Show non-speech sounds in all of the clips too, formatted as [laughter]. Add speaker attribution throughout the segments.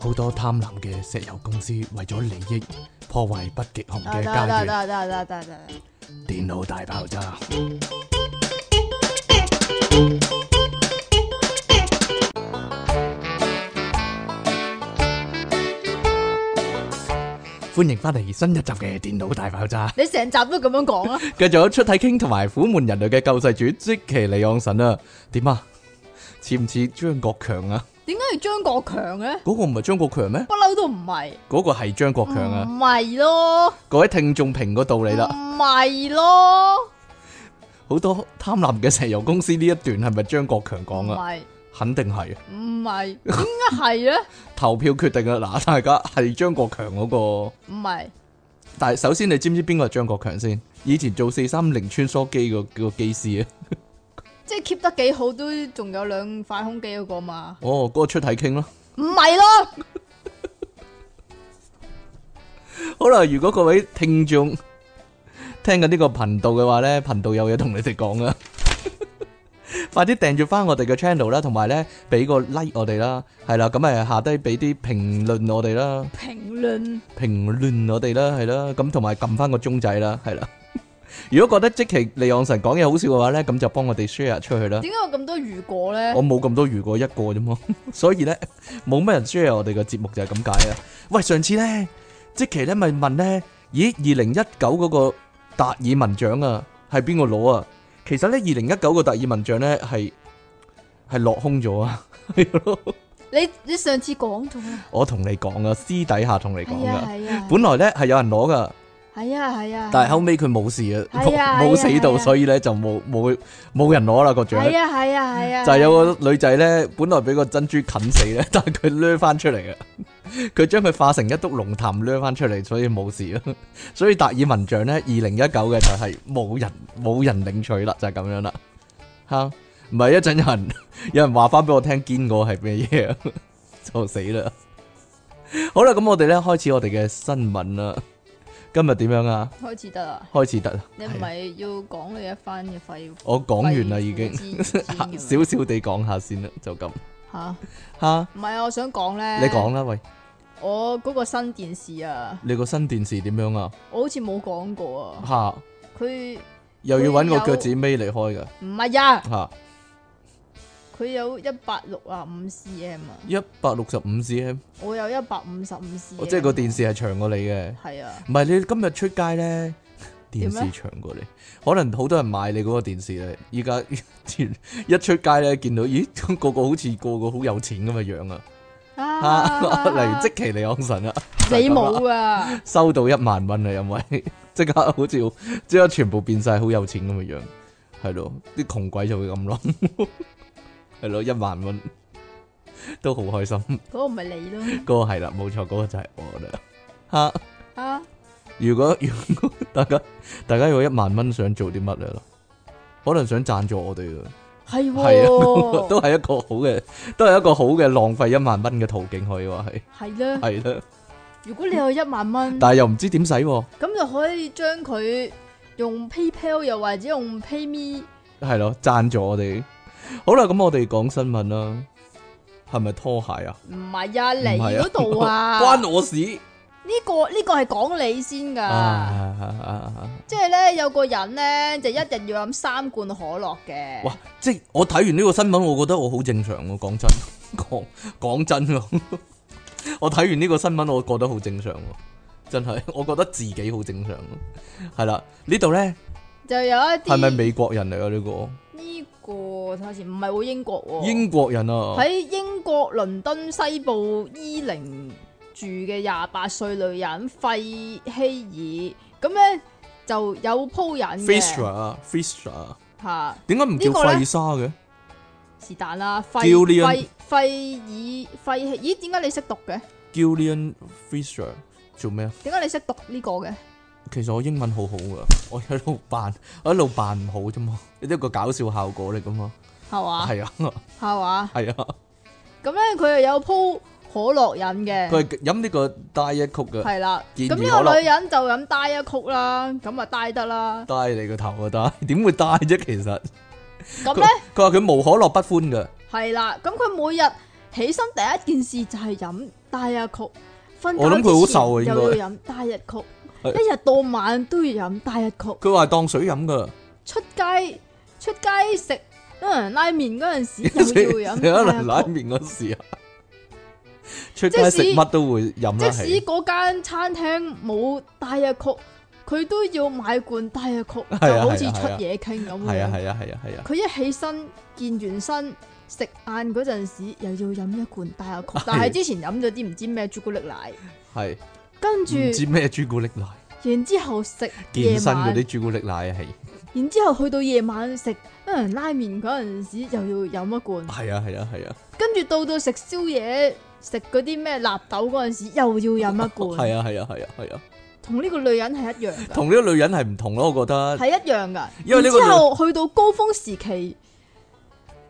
Speaker 1: 貪婪嘅石油公司為咗利益破壞北極熊嘅家園。
Speaker 2: 啊得，得，得，得，得，得，得，得。
Speaker 1: 電腦大爆炸。歡迎翻嚟新一集嘅電腦大爆炸， [laughs]
Speaker 2: 你成集都咁樣講啊？
Speaker 1: 繼續有出體傾同埋苦悶人類嘅救世主即其利昂神啊！點啊？似唔似張國強啊？
Speaker 2: 點解要張國強嘅？不嬲都唔係。
Speaker 1: 嗰、個唔係張國強咩？嗰、個係張國強啊！
Speaker 2: 嗯唔係咯，
Speaker 1: 各位聽眾評個道理啦，
Speaker 2: 唔係咯，
Speaker 1: 好多貪婪嘅石油公司呢一段係咪張國強講啊？肯定係。
Speaker 2: 唔係，唔係，點解係呢？唔係，
Speaker 1: 投票決定啊！嗱，大 [laughs] 家係張國強嗰、個，但係首先你知唔知邊個係張國強先？以前做四三零穿梭機個個機師啊，
Speaker 2: 即係keep 得幾好都仲有兩塊胸肌嗰個嘛。唔係咯，
Speaker 1: 哦，嗰、個出體傾咯。好啦，如果各位聽眾 [laughs] 聽緊呢個頻道嘅話呢，頻道有嘢同你哋講啊！ [laughs] 快啲訂住翻我哋嘅 channel 啦，同埋呢俾個 like 我哋啦，係啦，咁誒下低俾啲評論我哋啦。
Speaker 2: 評論，係，
Speaker 1: 評論我哋啦，係啦，咁同埋撳翻個鐘仔啦， [laughs] 係啦。如果覺得即其利昂神講嘢好笑嘅話咧，咁就幫我哋 share 出去啦。
Speaker 2: 點解有咁多如果呢？
Speaker 1: 我冇咁多如果一個啫嘛， [laughs] 所以咧冇乜人 share 我哋個節目就係咁解啦。喂，上次咧即其咧咪問咧，咦二零一九嗰個達爾文獎啊，係邊個攞啊？其實咧二零一九個達爾文獎咧係係落空咗啊，係咯，
Speaker 2: 你-你上次講咗啊。
Speaker 1: 我同你講啊，私底下同你講噶，
Speaker 2: 係啊，係啊，
Speaker 1: 本來咧係有人攞噶。
Speaker 2: 係啊，係啊，
Speaker 1: 但係後尾佢冇事啊，
Speaker 2: 係啊
Speaker 1: 冇冇
Speaker 2: 係啊
Speaker 1: 死到，
Speaker 2: 係啊
Speaker 1: 所以咧就冇冇冇人攞啦個獎。
Speaker 2: 係啊，係啊，係啊，
Speaker 1: 就係有個女仔咧，本來俾個珍珠啃死咧， [laughs] 但係佢掠翻出嚟啊！佢將佢化成一篤龍潭掠翻出嚟，所以冇事啊！ [laughs] 所以達爾文獎咧，二零一九嘅就係冇人冇人領取啦，就係、咁樣啦。吓，唔係一陣有人 [laughs] 有人話翻俾我聽堅果係咩嘢啊， [laughs] 就死啦！好啦，咁我哋咧開始我哋嘅新聞啦。今日點樣啊？
Speaker 2: 開始得啦。
Speaker 1: 開始得啦。
Speaker 2: 你
Speaker 1: 係
Speaker 2: 唔
Speaker 1: 啊
Speaker 2: 係要講你一番嘅廢
Speaker 1: 我講完啦，已經
Speaker 2: 少
Speaker 1: [laughs] 少少地講下先啦，就咁
Speaker 2: 吓，
Speaker 1: 吓。
Speaker 2: 唔係啊！我想講咧，
Speaker 1: 你講啦，喂，
Speaker 2: 我嗰個新電視啊，
Speaker 1: 你個新電視點樣啊？
Speaker 2: 我好似冇講過啊。
Speaker 1: 吓，
Speaker 2: 佢
Speaker 1: 又要揾
Speaker 2: 會有
Speaker 1: 個腳趾尾嚟開噶
Speaker 2: 唔係啊，
Speaker 1: 吓，
Speaker 2: 佢有一百六啊五 cm 啊，
Speaker 1: 一百六十五 cm，
Speaker 2: 我有一百五十五 cm。
Speaker 1: 我哦即係個電視係長過你嘅。
Speaker 2: 係啊，
Speaker 1: 唔係你今日出街咧，電
Speaker 2: [laughs] 點
Speaker 1: 視
Speaker 2: 啊咧
Speaker 1: 長過你，可能好多人買你嗰個電視咧。依家 [laughs] 一出街咧，見到咦，個個好似個個好有錢咁嘅樣啊！
Speaker 2: 啊
Speaker 1: 嚇 [laughs] 例如即其利昂神啊，
Speaker 2: 你冇啊，
Speaker 1: 收到一萬蚊啊啦，因為 [laughs] 即刻好似好即刻全部變晒好有錢咁嘅樣，係咯，啲窮鬼就會咁咯， [laughs] 係咯，一萬蚊都好開心，
Speaker 2: 嗰個唔係你咯
Speaker 1: 嗰、個係啦，冇錯，嗰、個就係我啦。嚇！
Speaker 2: 啊，
Speaker 1: 如果 [laughs] 如果大家大家有一萬蚊想做啲乜嘢咯？可能想贊助我哋啊，
Speaker 2: 係
Speaker 1: 係啊，
Speaker 2: 喎，
Speaker 1: 都係一個好嘅，都係一個好嘅浪費一萬蚊嘅途徑，可以話係
Speaker 2: 係啦。
Speaker 1: 係啦，
Speaker 2: 如果你有一萬蚊，
Speaker 1: 但係又唔知點使喎，
Speaker 2: 咁就可以將佢用 PayPal 又或者用 PayMe。
Speaker 1: 係咯，贊助我哋。好啦，咁我哋講新聞啦，係咪拖鞋啊？
Speaker 2: 唔係啊，
Speaker 1: 唔
Speaker 2: 你
Speaker 1: 係啊
Speaker 2: 嗰度啊，
Speaker 1: [laughs] 關我事
Speaker 2: 呢個呢個係講你先
Speaker 1: 啊
Speaker 2: 㗎，
Speaker 1: 啊！啊啊
Speaker 2: 即係咧有個人咧就一日要飲三罐可樂嘅，
Speaker 1: 哇！即係我睇完呢個新聞，我覺得我好正常喎。講真， [laughs] 講講真喎， [laughs] 我睇完呢個新聞，我覺得好正常喎。真係，我覺得自己好正常喎。係啦，呢度咧
Speaker 2: 就有一啲
Speaker 1: 係咪美國人嚟啊？呢個
Speaker 2: 呢個睇下先，唔係喎英國喎，
Speaker 1: 英國人啊，
Speaker 2: 喺英國倫敦西部伊靈住嘅廿八歲女人費希爾，咁咧就有鋪癮
Speaker 1: Fisher
Speaker 2: 嘅
Speaker 1: 啊，Fisher 啊
Speaker 2: 嚇，
Speaker 1: 點解唔叫
Speaker 2: 呢個呢
Speaker 1: 費沙嘅？
Speaker 2: 是但啦，費
Speaker 1: Gillian
Speaker 2: 費費爾費希，咦點解你識讀嘅？
Speaker 1: Gillian Fisher 做咩啊？
Speaker 2: 點解你識讀呢個嘅？
Speaker 1: 其實我英文好好噶， [laughs] 我一路扮，我一路扮唔好啫嘛，一個搞笑效果嚟噶嘛。
Speaker 2: 係嘛？
Speaker 1: 係啊， [laughs]
Speaker 2: 係嘛？
Speaker 1: 係啊，
Speaker 2: 咁咧佢又有鋪可樂癮嘅，
Speaker 1: 佢係飲呢個 diet coke 嘅。
Speaker 2: 係啦。
Speaker 1: 健
Speaker 2: 咁
Speaker 1: 怡
Speaker 2: 呢
Speaker 1: 可樂
Speaker 2: 個女人就咁呆一曲啦，咁啊呆得啦。
Speaker 1: 戴你個頭啊！戴 [laughs] 點會戴啫？其實
Speaker 2: 咁
Speaker 1: 佢
Speaker 2: 咧
Speaker 1: 佢話佢無可樂不歡嘅，
Speaker 2: 係啦，咁佢每日起身第一件事就係飲大日曲，瞓
Speaker 1: 我諗佢好
Speaker 2: 覺之前
Speaker 1: 瘦啊應該
Speaker 2: 又要飲大日曲，
Speaker 1: 係
Speaker 2: 一日到晚都要飲大日曲。
Speaker 1: 佢話當水飲噶，
Speaker 2: 出街出街食嗯拉麵嗰陣
Speaker 1: [laughs]
Speaker 2: 時又要
Speaker 1: 食一輪
Speaker 2: 飲
Speaker 1: 拉
Speaker 2: 大日曲。
Speaker 1: 麵嗰時啊，
Speaker 2: [laughs]
Speaker 1: 出街食乜都會飲啦，
Speaker 2: 即使
Speaker 1: 係
Speaker 2: 嗰間餐廳冇大日曲，佢都要買罐大日曲，
Speaker 1: 啊
Speaker 2: 就好似
Speaker 1: 係啊
Speaker 2: 出
Speaker 1: 係啊
Speaker 2: 嘢傾咁
Speaker 1: 係啊
Speaker 2: 樣。
Speaker 1: 係啊係啊係啊，
Speaker 2: 佢一起身健完身食晏嗰陣時，又要飲一罐大日曲
Speaker 1: 係，
Speaker 2: 但係之前飲咗啲唔知咩朱古力奶，
Speaker 1: 係
Speaker 2: 跟住
Speaker 1: 唔知咩朱古力奶，
Speaker 2: 然之後食夜
Speaker 1: 健身嗰
Speaker 2: 晚
Speaker 1: 啲，朱古力奶啊係。
Speaker 2: 然之後去到夜晚食嗯拉麵嗰陣時，又要飲一罐，
Speaker 1: 係啊係啊係啊，
Speaker 2: 跟住到到食宵夜食嗰啲咩納豆嗰陣時，又要飲一
Speaker 1: 係
Speaker 2: 罐，
Speaker 1: 啊係啊係啊係啊，
Speaker 2: 同呢個女人係一樣㗎。
Speaker 1: 同呢個女人係唔同咯，我覺得。
Speaker 2: 係一樣噶，
Speaker 1: 因為呢
Speaker 2: 然
Speaker 1: 個
Speaker 2: 之
Speaker 1: 女
Speaker 2: 後去到高峰時期，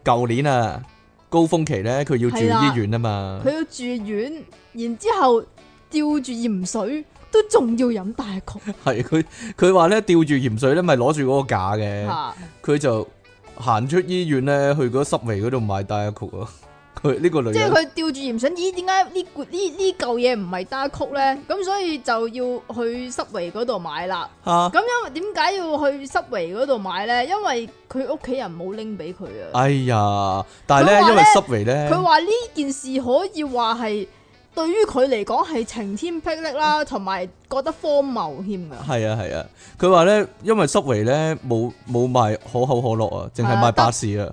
Speaker 1: 舊年啊，高峰期咧，佢要住
Speaker 2: 係啦
Speaker 1: 醫院啊嘛
Speaker 2: 佢，要住院，然之後吊住鹽水，都仲要飲大曲
Speaker 1: 係佢佢話咧吊住鹽水咧，咪攞住嗰個架嘅。
Speaker 2: 嚇，
Speaker 1: 佢就行出醫院咧，去嗰濕味嗰度買 d i a c 啊！佢呢個女
Speaker 2: 即係
Speaker 1: 人
Speaker 2: 佢吊住鹽水，咦？點解呢罐呢呢嚿嘢唔係單曲咧？咁所以就要去濕維嗰度買啦。
Speaker 1: 嚇，
Speaker 2: 咁因為點解要去濕維嗰度買咧？因為佢屋企人冇拎俾佢啊。
Speaker 1: 哎呀！但係咧
Speaker 2: 佢，話
Speaker 1: 因為
Speaker 2: 呢
Speaker 1: 濕味咧，
Speaker 2: 佢話呢件事可以話係對於佢嚟講係晴天霹靂啦，同埋覺得荒謬添㗎。
Speaker 1: 係啊係啊，佢話咧，因為濕味咧冇冇賣可口可樂啊，淨係
Speaker 2: 係啊
Speaker 1: 賣
Speaker 2: 得
Speaker 1: 百事啊。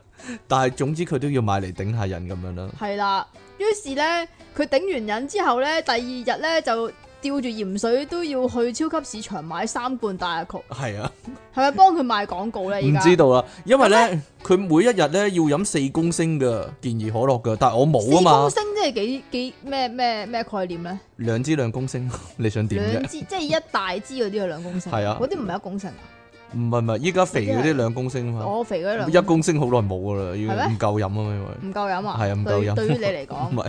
Speaker 1: 但係總之佢都要買嚟頂下癮咁樣啦。
Speaker 2: 系啦，於是咧，佢頂完人之後咧，第二日咧就吊住鹽水都要去超級市場買三罐大日曲，
Speaker 1: 係啊，
Speaker 2: 係咪幫佢賣廣告咧？
Speaker 1: 唔
Speaker 2: 而
Speaker 1: 知
Speaker 2: 家
Speaker 1: 道啦，因為咧佢每一日咧要飲四公升嘅健怡可樂嘅，但係我冇啊
Speaker 2: 四公
Speaker 1: 嘛，
Speaker 2: 升即係幾幾咩咩咩概念咧？
Speaker 1: 兩支兩公升， [laughs] 你想點
Speaker 2: 兩
Speaker 1: 啫？
Speaker 2: 支即係一大支嗰啲有兩公升，
Speaker 1: 係啊
Speaker 2: 嗰啲唔係一公升啊，
Speaker 1: 唔係唔係，依家肥嗰啲兩公升啊嘛。
Speaker 2: 我肥嗰啲兩
Speaker 1: 一公升好耐冇噶啦，要
Speaker 2: 係咩
Speaker 1: 唔夠飲啊，因為
Speaker 2: 唔夠飲啊，
Speaker 1: 係啊唔夠飲
Speaker 2: 對對於你嚟
Speaker 1: [laughs] 唔
Speaker 2: 講，
Speaker 1: 係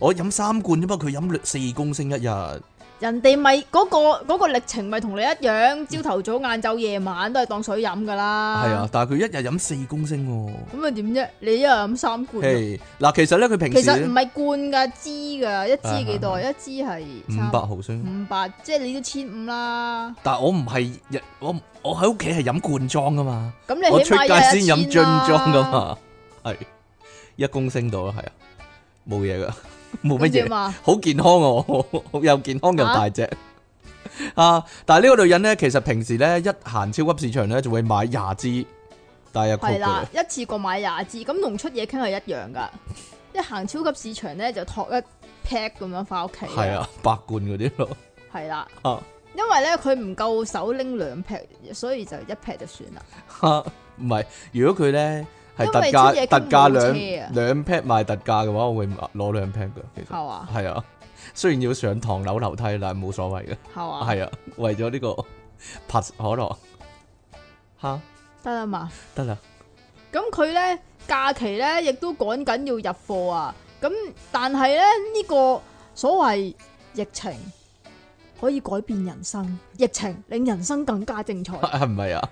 Speaker 1: 我飲三罐啫嘛，佢飲四公升一日，
Speaker 2: 啊人哋咪嗰個嗰個歷程咪同你一樣，朝頭早、晏晝、夜晚都係當水飲㗎啦。
Speaker 1: 係啊，，但係佢一日飲四公升喎。
Speaker 2: 咁啊點啫？你一日飲三罐啊。
Speaker 1: 嘿，嗱，其實咧佢平
Speaker 2: 其
Speaker 1: 時
Speaker 2: 實唔
Speaker 1: 呢
Speaker 2: 係罐噶，支噶，一支幾
Speaker 1: 啊
Speaker 2: 多？一支係
Speaker 1: 五百毫升，
Speaker 2: 五百，即係你都千五啦。
Speaker 1: 但係我唔係日我我喺屋企係飲罐裝噶嘛，
Speaker 2: 咁 [laughs] 你
Speaker 1: 我
Speaker 2: 起
Speaker 1: 出
Speaker 2: 碼
Speaker 1: 街
Speaker 2: 有
Speaker 1: 先
Speaker 2: 一
Speaker 1: 飲
Speaker 2: 千
Speaker 1: 樽裝噶
Speaker 2: 啦。
Speaker 1: 嘛， [laughs] 係一公升到啦，係啊，冇嘢噶， [laughs] 冇乜
Speaker 2: 咁
Speaker 1: 嘢
Speaker 2: 點。啊？
Speaker 1: 好健康啊！我 [laughs] 好又健康又大隻啊！但係呢個女人咧，其實平時咧一行超級市場咧，就會買廿支大日曲
Speaker 2: 係
Speaker 1: 嘅
Speaker 2: 啊啦，，一次過買廿支，咁同出嘢傾係一樣噶。一行超級市場咧就托一 pack 咁樣翻屋企。
Speaker 1: 係，啊，百罐嗰啲咯。 [laughs]
Speaker 2: 係啦
Speaker 1: 啊。
Speaker 2: 因為咧佢唔夠手拎兩 pack，所以就一 pack 就算啦。
Speaker 1: 哈啊唔係，如果佢咧係特
Speaker 2: 因
Speaker 1: 價
Speaker 2: 為出嘢
Speaker 1: 特
Speaker 2: 傾
Speaker 1: 價
Speaker 2: 冇車
Speaker 1: 兩
Speaker 2: 啊
Speaker 1: 兩 pack 賣特價嘅話，我會攞兩 pack 嘅。其實
Speaker 2: 係嘛？
Speaker 1: 係啊，雖然要上唐樓樓梯，但係冇所謂嘅。
Speaker 2: 係嘛？
Speaker 1: 係啊，為咗呢個 [laughs] 拍可樂吓
Speaker 2: 得啦嘛。
Speaker 1: 得啦，。
Speaker 2: 咁佢咧假期咧亦都趕緊要入貨啊！咁但係咧呢、個所謂疫情可以改變人生，疫情令人生更加精彩
Speaker 1: [laughs] 係咪啊？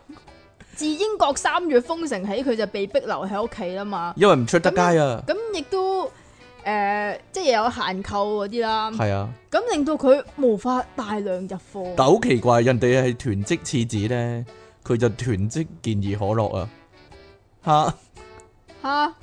Speaker 2: 自英國三月封城起，佢就被逼留喺屋企啦嘛。
Speaker 1: 因為唔出得街啊，
Speaker 2: 咁亦都誒、呃即係有限購嗰啲啦。
Speaker 1: 係啊。
Speaker 2: 咁令到佢無法大量入貨。
Speaker 1: 但好奇怪，人哋係囤積廁紙咧，佢就囤積健怡可樂啊！吓，
Speaker 2: 吓，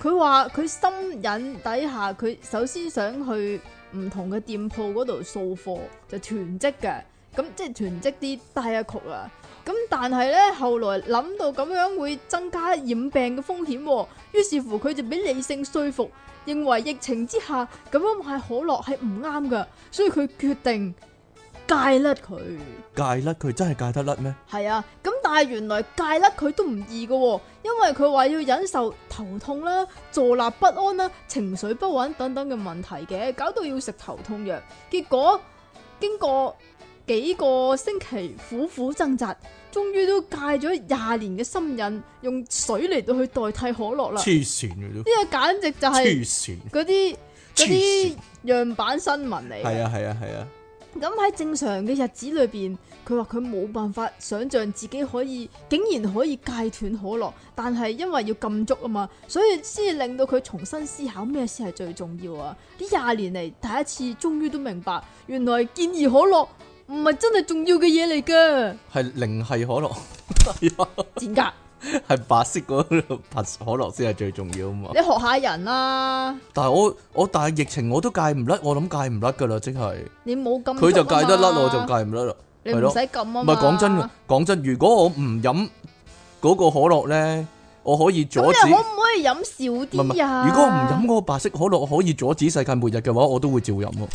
Speaker 2: 佢話佢心癮底下，佢首先想去唔同嘅店鋪嗰度掃貨，就囤積嘅，咁即係囤積啲大一曲啊。咁但係咧，後來諗到咁樣會增加染病嘅風險喎，於是乎佢就俾理性說服，認為疫情之下咁樣買可樂係唔啱噶，所以佢決定戒甩佢。
Speaker 1: 戒甩佢真係戒得甩咩？
Speaker 2: 係啊，咁但係原來戒甩佢都唔易嘅喎，因為佢話要忍受頭痛啦、坐立不安啦、情緒不穩等等嘅問題嘅，搞到要食頭痛藥。結果經過幾個星期苦苦掙扎，終於都戒咗廿年嘅心癮，用水嚟到去代替可樂啦。
Speaker 1: 黐線嘅都，
Speaker 2: 呢個簡直就係
Speaker 1: 黐線，
Speaker 2: 嗰啲
Speaker 1: 黐
Speaker 2: 嗰
Speaker 1: 線
Speaker 2: 啲樣板新聞嚟嘅。
Speaker 1: 係啊係啊係啊，
Speaker 2: 咁喺正常嘅日子裏边，佢話佢冇辦法想象自己可以竟然可以戒斷可樂，但係因為要禁足啊嘛，所以先至令到佢重新思考咩先係最重要啊！呢廿年嚟第一次，終於都明白，原來健怡可樂唔係真係重要嘅嘢嚟噶，
Speaker 1: 系零系可樂，係啊，
Speaker 2: [laughs] 賤格！
Speaker 1: 係白色嗰度白可樂先係最重要啊嘛
Speaker 2: 你。學下人啦，
Speaker 1: 但係我我但係疫情我都戒唔甩，我諗戒唔甩噶啦，即係
Speaker 2: 你冇禁
Speaker 1: 佢就
Speaker 2: 足啊
Speaker 1: 戒得甩，
Speaker 2: 嘛
Speaker 1: 我就戒唔甩啦。
Speaker 2: 你
Speaker 1: 係
Speaker 2: 唔
Speaker 1: 咯
Speaker 2: 使禁啊嘛。
Speaker 1: 唔係講真嘅，講真，如果我唔飲嗰個可樂咧，我可以阻
Speaker 2: 咁
Speaker 1: 止
Speaker 2: 你。可唔可以飲少
Speaker 1: 唔係唔
Speaker 2: 啲
Speaker 1: 係
Speaker 2: 啊？
Speaker 1: 如果我唔飲嗰個白色可樂可以阻止世界末日嘅話，我都會照飲咯。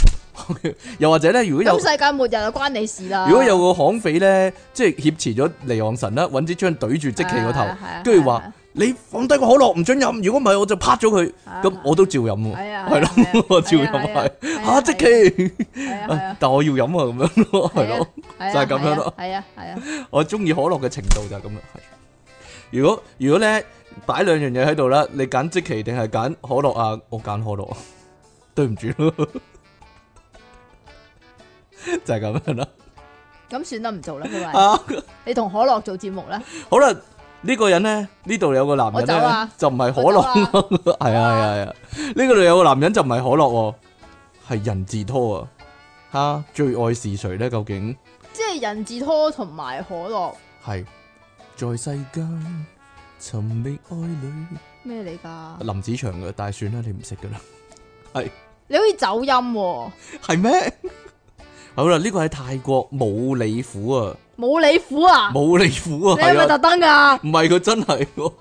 Speaker 1: 又或者咧，如果有
Speaker 2: 咁世界末日就關你事啦。
Speaker 1: 如果有個悍匪咧，即係挟持咗尼昂神啦，揾支槍懟住即奇個頭
Speaker 2: 係啊係啊，
Speaker 1: 跟住
Speaker 2: 係
Speaker 1: 話
Speaker 2: 啊：
Speaker 1: 你放低個可樂唔准飲，如果唔係我就啪咗佢。
Speaker 2: 啊
Speaker 1: 咁我都照飲喎，
Speaker 2: 係啊
Speaker 1: [laughs] 係
Speaker 2: 係啊係
Speaker 1: 咯
Speaker 2: 啊，
Speaker 1: 我照飲
Speaker 2: 係啊係
Speaker 1: 係
Speaker 2: 啊
Speaker 1: 嚇即奇，[laughs]
Speaker 2: 係啊係啊。
Speaker 1: 但我要飲啊咁樣咯，係咯。
Speaker 2: 係啊，
Speaker 1: 就係咁樣咯
Speaker 2: 係啊，係啊，係啊
Speaker 1: 我中意可樂嘅程度就係咁啦。係如果如果咧擺兩樣嘢喺度啦，你揀即奇定係揀可樂啊？我揀可樂， [laughs] 對唔住咯， [laughs] 就係咁樣啦。
Speaker 2: 咁算啦，唔做啦，佢話。
Speaker 1: 啊，
Speaker 2: 你同可樂做節目啦，
Speaker 1: 好啦，呢個人咧，呢度有個男人
Speaker 2: 我走
Speaker 1: 咧
Speaker 2: 啦，
Speaker 1: 就唔係可
Speaker 2: 我
Speaker 1: 樂， [laughs] 係啊係啊係啊，呢個度有個男人就唔係可樂喎，係人字拖啊！吓，最愛是誰咧？究竟
Speaker 2: 即係人字拖同埋可樂
Speaker 1: 係在世間尋覓愛侶。
Speaker 2: 咩嚟㗎？
Speaker 1: 林子祥嘅，但系算啦，你唔識噶
Speaker 2: [laughs]
Speaker 1: 啦，
Speaker 2: 你好似走音喎，
Speaker 1: 係咩？好啦，呢個喺泰國冇里虎啊，
Speaker 2: 冇你苦啊？
Speaker 1: 冇里虎啊，
Speaker 2: 你係咪
Speaker 1: 係
Speaker 2: 特
Speaker 1: 啊，
Speaker 2: 登㗎？
Speaker 1: 唔係佢真係 [laughs] 喎，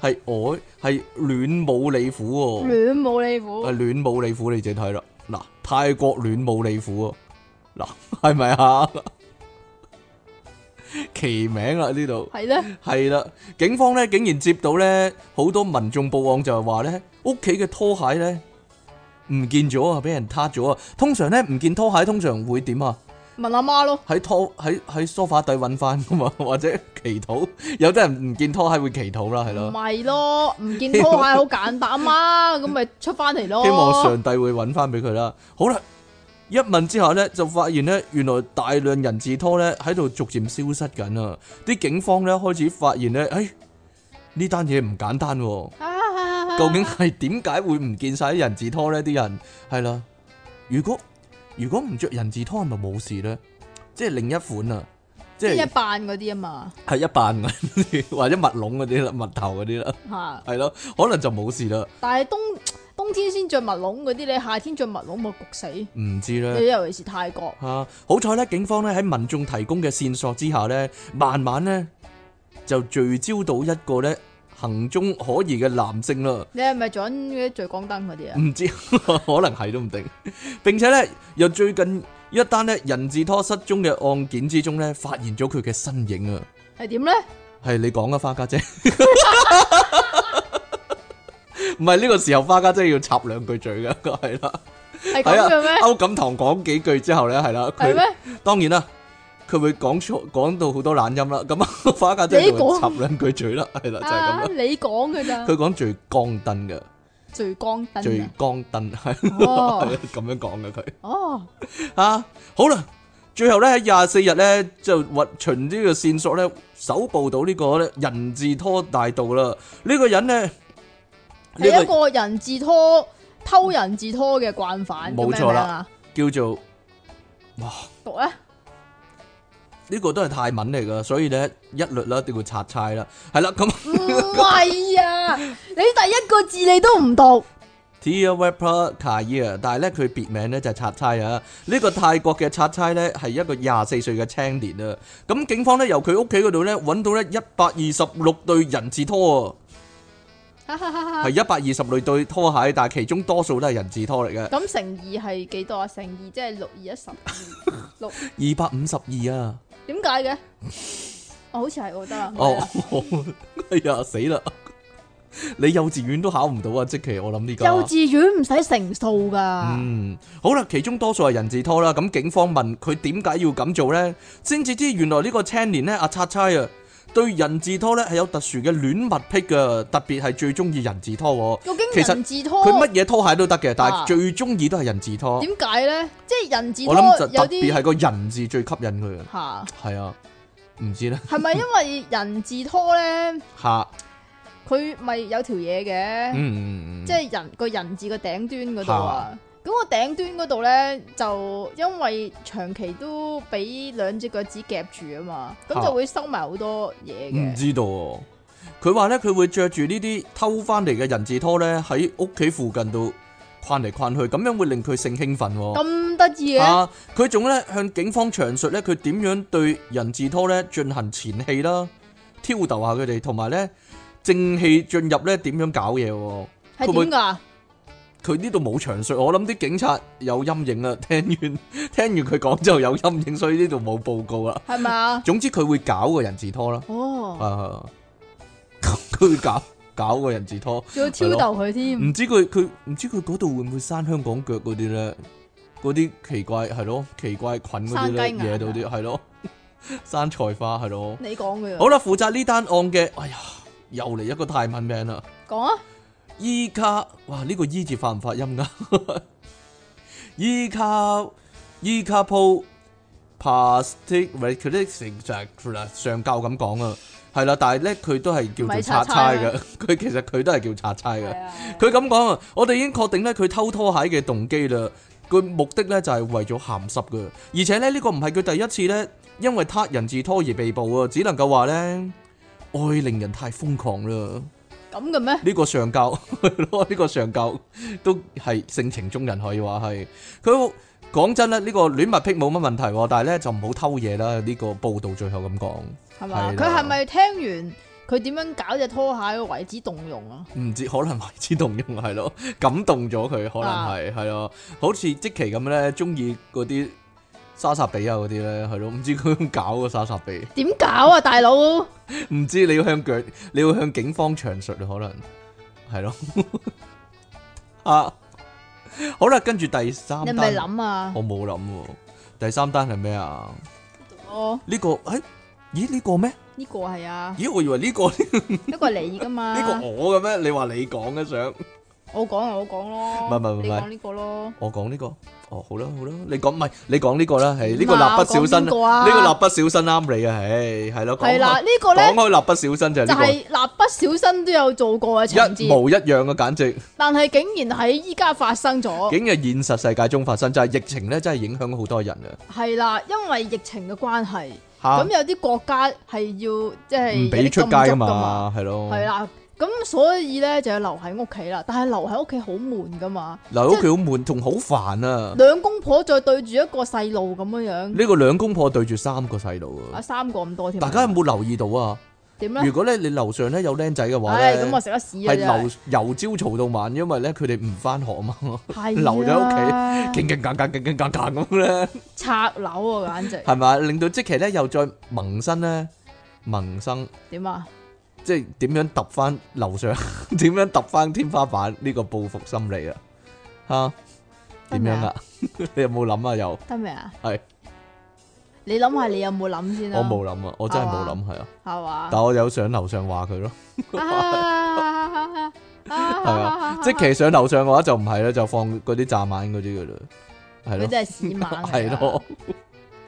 Speaker 1: 係我係戀母里虎喎，
Speaker 2: 亂冇你苦
Speaker 1: 係，戀母里虎，你自己睇啦。嗱，泰國戀母里虎啊，嗱，係咪啊？ [laughs] 奇名啦呢度。
Speaker 2: 係咧，
Speaker 1: 系啦，警方咧竟然接到咧好多民眾報案，就係話咧屋企嘅拖鞋咧唔見咗啊，俾人挞咗啊。通常咧唔見拖鞋，通常會點啊？
Speaker 2: 問阿媽咯，
Speaker 1: 喺拖喺喺梳化底揾翻噶嘛， [laughs] 或者祈禱。有啲人唔見拖鞋會祈禱啦，係
Speaker 2: 唔
Speaker 1: 咯。
Speaker 2: 係咯，唔見拖鞋好簡單啊，咁咪出翻嚟咯。
Speaker 1: 希望上帝會揾翻俾佢啦。好啦，一問之下呢，就發現呢，原來大量人字拖呢喺度逐漸消失緊啊！啲警方呢開始發現呢，哎，呢單嘢唔簡單喎、
Speaker 2: 啊
Speaker 1: 究竟係點解會唔見晒啲人字拖呢？啲人係啦，如果如果唔着人字拖係咪冇事呢？即係另一款啊，即
Speaker 2: 即係
Speaker 1: 係
Speaker 2: 一扮嗰啲啊嘛，
Speaker 1: 係一扮嗰啲， [laughs] 或者密籠嗰啲啦，密頭嗰啲啦，
Speaker 2: 嚇！
Speaker 1: 係咯，可能就冇事啦，
Speaker 2: 但係冬冬天先着襪籠嗰啲，你夏天着襪籠咪焗死。
Speaker 1: 唔知咧。
Speaker 2: 尤其是泰國，
Speaker 1: 啊！好彩咧，警方咧喺民眾提供嘅線索之下咧，慢慢咧就聚焦到一個咧行蹤可疑嘅男性啦。
Speaker 2: 你係咪準嗰啲聚光燈嗰啲啊？
Speaker 1: 唔知 [laughs] 可能係都唔定。並且咧，由最近一單咧人字拖失蹤嘅案件之中咧，發現咗佢嘅身影啊！
Speaker 2: 係點咧？
Speaker 1: 係你講啊，花家姐。 [laughs] 唔係呢個時候，花家姐要插兩句嘴嘅，係
Speaker 2: [laughs]
Speaker 1: 啦，係
Speaker 2: 係咁嘅
Speaker 1: 啊，
Speaker 2: 咩？
Speaker 1: 歐錦棠講幾句之後咧，係啦，
Speaker 2: 係
Speaker 1: 佢。
Speaker 2: 咩？
Speaker 1: 當然啦，佢會講錯講到好多懶音啦。咁啊， [laughs] 花家姐就
Speaker 2: 你講
Speaker 1: 會插兩句嘴啦，係啦，就係咁
Speaker 2: 啊，
Speaker 1: 啦。
Speaker 2: 你講嘅咋？
Speaker 1: 佢講聚光燈嘅，
Speaker 2: 聚光燈
Speaker 1: 聚
Speaker 2: 啊！
Speaker 1: 光燈係
Speaker 2: 哦
Speaker 1: [laughs] 係啊咁樣講嘅佢
Speaker 2: 哦，
Speaker 1: 啊。好啦，最後咧喺廿四日咧就或循呢個線索咧搜捕到呢個咧人字拖大盜啦。呢個人咧
Speaker 2: 係
Speaker 1: 呢
Speaker 2: 一個人字拖偷人字拖嘅慣犯，
Speaker 1: 冇錯
Speaker 2: 叫咩名
Speaker 1: 啦
Speaker 2: 啊？
Speaker 1: 個叫做
Speaker 2: 讀啊咧，
Speaker 1: 呢個都係泰文嚟噶，所以咧一律啦都要拆差啦。係啦，
Speaker 2: [laughs]
Speaker 1: 咁。
Speaker 2: 唔係啊！ [laughs] 你第一個字你都唔讀，
Speaker 1: Tia w e p e r k a y a 但係咧佢別名咧就係拆差啊！呢、個泰國嘅拆差咧係一個廿四歲嘅青年啊！咁警方咧由佢屋企嗰度咧揾到咧一百二十六對人字拖
Speaker 2: 哈哈哈
Speaker 1: 啊，
Speaker 2: 哈
Speaker 1: 係一百二十六對拖鞋，但係其中多數都係人字拖嚟嘅，
Speaker 2: 咁乘二係幾多啊？乘二即係六二一十二六，
Speaker 1: 二百五十二啊！
Speaker 2: 點解嘅？哦，好似係，我啊覺得啦。
Speaker 1: 哦， [laughs] 哎呀死啦！你幼稚園都考唔到啊！即其我諗呢個
Speaker 2: 幼稚啊園唔使乘數㗎，
Speaker 1: 嗯，好啦，其中多數係人字拖啦。咁警方問佢點解要咁做呢？先至知原來呢個青年呢，阿叉叉啊，對人字拖呢係有特殊嘅戀物癖噶，特別係最中意人字拖喎。
Speaker 2: 究
Speaker 1: 其
Speaker 2: 竟
Speaker 1: 實
Speaker 2: 人字
Speaker 1: 佢
Speaker 2: 拖
Speaker 1: 乜嘢拖鞋都得嘅，但係
Speaker 2: 哦啊
Speaker 1: 最中意都係人字拖。
Speaker 2: 點解咧？即即係人字拖
Speaker 1: 我諗就
Speaker 2: 有
Speaker 1: 特別
Speaker 2: 啲
Speaker 1: 係個人字最吸引佢啊，
Speaker 2: 吓，
Speaker 1: 係啊，唔知咧 [laughs]
Speaker 2: 係咪因為人字拖咧，
Speaker 1: 嚇，
Speaker 2: 佢咪有條嘢嘅？
Speaker 1: 嗯，
Speaker 2: 即係人個人字個頂端嗰度啊。咁個頂端嗰度咧，就因為長期都俾兩隻腳趾夾住啊嘛，咁
Speaker 1: 嚇
Speaker 2: 就會收埋好多嘢
Speaker 1: 唔
Speaker 2: 嘅。
Speaker 1: 知道喎。佢話咧，佢會着住呢啲偷翻嚟嘅人字拖咧，喺屋企附近度逛嚟逛去，咁樣會令佢性興奮喎。
Speaker 2: 咁得意嘅，
Speaker 1: 啊！佢仲咧向警方詳述咧，佢點樣對人字拖咧進行前戲啦，挑逗下佢哋，同埋咧正氣進入咧點樣搞嘢喎。會
Speaker 2: 係
Speaker 1: 唔會
Speaker 2: 點㗎？
Speaker 1: [laughs] 佢呢度冇詳述，我諗啲警察有陰影啦。聽完 [laughs] 聽完佢講之後有陰影，所以呢度冇報告啦。
Speaker 2: 係咪啊？
Speaker 1: 總之佢會搞個人字拖啦，
Speaker 2: 哦，
Speaker 1: 啊， [laughs] 佢會搞搞個人字拖，
Speaker 2: 仲要挑逗佢添。
Speaker 1: 唔知佢佢唔知佢嗰度會唔會生香港腳嗰啲咧？嗰啲奇怪係咯，奇怪菌嗰啲咧
Speaker 2: 生雞眼
Speaker 1: 嘢到啲係
Speaker 2: [laughs]
Speaker 1: 咯，生菜花係咯。
Speaker 2: 你講嘅
Speaker 1: 好啦，負責呢單案嘅，哎呀，又嚟一個泰文名啦。
Speaker 2: 講啊，
Speaker 1: 伊卡，哇！呢、個伊字發唔發音噶？ [laughs] 伊卡伊卡鋪 plastic r e c o l l e c t i o n 啦，上教咁講啊，係啦，但係咧佢都係叫
Speaker 2: 唔
Speaker 1: 做
Speaker 2: 係
Speaker 1: 拆差
Speaker 2: 拆差
Speaker 1: 嘅， [laughs] 佢其實佢都係叫拆差嘅
Speaker 2: 係。啊，
Speaker 1: 佢咁講啊，我哋已經確定咧佢偷拖鞋嘅動機啦。佢目的咧就係為咗鹹濕嘅，而且咧呢個唔係佢第一次咧，因為他人字拖而被捕啊，只能夠話咧愛令人太瘋狂啦。
Speaker 2: 咁嘅咩？
Speaker 1: 呢個上教 [laughs] 係咯，呢個上教都係性情中人可以話係。佢講真咧，呢、個戀物癖冇乜問題喎，但係咧就唔好偷嘢啦。呢、個報道最後咁講，
Speaker 2: 係嘛？
Speaker 1: 係
Speaker 2: 佢
Speaker 1: 啦
Speaker 2: 係咪聽完佢點樣搞只拖鞋為之動容啊？
Speaker 1: 唔知可能為之動容係咯，感動咗佢，可能
Speaker 2: 啊
Speaker 1: 係係咯，好似即期咁咧，中意嗰啲莎莎比啊嗰啲咧，係咯，唔知佢點搞個莎莎比，
Speaker 2: 點搞啊，大佬？
Speaker 1: [laughs] 唔知你要向警，你要向警方詳述啊，可能係咯 [laughs] 啊，好啦，跟住第三
Speaker 2: 你
Speaker 1: 單。
Speaker 2: 咪諗啊？
Speaker 1: 我冇諗喎。第三單係咩啊？
Speaker 2: 哦，
Speaker 1: 呢、個诶、咦呢、個咩？
Speaker 2: 呢個係啊，
Speaker 1: 咦我以為呢、個呢、
Speaker 2: 一個係你噶嘛？
Speaker 1: 個我嘅咩？你話你講嘅想，
Speaker 2: 我講就我講咯，
Speaker 1: 唔係唔係唔係
Speaker 2: 你講呢個咯。
Speaker 1: 我講呢、個。哦好啦好啦，你講唔係你講呢個啦，係呢個
Speaker 2: 點啊
Speaker 1: 蠟筆小
Speaker 2: 我講
Speaker 1: 新，
Speaker 2: 邊個啊
Speaker 1: 呢個蠟筆小新啱你啊，唉係咯，講
Speaker 2: 係啦，
Speaker 1: 開
Speaker 2: 呢個
Speaker 1: 講
Speaker 2: 咧
Speaker 1: 開蠟筆小新就係
Speaker 2: 就
Speaker 1: 呢
Speaker 2: 係蠟筆小新都有做過嘅情
Speaker 1: 個一
Speaker 2: 節，
Speaker 1: 模一樣嘅，簡直
Speaker 2: 但係竟然喺依家發生咗。
Speaker 1: 竟然現實世界中發生，就係疫情咧，真係影響好多人啊！
Speaker 2: 係啦，因為疫情嘅關係，
Speaker 1: 吓
Speaker 2: 咁有啲國家係要即係
Speaker 1: 唔俾出街
Speaker 2: 㗎
Speaker 1: 噶。嘛，係咯，
Speaker 2: 係啦，咁所以咧就要留喺屋企啦。但係留喺屋企好悶噶嘛，
Speaker 1: 留喺屋企好悶，同好煩啊！嗯
Speaker 2: 兩公婆再對住一個細路咁樣樣，
Speaker 1: 呢個兩公婆對住三個細路
Speaker 2: 啊
Speaker 1: 啊！
Speaker 2: 三個咁多添。
Speaker 1: 大家有冇留意到啊？
Speaker 2: 點
Speaker 1: 如
Speaker 2: 咧？
Speaker 1: 果咧你樓上咧有僆仔嘅話
Speaker 2: 唉，
Speaker 1: 咧
Speaker 2: 咁，我食得屎啊！
Speaker 1: 係
Speaker 2: 真係
Speaker 1: 留由朝嘈到晚，因為咧佢哋唔翻學啊嘛，
Speaker 2: 係
Speaker 1: 留咗屋企
Speaker 2: 啊
Speaker 1: 勁勁夾夾勁勁夾夾咁咧，
Speaker 2: 拆樓啊，簡直
Speaker 1: 係咪啊？令到即期咧又再萌生咧萌生，
Speaker 2: 點啊？
Speaker 1: 即係點樣揼翻樓上，點樣揼翻天花板呢個報復心理啊？嚇點樣啊？你有冇諗啊？又
Speaker 2: 得未啊？
Speaker 1: 係
Speaker 2: 你諗下，你有冇諗先啦？
Speaker 1: 我冇，諗啊，我真係冇諗係啊，
Speaker 2: 係嘛？
Speaker 1: 但我有上樓上話佢咯。
Speaker 2: 啊
Speaker 1: 係啊，即期上樓上嘅話就唔係啦，就放嗰啲炸蜢嗰啲噶啦，係
Speaker 2: 佢
Speaker 1: 咯，
Speaker 2: 真係屎猛嚟㗎
Speaker 1: 係咯，，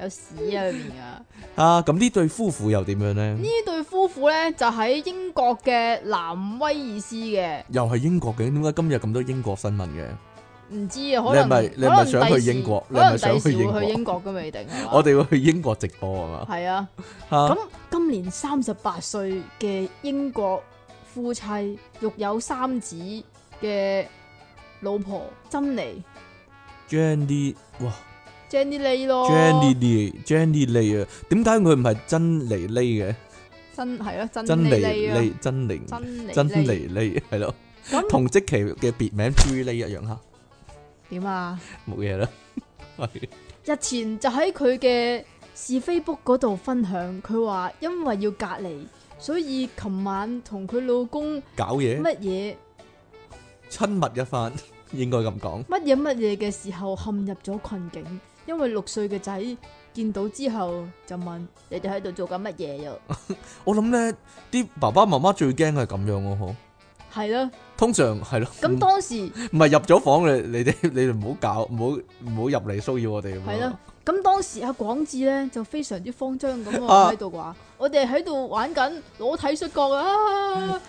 Speaker 2: 有屎喺裏面啊！
Speaker 1: 啊咁呢對夫婦又點樣咧
Speaker 2: 呢？對夫婦咧就喺英國嘅南威爾斯嘅，
Speaker 1: 又係英國嘅，點解今日咁多英國新聞嘅？
Speaker 2: 唔知啊，可
Speaker 1: 你係
Speaker 2: 能
Speaker 1: 咪你係咪
Speaker 2: 可能
Speaker 1: 想去
Speaker 2: 第時
Speaker 1: 英國你
Speaker 2: 可
Speaker 1: 係咪
Speaker 2: 能
Speaker 1: 想
Speaker 2: 第
Speaker 1: 去
Speaker 2: 時
Speaker 1: 英國
Speaker 2: 會去英國都未定係嘛
Speaker 1: 我哋會去英國直播啊嘛，
Speaker 2: 係啊，
Speaker 1: 吓
Speaker 2: 咁今年三十八歲嘅英國夫妻育有三子嘅老婆珍妮
Speaker 1: Jenny 哇
Speaker 2: Jenny Lee 咯
Speaker 1: ，Jenny Lee Jenny Lee 啊，點解佢唔係真妮妮嘅？
Speaker 2: 真係咯，
Speaker 1: 真
Speaker 2: 珍
Speaker 1: 妮
Speaker 2: 妮 Lee 啊，
Speaker 1: 妮真妮
Speaker 2: 珍妮
Speaker 1: 真
Speaker 2: Lee
Speaker 1: 妮妮係咯，
Speaker 2: 咁
Speaker 1: 同即期嘅別名 J 妮一樣吓，
Speaker 2: 點啊？
Speaker 1: 冇嘢啦，係。
Speaker 2: 日前就喺佢嘅是非 book 嗰度分享，佢話因為要隔離，所以琴晚同佢老公
Speaker 1: 搞嘢，
Speaker 2: 乜嘢
Speaker 1: 親密一番， [laughs] 應該咁講。
Speaker 2: 乜嘢乜嘢嘅時候陷入咗困境，因為六歲嘅仔見到之後就問：你哋喺度做緊乜嘢又？
Speaker 1: 我諗咧，啲爸爸媽媽最驚係咁樣喎，嗬
Speaker 2: 係咯。
Speaker 1: 通常係咯，
Speaker 2: 咁
Speaker 1: 唔
Speaker 2: 當時
Speaker 1: 唔係入咗房你你哋 [laughs] 你哋唔好搞，唔好唔好入嚟騷擾我哋咁
Speaker 2: 係
Speaker 1: 樣
Speaker 2: 咯。，咁當時阿廣志咧就非常之慌張咁
Speaker 1: 啊
Speaker 2: 喎喺度話：我哋喺度玩緊裸體摔角啊！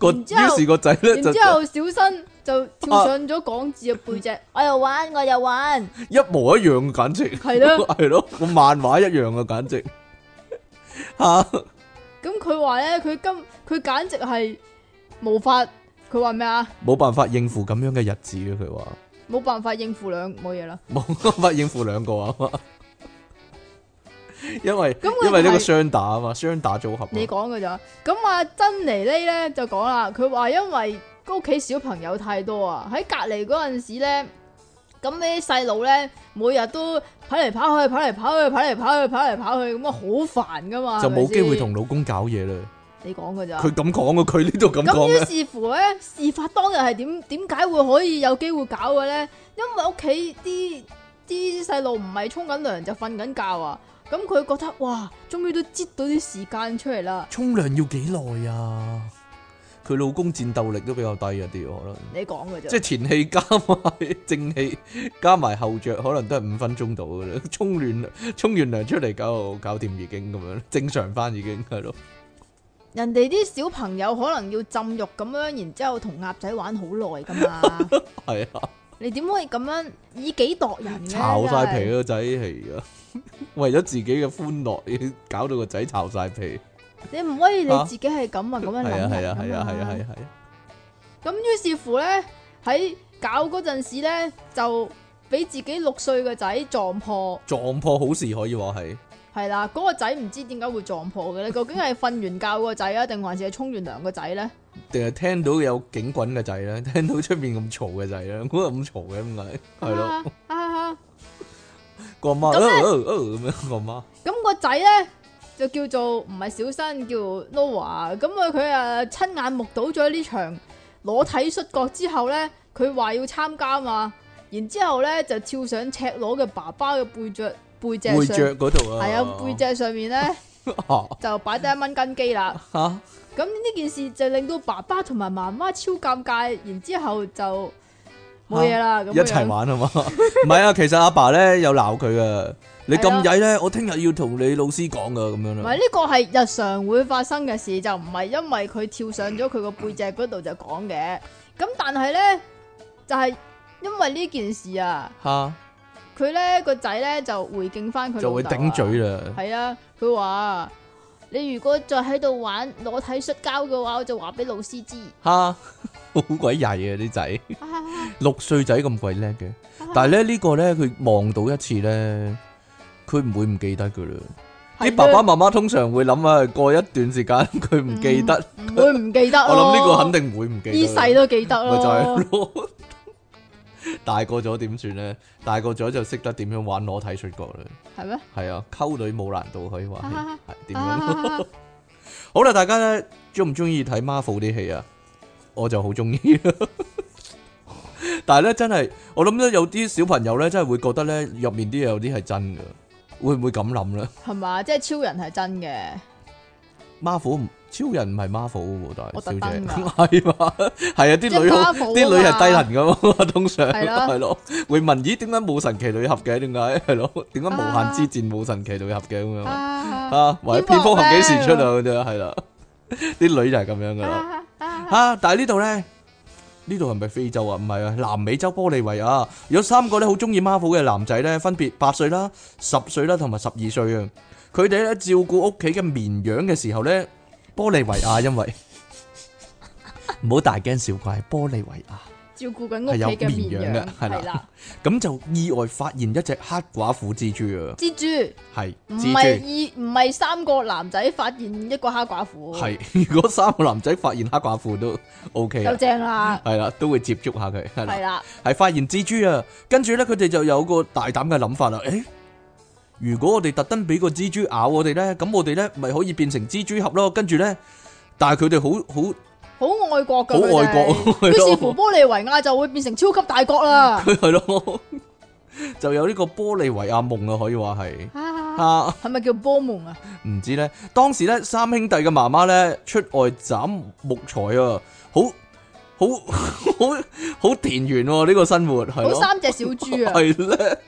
Speaker 1: 個
Speaker 2: 然之後
Speaker 1: 於是個仔咧
Speaker 2: 然
Speaker 1: 就
Speaker 2: 之後小新就跳上咗廣志嘅背脊，我又玩，我又玩，
Speaker 1: 一模一樣，簡直
Speaker 2: 係
Speaker 1: [laughs]
Speaker 2: 咯。
Speaker 1: 係咯，個漫畫一樣啊，簡直 [laughs] 嚇
Speaker 2: 咁佢話咧，佢今佢簡直係無法，佢話咩啊？
Speaker 1: 冇辦法應付咁樣嘅日子啊！佢話 [laughs]
Speaker 2: 冇辦法應付兩冇嘢啦。
Speaker 1: 冇辦法應付兩個啊， [laughs] 因為
Speaker 2: 咁佢
Speaker 1: 因為呢個
Speaker 2: 係
Speaker 1: 雙打啊嘛，雙打組合啊。
Speaker 2: 你講嘅咋？咁啊，珍妮呢咧就講啦，佢話因為屋企小朋友太多啊，喺隔離嗰陣時咧，咁啲細路咧每日都跑嚟跑去，跑嚟跑去，跑嚟跑去，跑嚟跑去，咁啊好煩噶嘛，
Speaker 1: 就冇機
Speaker 2: 機
Speaker 1: 會同老公搞嘢啦。
Speaker 2: 你講嘅咋？
Speaker 1: 佢咁講啊，佢呢度咁
Speaker 2: 咁
Speaker 1: 講嘅，
Speaker 2: 於是乎咧，事發當日係點點解會可以有機會搞嘅咧？因為屋企啲啲細路唔係沖緊涼就瞓緊覺啊，咁佢覺得哇，終於都擠到啲時間出嚟啦。
Speaker 1: 沖涼要幾耐啊？佢老公戰鬥力都比較低一啲，可能
Speaker 2: 你講嘅
Speaker 1: 即係
Speaker 2: 啫，
Speaker 1: 前戲加埋正氣 [laughs] 加埋後着，可能都係五分鐘到嘅啦。 [laughs] 沖完沖完涼出嚟搞搞掂已經咁樣，正常翻已經係咯。
Speaker 2: 人哋啲小朋友可能要浸浴咁樣，然之後同鴨仔玩好耐噶嘛，
Speaker 1: [laughs] 係啊，
Speaker 2: 你點可以咁樣以己度人嘅？
Speaker 1: 巢晒皮啊
Speaker 2: 真係
Speaker 1: 個仔係啊， [laughs] 為咗自己嘅歡樂， [laughs] 要搞到個仔巢晒皮。
Speaker 2: 你唔可以你
Speaker 1: 啊
Speaker 2: 自己係咁啊咁樣
Speaker 1: 係
Speaker 2: 諗
Speaker 1: 啊係
Speaker 2: 人
Speaker 1: 啊係
Speaker 2: 㗎
Speaker 1: 啊
Speaker 2: 嘛
Speaker 1: 係啊係啊係啊！
Speaker 2: 咁於是乎咧，喺搞嗰陣時咧，就俾自己六歲嘅仔撞破，
Speaker 1: 撞破好事可以話係。
Speaker 2: 係啦。嗰、個仔唔知點解會撞破嘅咧，究竟係瞓完覺個仔啊，定還是係沖完涼個仔咧？
Speaker 1: 定係聽到有警棍嘅仔咧， [laughs] 聽到出面咁嘈嘅仔咧，嗰個咁嘈嘅點解？係咯，
Speaker 2: 啊啊啊
Speaker 1: 個阿媽
Speaker 2: 咁
Speaker 1: 哦
Speaker 2: 咧
Speaker 1: 哦哦咁樣，個阿媽
Speaker 2: 咁、個仔咧就叫做唔係小新，叫 Nova。咁啊，佢啊親眼目睹咗呢場裸體摔角之後咧，佢話要參加嘛，然之後咧就跳上赤裸嘅爸爸嘅背脊背脊
Speaker 1: 會
Speaker 2: 上，
Speaker 1: 着嗰度啊，
Speaker 2: 係啊
Speaker 1: [laughs]
Speaker 2: 背脊上面咧。
Speaker 1: 脊
Speaker 2: 就擺低一蚊根基啦。
Speaker 1: 嚇
Speaker 2: 咁呢件事就令到爸爸同埋媽媽超尷尬，然之後就冇嘢啦。咁
Speaker 1: 一齊
Speaker 2: 樣
Speaker 1: 玩啊嘛，唔係啊，其實阿爸咧有鬧佢噶，你咁曳咧，我聽日要同你老師講啊噶咁樣啦
Speaker 2: 唔啊係，呢個係日常會發生嘅事，就唔係因為佢跳上咗佢個背脊嗰度就講嘅。咁但係呢，就係、因為呢件事啊，
Speaker 1: 嚇
Speaker 2: 佢呢個仔呢就回敬翻佢
Speaker 1: 就會
Speaker 2: 老豆啊
Speaker 1: 頂嘴。啦，
Speaker 2: 係啊，佢話你如果再喺度玩裸體摔跤嘅話，我就話俾老
Speaker 1: [laughs]
Speaker 2: 師知。
Speaker 1: 嚇好鬼曳啊啲仔，
Speaker 2: 啊啊啊
Speaker 1: 六歲仔咁鬼叻嘅，
Speaker 2: 啊
Speaker 1: 但係咧呢個咧佢望到一次咧，佢唔會唔記得噶啦。
Speaker 2: 係
Speaker 1: 啲爸爸
Speaker 2: 啊
Speaker 1: 媽媽通常會諗啊，過一段時間佢唔記得，
Speaker 2: 唔會唔記得
Speaker 1: 我諗呢個
Speaker 2: 咯
Speaker 1: 肯定唔會唔記得。
Speaker 2: 嗯哦依世都哦記得
Speaker 1: 咪就
Speaker 2: 咯
Speaker 1: 係。咯。 [laughs] 大個咗點算咧？大個咗就識得點樣玩裸體摔角啦。
Speaker 2: 係咩？
Speaker 1: 係啊，溝女冇難度可以話係係點樣？
Speaker 2: 啊
Speaker 1: 好啦，大家咧中唔中意睇 Marvel 啲戲啊？我就好中意 [laughs] 啦。但係咧，真係我諗咧，有啲小朋友咧，真係會覺得咧，入面啲嘢有啲係真嘅，會唔會咁諗咧
Speaker 2: [laughs] 係嘛？即係超人係真嘅，
Speaker 1: ？Marvel 唔超人唔係 Marvel 喎，但
Speaker 2: 我
Speaker 1: 係小
Speaker 2: 特
Speaker 1: 姐
Speaker 2: 登
Speaker 1: [laughs]
Speaker 2: 㗎
Speaker 1: 係嘛？係啊，啲
Speaker 2: 即係
Speaker 1: 女好
Speaker 2: Marvel
Speaker 1: 啲
Speaker 2: 啊
Speaker 1: 女係低
Speaker 2: 嘛
Speaker 1: 能噶嘛， [laughs] 通常
Speaker 2: 係咯
Speaker 1: 係咯，會問咦點解冇神奇女俠嘅？點解係咯？點解無限
Speaker 2: 啊
Speaker 1: 之戰冇神奇女俠嘅咁樣？
Speaker 2: 啊
Speaker 1: 啊，或者
Speaker 2: 蝙
Speaker 1: 蝙
Speaker 2: 蝠
Speaker 1: 蝠俠幾時出
Speaker 2: 咧
Speaker 1: 啊？嗰啲係啦， [laughs] 啲女就係咁樣噶啦。
Speaker 2: 啊啊
Speaker 1: 啊！但係呢度咧，呢度係咪非洲啊？唔係啊，南美洲玻利維亞有三個咧好中意 Marvel 嘅男仔咧，分別八歲啦、十歲啦同埋十二歲啊。佢哋咧照顧屋企嘅綿羊嘅時候咧，玻利維亞因
Speaker 2: [laughs]
Speaker 1: 為唔好大驚小怪，玻利維亞
Speaker 2: 照顧緊屋
Speaker 1: 係
Speaker 2: 企嘅
Speaker 1: 有
Speaker 2: 綿
Speaker 1: 綿羊
Speaker 2: 羊
Speaker 1: 嘅係啦
Speaker 2: 係啦，
Speaker 1: 咁就意外發現一隻黑寡婦蜘蛛啊，
Speaker 2: 蜘蛛
Speaker 1: 係
Speaker 2: 唔
Speaker 1: 蜘
Speaker 2: 係
Speaker 1: 蛛。
Speaker 2: 二唔係三個男仔發現一個黑寡婦，
Speaker 1: 係，如果三個男仔發現黑寡婦都 OK 啊
Speaker 2: 就，正啦，
Speaker 1: 係啦，都會接觸下佢，嗯係啦
Speaker 2: 係。啦，
Speaker 1: 係發現蜘蛛啊，跟住咧佢哋就有個大膽嘅諗法啦。誒，如果我哋特登俾個蜘蛛咬我哋咧，咁我哋咧咪可以變成蜘蛛俠咯。跟住咧，但係佢哋好 [laughs] 好
Speaker 2: 好愛國㗎，
Speaker 1: 好
Speaker 2: 佢哋
Speaker 1: 愛國
Speaker 2: 於
Speaker 1: 係咯
Speaker 2: 是乎，玻利維亞就會變成超級大
Speaker 1: [laughs]
Speaker 2: 國啦。
Speaker 1: 佢係咯，就有呢個玻利維亞夢啊，可以話係
Speaker 2: 啊
Speaker 1: 啊，
Speaker 2: 係咪叫波蒙啊？
Speaker 1: 唔知咧。當時咧，三兄弟嘅媽媽咧出外斬木材啊，好好好好田園喎，呢個生活係
Speaker 2: 好
Speaker 1: 咯。哎
Speaker 2: 三隻小
Speaker 1: [laughs]
Speaker 2: 豬啊，
Speaker 1: 系咧。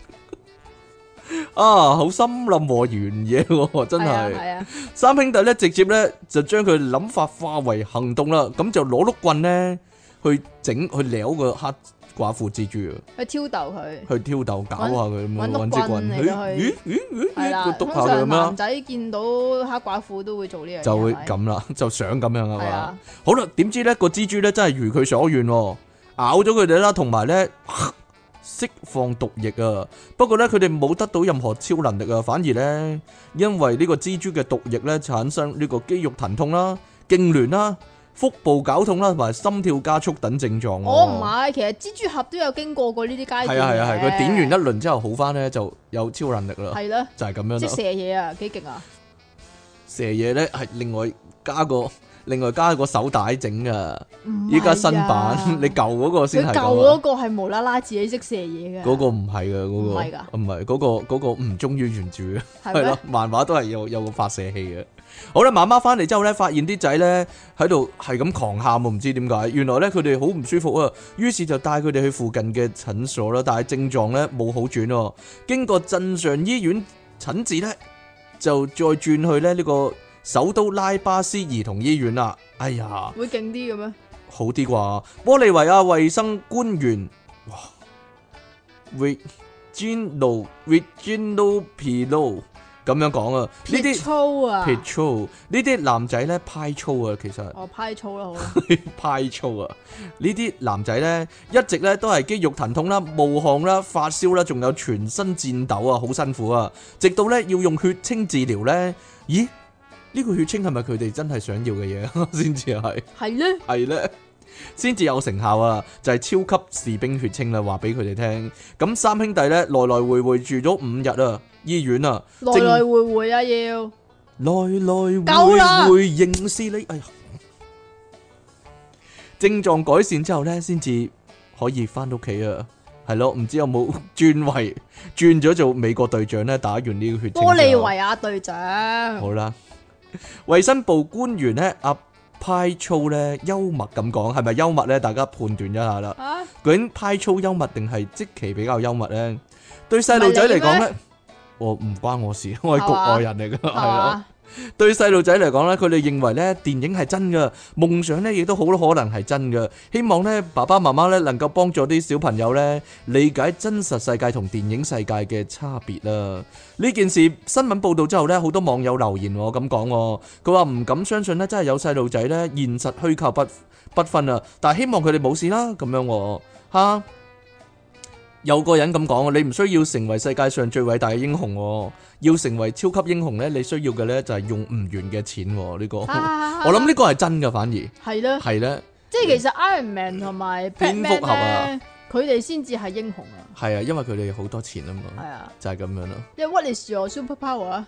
Speaker 1: 啊，好森林和原野 [laughs] 喎，真
Speaker 2: 係啊
Speaker 1: 係
Speaker 2: 係啊，
Speaker 1: 三兄弟咧，直接咧就將佢諗法化為行動啦，咁就攞碌棍咧去整去撩個黑寡婦蜘蛛啊，
Speaker 2: 去挑逗佢。
Speaker 1: 去挑逗搞下佢咁樣，
Speaker 2: 搵
Speaker 1: 搵
Speaker 2: 碌
Speaker 1: 支
Speaker 2: 棍
Speaker 1: 棍，
Speaker 2: 嚟
Speaker 1: 咦
Speaker 2: 到去
Speaker 1: 咦咦
Speaker 2: 係
Speaker 1: 咦，
Speaker 2: 啦，
Speaker 1: 佢
Speaker 2: 通
Speaker 1: 督下佢
Speaker 2: 常
Speaker 1: 咁
Speaker 2: 男
Speaker 1: 啦，
Speaker 2: 仔見到黑寡婦都會做呢樣嘢，
Speaker 1: 就會
Speaker 2: 會
Speaker 1: 咁啦，就想咁樣啊
Speaker 2: 係
Speaker 1: 嘛
Speaker 2: 啊。，
Speaker 1: 好啦，點知咧個蜘蛛咧真係如佢所願喎，咬咗佢哋啦，同埋咧 [sniffs] 釋放毒液啊！不過咧佢哋冇得到任何超能力啊，反而咧因為呢個蜘蛛嘅毒液咧產生呢個肌肉疼痛啦、痙攣啦、腹部絞痛啦，同埋心跳加速等症狀喎。
Speaker 2: 我唔係，其實蜘蛛俠都有經過過呢啲階
Speaker 1: 哦
Speaker 2: 段
Speaker 1: 係啊係啊係，
Speaker 2: 嘅
Speaker 1: 佢點完一輪之後好翻咧就有超能力啦，
Speaker 2: 係啦，
Speaker 1: 就係咁樣
Speaker 2: 即
Speaker 1: 啦
Speaker 2: 係。射嘢啊，幾勁啊！
Speaker 1: 蛇嘢咧係另外加個另外加個手帶整噶，
Speaker 2: 唔係
Speaker 1: 依家新
Speaker 2: [laughs]
Speaker 1: 版
Speaker 2: 啊
Speaker 1: [laughs] 你舊嗰個先
Speaker 2: 佢
Speaker 1: 係
Speaker 2: 舊
Speaker 1: 咁啊
Speaker 2: 嗰個係無啦啦自己識射嘢嘅，
Speaker 1: 嗰個唔係嘅，嗰、
Speaker 2: 唔係
Speaker 1: 個唔係嗰個嗰、個唔忠於原著嘅，
Speaker 2: 係
Speaker 1: 係
Speaker 2: 咩
Speaker 1: 咯？，漫畫都係有有個發射器嘅。好啦，媽媽翻嚟之後咧，發現啲仔咧喺度係咁狂喊喎，唔知點解。原來咧佢哋好唔舒服啊，於是就帶佢哋去附近嘅診所啦，但係症狀咧冇好轉喎。經過鎮上醫院診治咧，就再轉去咧呢個首都拉巴斯兒童醫院啦。哎呀！
Speaker 2: 會勁啲嘅咩？
Speaker 1: 好啲啩？玻利維亞衛生官員哇，Regino Regino Pilo 咁樣講啊，呢
Speaker 2: 撇
Speaker 1: 啲
Speaker 2: 粗啊，
Speaker 1: 撇粗，呢啲男仔咧派粗啊，其實。
Speaker 2: 哦派粗啦，好啦，
Speaker 1: 派粗啊！呢啲男仔呢，一直呢都係肌肉疼痛啦、冒汗啦、發燒啦，仲有全身戰抖啊，好辛苦啊！直到呢要用血清治療呢，咦？呢、個血清係咪佢哋真係想要嘅嘢啊先至係？
Speaker 2: 係咧，
Speaker 1: 系咧， [laughs] 先至有成效啊！就係超級士兵血清啦，話俾佢哋聽。咁三兄弟咧，來來回回住咗五日啊，醫院啊，
Speaker 2: 來
Speaker 1: [laughs] 正
Speaker 2: 來回回啊要，
Speaker 1: 來
Speaker 2: 夠
Speaker 1: 來
Speaker 2: 啦
Speaker 1: 回回認識你。哎呀，症狀改善之後咧，先至可以翻屋企啊。係咯，唔知有冇 [laughs] 轉位轉咗做美國隊長咧？打完呢個血清之後
Speaker 2: 玻利維亞隊長，
Speaker 1: 好啦，衛生部官員咧，阿派粗咧幽默咁講，係咪幽默咧？大家判斷一下啦。
Speaker 2: 啊，
Speaker 1: 究竟派粗幽默定係即其比較幽默咧？對細路仔嚟講
Speaker 2: 唔係你
Speaker 1: 咧，我唔關我事，我係
Speaker 2: 係
Speaker 1: 局
Speaker 2: 嘛
Speaker 1: 外人嚟噶，
Speaker 2: 係
Speaker 1: 係咯。
Speaker 2: 嘛？
Speaker 1: 對細路仔嚟講咧，佢哋認為咧電影係真嘅，夢想咧亦都好可能係真嘅。希望咧爸爸媽媽咧能夠幫助啲小朋友咧理解真實世界同電影世界嘅差別啦。呢件事新聞報導之後咧，好多網友留言我咁講喎，佢話唔敢相信咧，真係有細路仔咧現實虛構不不分啊，但係希望佢哋冇事啦咁樣喎嚇。有個人咁講啊，你唔需要成為世界上最偉大嘅英雄喎。要成為超級英雄咧，你需要嘅咧就係用唔完嘅錢喎。呢個我
Speaker 2: 我
Speaker 1: 諗呢個係真嘅，反而
Speaker 2: 係啦。
Speaker 1: 係咧，
Speaker 2: 即係其實 Iron Man 同埋
Speaker 1: 蝙
Speaker 2: Batman
Speaker 1: 蝠俠啊
Speaker 2: 咧，佢哋先至係英雄啊，
Speaker 1: 係啊，因為佢哋好多錢啊
Speaker 2: 係
Speaker 1: 嘛，
Speaker 2: 啊，
Speaker 1: 就係咁樣咯。
Speaker 2: 即係 What is your super power 啊？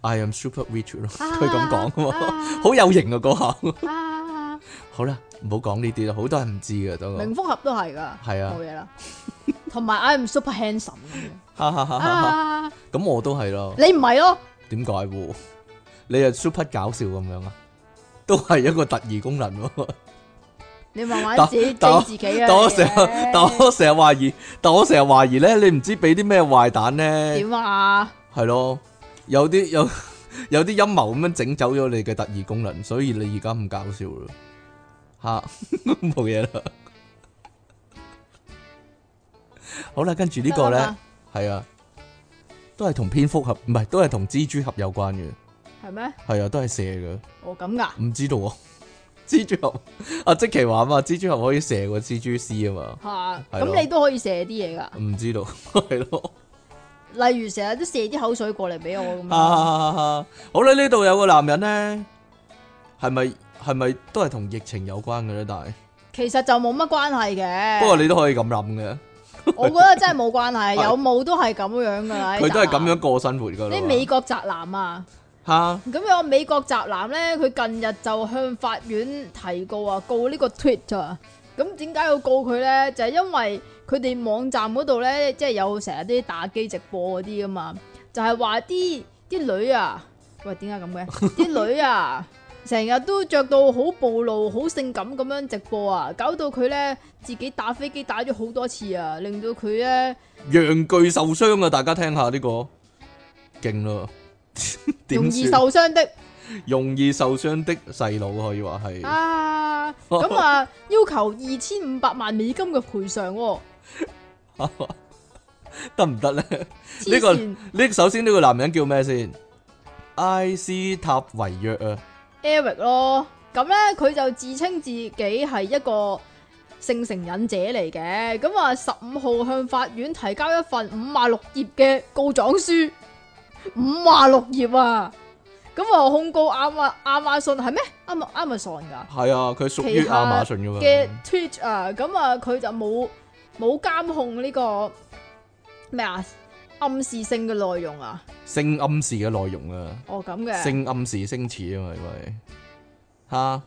Speaker 1: I am super rich 咯，
Speaker 2: 啊
Speaker 1: 佢咁講啊嘛，
Speaker 2: 啊
Speaker 1: 好有型啊嗰下。
Speaker 2: 啊，
Speaker 1: 好啦，唔好講呢啲啦，好多人唔知嘅都。
Speaker 2: 明風俠都係噶，
Speaker 1: 係啊
Speaker 2: 冇嘢啦。同埋 I'm super handsome 咁樣
Speaker 1: 哈哈哈哈
Speaker 2: 啊，
Speaker 1: 咁我都係咯，
Speaker 2: 你唔係咯？
Speaker 1: 點解喎？你係 super 搞笑咁樣啊？都係一個特異功能喎。
Speaker 2: 你慢
Speaker 1: 但
Speaker 2: 慢自己
Speaker 1: 但我
Speaker 2: 整自己啊！
Speaker 1: 但我成日
Speaker 2: [laughs] 你，
Speaker 1: 但我成日懷疑，但我成日懷疑咧，你唔知俾啲咩壞蛋咧。
Speaker 2: 點啊？
Speaker 1: 系咯，有啲有 [laughs] 有啲陰謀咁樣整走咗你嘅特異功能，所以你而家唔搞笑啦，吓 [laughs] 冇嘢啦。好啦，跟住呢個
Speaker 2: 得
Speaker 1: 咧
Speaker 2: 啦，
Speaker 1: 係啊，都係同蝙蝠俠唔係，都係同蜘蛛俠有關嘅，
Speaker 2: 係咩？
Speaker 1: 係啊，都係射嘅，
Speaker 2: 我咁噶
Speaker 1: 唔知道啊。 [laughs] 蜘蛛俠阿即奇話啊嘛，蜘蛛俠可以射個蜘蛛絲啊
Speaker 2: 吓，
Speaker 1: 係咯
Speaker 2: 咁你都可以射啲嘢噶，
Speaker 1: 嘛，唔知道 [laughs] 係咯。
Speaker 2: 例如成日都射啲口水過嚟俾我咁樣。
Speaker 1: 啊，好啦，呢度有個男人咧，係咪係咪都係同疫情有關嘅咧？但係
Speaker 2: 其實就冇乜關係嘅。
Speaker 1: 不過你都可以咁諗嘅，
Speaker 2: 我覺得真係冇關係，
Speaker 1: 係
Speaker 2: 有冇都係咁樣噶啦。
Speaker 1: 佢都係咁樣
Speaker 2: 樣。
Speaker 1: 過生活噶啦
Speaker 2: 啲
Speaker 1: 嘛。
Speaker 2: 美國宅男啊，
Speaker 1: 吓
Speaker 2: 咁有個美國宅男咧，佢近日就向法院提告啊，告呢個 Twitter 啊。咁點解要告佢咧？就係、因為佢哋網站嗰度咧，即係有成日啲打機直播嗰
Speaker 1: [laughs]
Speaker 2: 啲噶嘛，就係話啲啲女啊，喂點解咁嘅？啲女啊成日都着到好暴露、好性感咁樣直播啊，搞到佢咧自己打飛機打咗好多次啊，令到佢咧
Speaker 1: 陽具受傷啊！大家聽下呢個勁咯， [laughs] 點
Speaker 2: 容易
Speaker 1: 算
Speaker 2: 受傷的
Speaker 1: 容易受傷的細佬可以話係
Speaker 2: 啊，咁啊要求二千五百萬美金嘅賠償喎，
Speaker 1: 得唔得咧？呢
Speaker 2: 黐
Speaker 1: 個
Speaker 2: 線
Speaker 1: 呢首先呢個男人叫咩先？埃斯塔維約啊，
Speaker 2: Eric 咯，咁咧佢就自稱自己係一個性成癮者嚟嘅，咁啊十五號向法院提交一份五萬六頁嘅告狀書，五萬六頁啊，咁啊控告亞馬亞馬遜係咩？亞馬 Amazon 噶
Speaker 1: 係啊，佢屬於亞
Speaker 2: 旗下
Speaker 1: 馬遜噶嘛。
Speaker 2: 嘅 Twitch 啊，咁啊佢就冇冇監控呢、個咩啊暗示性嘅內容啊，
Speaker 1: 性暗示嘅內容啊，
Speaker 2: 哦咁嘅
Speaker 1: 性暗示星矢啊嘛，因為吓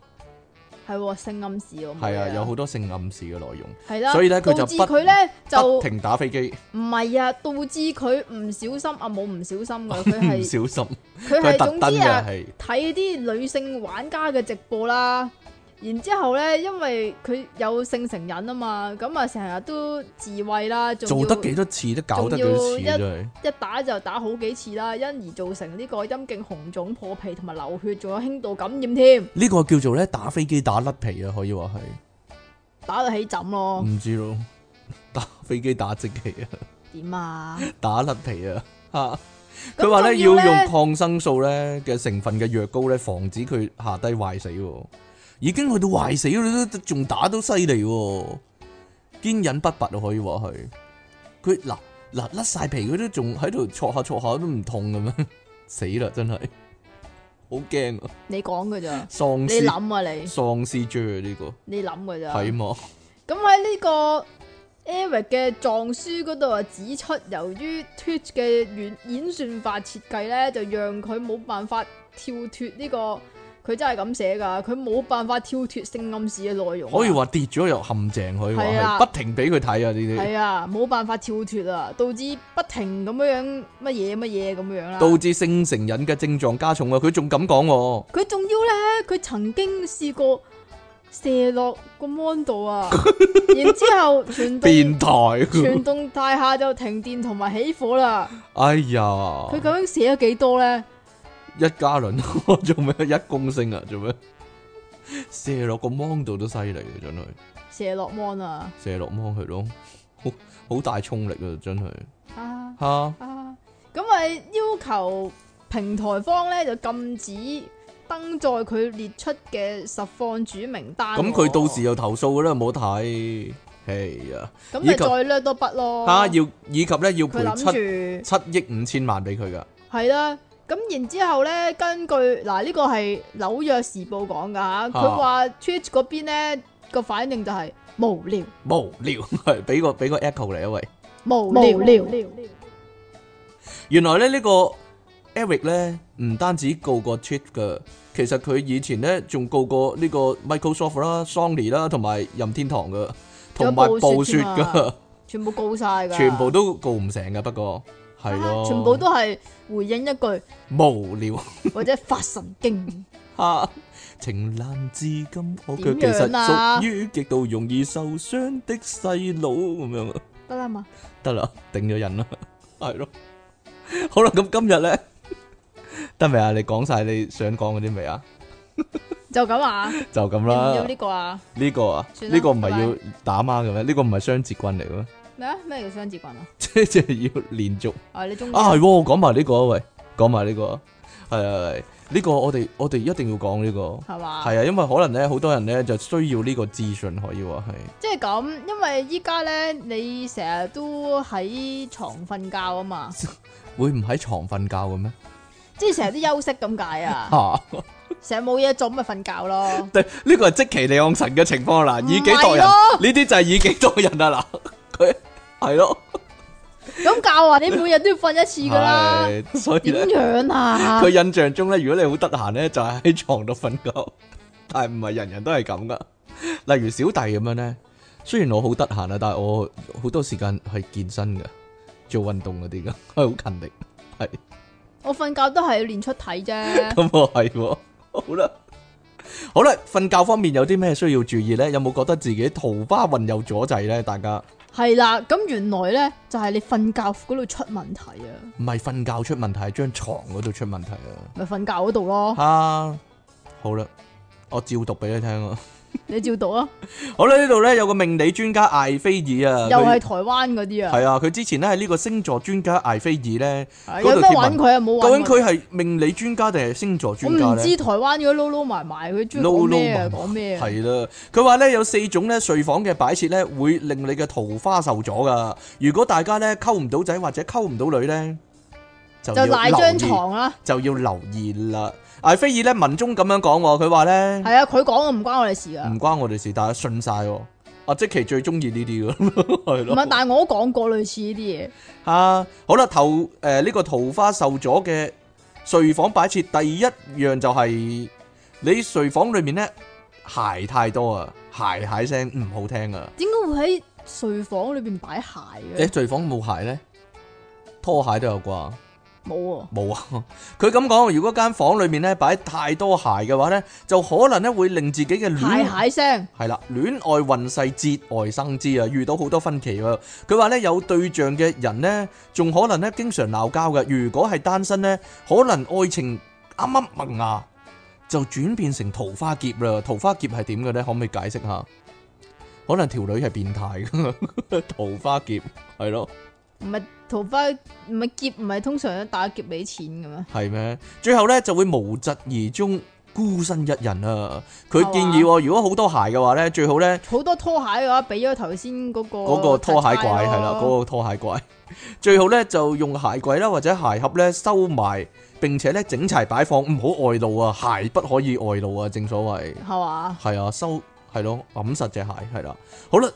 Speaker 2: 係喎性暗示喎，冇
Speaker 1: 係
Speaker 2: 嘢
Speaker 1: 啊，有好多性暗示嘅內容，
Speaker 2: 係啦，
Speaker 1: 所以呢佢就
Speaker 2: 導致
Speaker 1: 不
Speaker 2: 佢咧就
Speaker 1: 不。停打飛機，
Speaker 2: 唔係啊，導致佢唔小心啊，冇唔小
Speaker 1: [laughs]
Speaker 2: 心㗎，佢
Speaker 1: 唔
Speaker 2: 係
Speaker 1: 小心，
Speaker 2: 佢
Speaker 1: 佢係
Speaker 2: 係
Speaker 1: 特
Speaker 2: 總
Speaker 1: 登
Speaker 2: 之
Speaker 1: 嘅
Speaker 2: 啊，
Speaker 1: 係
Speaker 2: 睇啲女性玩家嘅直播啦，然之後咧，因為佢有性成癮啊嘛，咁啊成日都自慰啦，仲
Speaker 1: 做得
Speaker 2: 要
Speaker 1: 幾多次都搞得幾多次
Speaker 2: 仲要
Speaker 1: 真
Speaker 2: 一
Speaker 1: 係。
Speaker 2: 一打就打好幾次啦，因而造成呢個陰莖紅腫、破皮同埋流血，仲有輕度感染添，
Speaker 1: 呢個叫做咧打飛機打甩皮啊，可以話係
Speaker 2: 打到起枕咯，
Speaker 1: 唔知咯，打飛機打即皮啊， [laughs]
Speaker 2: 點啊？
Speaker 1: 打甩皮啊，吓
Speaker 2: 咁
Speaker 1: 佢話咧要
Speaker 2: 仲要呢
Speaker 1: 用抗生素咧嘅成分嘅藥膏咧，防止佢下低壞死喎，已經去到壞死啦，都仲打都犀利喎，堅忍不拔啊，可以話係佢嗱嗱甩晒皮，佢都仲喺度戳下戳下都唔痛咁樣， [laughs] 死啦真係好驚啊，
Speaker 2: 你講㗎咋？
Speaker 1: 喪
Speaker 2: 你
Speaker 1: 屍
Speaker 2: 諗啊啊你，
Speaker 1: 喪屍啫呢個
Speaker 2: 你諗㗎咋？
Speaker 1: 係嘛？
Speaker 2: 咁喺呢個 Eric 嘅狀書嗰度啊，指出由於 Twitch 嘅演演算法設計咧，就讓佢冇辦法跳脱呢、個。佢真係咁寫㗎，佢冇辦法跳脱性暗示嘅內容啊。
Speaker 1: 可以話跌咗入陷阱，可以話
Speaker 2: 係
Speaker 1: 係
Speaker 2: 啊
Speaker 1: 不停俾佢睇啊呢
Speaker 2: 係啊，冇辦法跳脱啊，導致不停咁樣樣乜嘢乜嘢咁樣啦。
Speaker 1: 啲，導致性成癮嘅症狀加重啊！佢仲咁講喎，
Speaker 2: 佢仲要咧，佢曾經試過射落個 mon
Speaker 1: [laughs]
Speaker 2: 度啊，然之後全棟
Speaker 1: 變態！
Speaker 2: [laughs] 全棟大廈就停電同埋起火啦。
Speaker 1: 哎
Speaker 2: 佢
Speaker 1: 呀，
Speaker 2: 究竟寫咗幾多咧？
Speaker 1: 一加侖 [laughs] 做咩一公升啊？做咩射落個芒度都犀利啊！真係
Speaker 2: 射落 mon 啊！
Speaker 1: 射落芒去咯，好好大衝力啊！真係
Speaker 2: 啊
Speaker 1: 嚇
Speaker 2: 啊！咁咪要求平台方咧就禁止登載佢列出嘅實況主名單喎。
Speaker 1: 咁佢到時又投訴噶啦，唔好睇。係啊，
Speaker 2: 咁
Speaker 1: 以
Speaker 2: 咪
Speaker 1: 及
Speaker 2: 再掠多筆咯。
Speaker 1: 嚇要以及咧要
Speaker 2: 哦佢
Speaker 1: 賠
Speaker 2: 諗
Speaker 1: 七
Speaker 2: 住
Speaker 1: 七億五千萬俾佢噶，
Speaker 2: 係啦。咁然之後咧，根據嗱呢個係紐約時報講㗎嚇，佢話 Twitch 嗰邊咧個反應就係無聊
Speaker 1: 無聊係俾個俾個 echo 嚟啊喂！
Speaker 2: 無聊
Speaker 3: 無聊
Speaker 2: [laughs]
Speaker 1: 原來咧呢個 Eric 咧唔單止告過 Twitch 噶，其實佢以前咧仲告過呢個 Microsoft 啦、Sony 啦，同埋任天堂噶，同埋
Speaker 2: 仲有
Speaker 1: 暴
Speaker 2: 暴
Speaker 1: 雪
Speaker 2: 雪
Speaker 1: [laughs] 噶，
Speaker 2: 全部告晒㗎，
Speaker 1: 全部都告唔成噶。不過係咯，
Speaker 2: 啊全部都係回應一句。
Speaker 1: 無聊
Speaker 2: 或者發神經， [laughs]
Speaker 1: 哈。 [laughs] 情難至今，我嘅其
Speaker 2: 點
Speaker 1: 實
Speaker 2: 樣啊
Speaker 1: 屬於極度容易受傷的細佬咁樣啊。
Speaker 2: 得啦嘛？
Speaker 1: 得啦，定咗人啦， [laughs] 系咯。好啦，咁今日咧得未啊？你講晒你想講嗰啲未啊？
Speaker 2: 就咁啊？你
Speaker 1: 就咁
Speaker 2: 唔要
Speaker 1: 啦
Speaker 2: 呢。個啊？
Speaker 1: 呢個啊，
Speaker 2: 算啦
Speaker 1: 呢個唔係
Speaker 2: 拜拜
Speaker 1: 要打孖嘅咩？呢個唔係雙截棍嚟嘅咩？
Speaker 2: 咩啊？咩叫雙截棍啊？
Speaker 1: 即 [laughs] 即係要連續
Speaker 2: 啊，你中意
Speaker 1: 啊？係喎，講埋呢個啊，喂，講埋呢個啊，係係係呢個我哋我哋一定要講呢個，
Speaker 2: 係嘛？
Speaker 1: 係啊，因為可能咧好多人咧就需要呢個資訊，可以話係
Speaker 2: 即係咁，因為依家咧，你成日都喺床瞓覺啊嘛，
Speaker 1: 會唔喺床瞓覺嘅咩？
Speaker 2: 即係成日都休息咁解啊，
Speaker 1: 嚇！
Speaker 2: 成日冇嘢做咪瞓覺咯。
Speaker 1: [laughs]
Speaker 2: [laughs]
Speaker 1: 對，呢個係即其利昂神嘅情況啦，以己度人，
Speaker 2: 唔係咯
Speaker 1: 呢啲就係以己度人啊嗱，佢係咯，
Speaker 2: 咁教啊，你每日都要瞓一次噶啦，
Speaker 1: 係所以
Speaker 2: 點
Speaker 1: 咧，
Speaker 2: 樣啊
Speaker 1: 佢？印象中咧，如果你好得閒咧，就係喺床度瞓覺， [laughs] 但係唔係人人都係咁噶。例如小弟咁樣咧，雖然我好得閒啊，但係我好多時間係健身噶，做運動嗰啲噶， [laughs] 係好勤力，係
Speaker 2: 我瞓覺都係要練出體啫， [laughs]
Speaker 1: 咁我係喎，好啦，好啦，瞓覺方面有啲咩需要注意呢？有冇覺得自己桃花運有阻滯呢？大家
Speaker 2: 系啦，咁原來咧就係你瞓覺嗰度出問題啊，
Speaker 1: 唔係瞓覺出問題，係張床嗰度出問題啊！
Speaker 2: 咪瞓覺嗰
Speaker 1: [laughs]
Speaker 2: 度咯，
Speaker 1: 啊，好啦，我照讀俾你聽啊！
Speaker 2: 你照讀啊，
Speaker 1: 好啦，呢度呢有個命理專家艾菲爾啊，
Speaker 2: 又係
Speaker 1: 佢
Speaker 2: 台灣嗰啲啊
Speaker 1: 係啊，佢之前呢係呢個星座專家艾菲爾呢，，
Speaker 2: 係
Speaker 1: 嗰
Speaker 2: 有
Speaker 1: 度
Speaker 2: 咩
Speaker 1: 貼
Speaker 2: 玩
Speaker 1: 文
Speaker 2: 佢啊？冇
Speaker 1: 究
Speaker 2: 玩
Speaker 1: 竟佢係命理專家定係星座專家
Speaker 2: 我唔
Speaker 1: 呢？
Speaker 2: 知台灣嗰啲撈撈埋埋，佢中意講咩啊？
Speaker 1: 撈撈埋埋
Speaker 2: 講咩啊？
Speaker 1: 系啦，佢話咧有四種咧睡房嘅擺設咧，會令你嘅桃花受阻噶。如果大家咧溝唔到仔或者溝唔到女咧，就
Speaker 2: 就
Speaker 1: 要
Speaker 2: 賴
Speaker 1: 留
Speaker 2: 張
Speaker 1: 意，
Speaker 2: 床啦，
Speaker 1: 就要留意啦。艾菲爾咧文中咁樣講喎，佢話咧
Speaker 2: 係啊，佢講嘅唔關我哋事啊
Speaker 1: 唔。關我哋事，但係信晒喎。阿即奇最中意呢啲噶， [laughs] 係
Speaker 2: 唔係，
Speaker 1: 咯。
Speaker 2: 但係我都講過類似呢啲
Speaker 1: 啊，好啦，頭诶呢個桃花受阻嘅睡房擺設，第一樣就係你睡房裏面咧鞋太多啊，鞋鞋聲唔好聽啊。
Speaker 2: 嘢，點解會喺睡房裏邊擺鞋
Speaker 1: 你
Speaker 2: 嘅？
Speaker 1: 睡房冇鞋咧？拖鞋都有啩？
Speaker 2: 冇啊，
Speaker 1: 冇啊！ [laughs] 佢咁講，如果間房裏面咧擺太多鞋嘅話咧，就可能咧會令自己嘅戀
Speaker 2: 鞋鞋聲
Speaker 1: 係啦，戀愛運勢節外生枝啊，遇到好多分歧啊。佢話咧有對象嘅人咧，仲可能咧經常鬧交嘅。如果係單身咧，可能愛情啱啱萌芽就轉變成桃花劫啦。 [laughs] 桃花劫係點嘅咧？可唔可以解釋下？可能條女係變態嘅桃花劫係咯。
Speaker 2: 唔係桃花，唔係劫，唔係通常打劫俾錢嘅咩？
Speaker 1: 系咩？最後呢就會無疾而終，孤身一人啊！佢建議喎，如果好多鞋嘅話呢，最好呢
Speaker 2: 好多拖鞋嘅話，俾咗頭先嗰個
Speaker 1: 嗰個拖鞋怪係啦，
Speaker 2: 個
Speaker 1: 嗰個拖鞋怪 [laughs] 最好呢就用鞋櫃啦或者鞋盒呢收埋，並且呢整齊擺放，唔好外露啊！鞋不可以外露啊！正所謂
Speaker 2: 係嘛？
Speaker 1: 係啊，收係咯，揞實隻鞋係啦。好啦，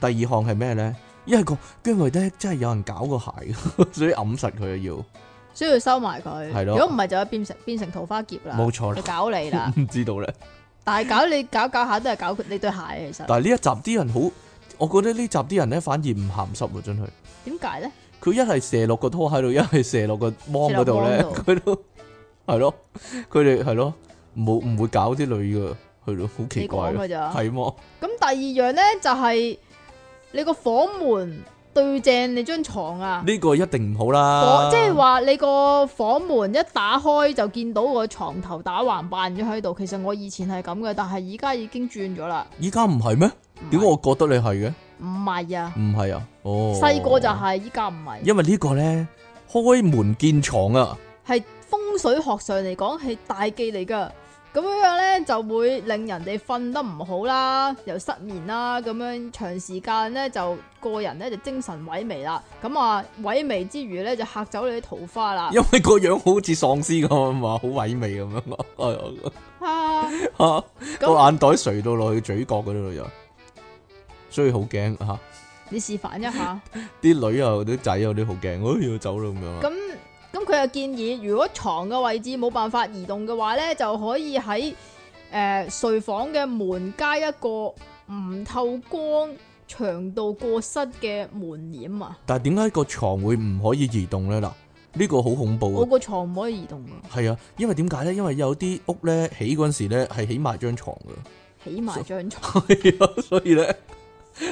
Speaker 1: 第二項係咩呢？因為個因為呢真係有人搞個鞋， [laughs] 所以揞實佢啊
Speaker 2: 需要收埋佢。
Speaker 1: 係咯
Speaker 2: 如果唔係就會變成變成桃花劫啦。
Speaker 1: 冇錯啦
Speaker 2: 就搞你啦。
Speaker 1: [laughs] 要，唔知道呢。
Speaker 2: 但係搞你搞搞下都係搞你對鞋啊其實
Speaker 1: 但係呢一集啲人好，我覺得呢集啲人咧反而唔鹹濕喎，真係。
Speaker 2: 點解咧？
Speaker 1: 佢一係射落個拖鞋度，一係射落個芒嗰度咧
Speaker 2: 射落，芒
Speaker 1: 佢都係咯，佢哋係咯，冇唔會搞啲女噶，係咯，好奇
Speaker 2: 你
Speaker 1: 怪
Speaker 2: 講
Speaker 1: 㗎
Speaker 2: 㗎咋？
Speaker 1: 係麼？
Speaker 2: 咁第二樣咧就係、你個房門對正你張床啊，
Speaker 1: 呢個一定唔好啦
Speaker 2: 房，即係話你個房門一打開就見到個床頭打橫扮咗喺度。其實我以前係咁嘅，但係而家已經轉咗啦。
Speaker 1: 依家唔係咩？
Speaker 2: 唔係
Speaker 1: 點解我覺得你係嘅？
Speaker 2: 唔係啊，
Speaker 1: 唔係啊，哦，
Speaker 2: 細個就，係，依家唔係。
Speaker 1: 因為呢個咧開門見床啊，
Speaker 2: 係風水學上嚟講係大忌嚟噶。咁樣樣咧就會令人哋瞓得唔好啦，又失眠啦，咁樣長時間咧就個人咧就精神萎靡啦。咁啊萎靡之餘咧就嚇走你啲桃花啦。
Speaker 1: 因為個樣好似喪屍咁啊嘛，好萎靡咁樣啊 [laughs] 係啊。
Speaker 2: 啊，
Speaker 1: 啊
Speaker 2: 咁
Speaker 1: 個眼袋垂到落去嘴角嗰度又，所以好驚吓。啊
Speaker 2: 你示範一下。
Speaker 1: 啲女啊，啲仔有啲好驚，哎要走啦咁樣啊。
Speaker 2: 咁咁佢又建議，如果床嘅位置冇辦法移動嘅話咧，就可以喺誒、呃睡房嘅門加一個唔透光、長度過膝嘅門簾啊！
Speaker 1: 但係點解個床會唔可以移動咧？嗱，呢個好恐怖
Speaker 2: 我
Speaker 1: 啊！
Speaker 2: 個床唔可以移動啊，
Speaker 1: 係啊，因為點解咧？因為有啲屋咧起嗰陣時咧係起埋張床噶，
Speaker 2: 起埋張床。
Speaker 1: 係啊， [laughs] 所以咧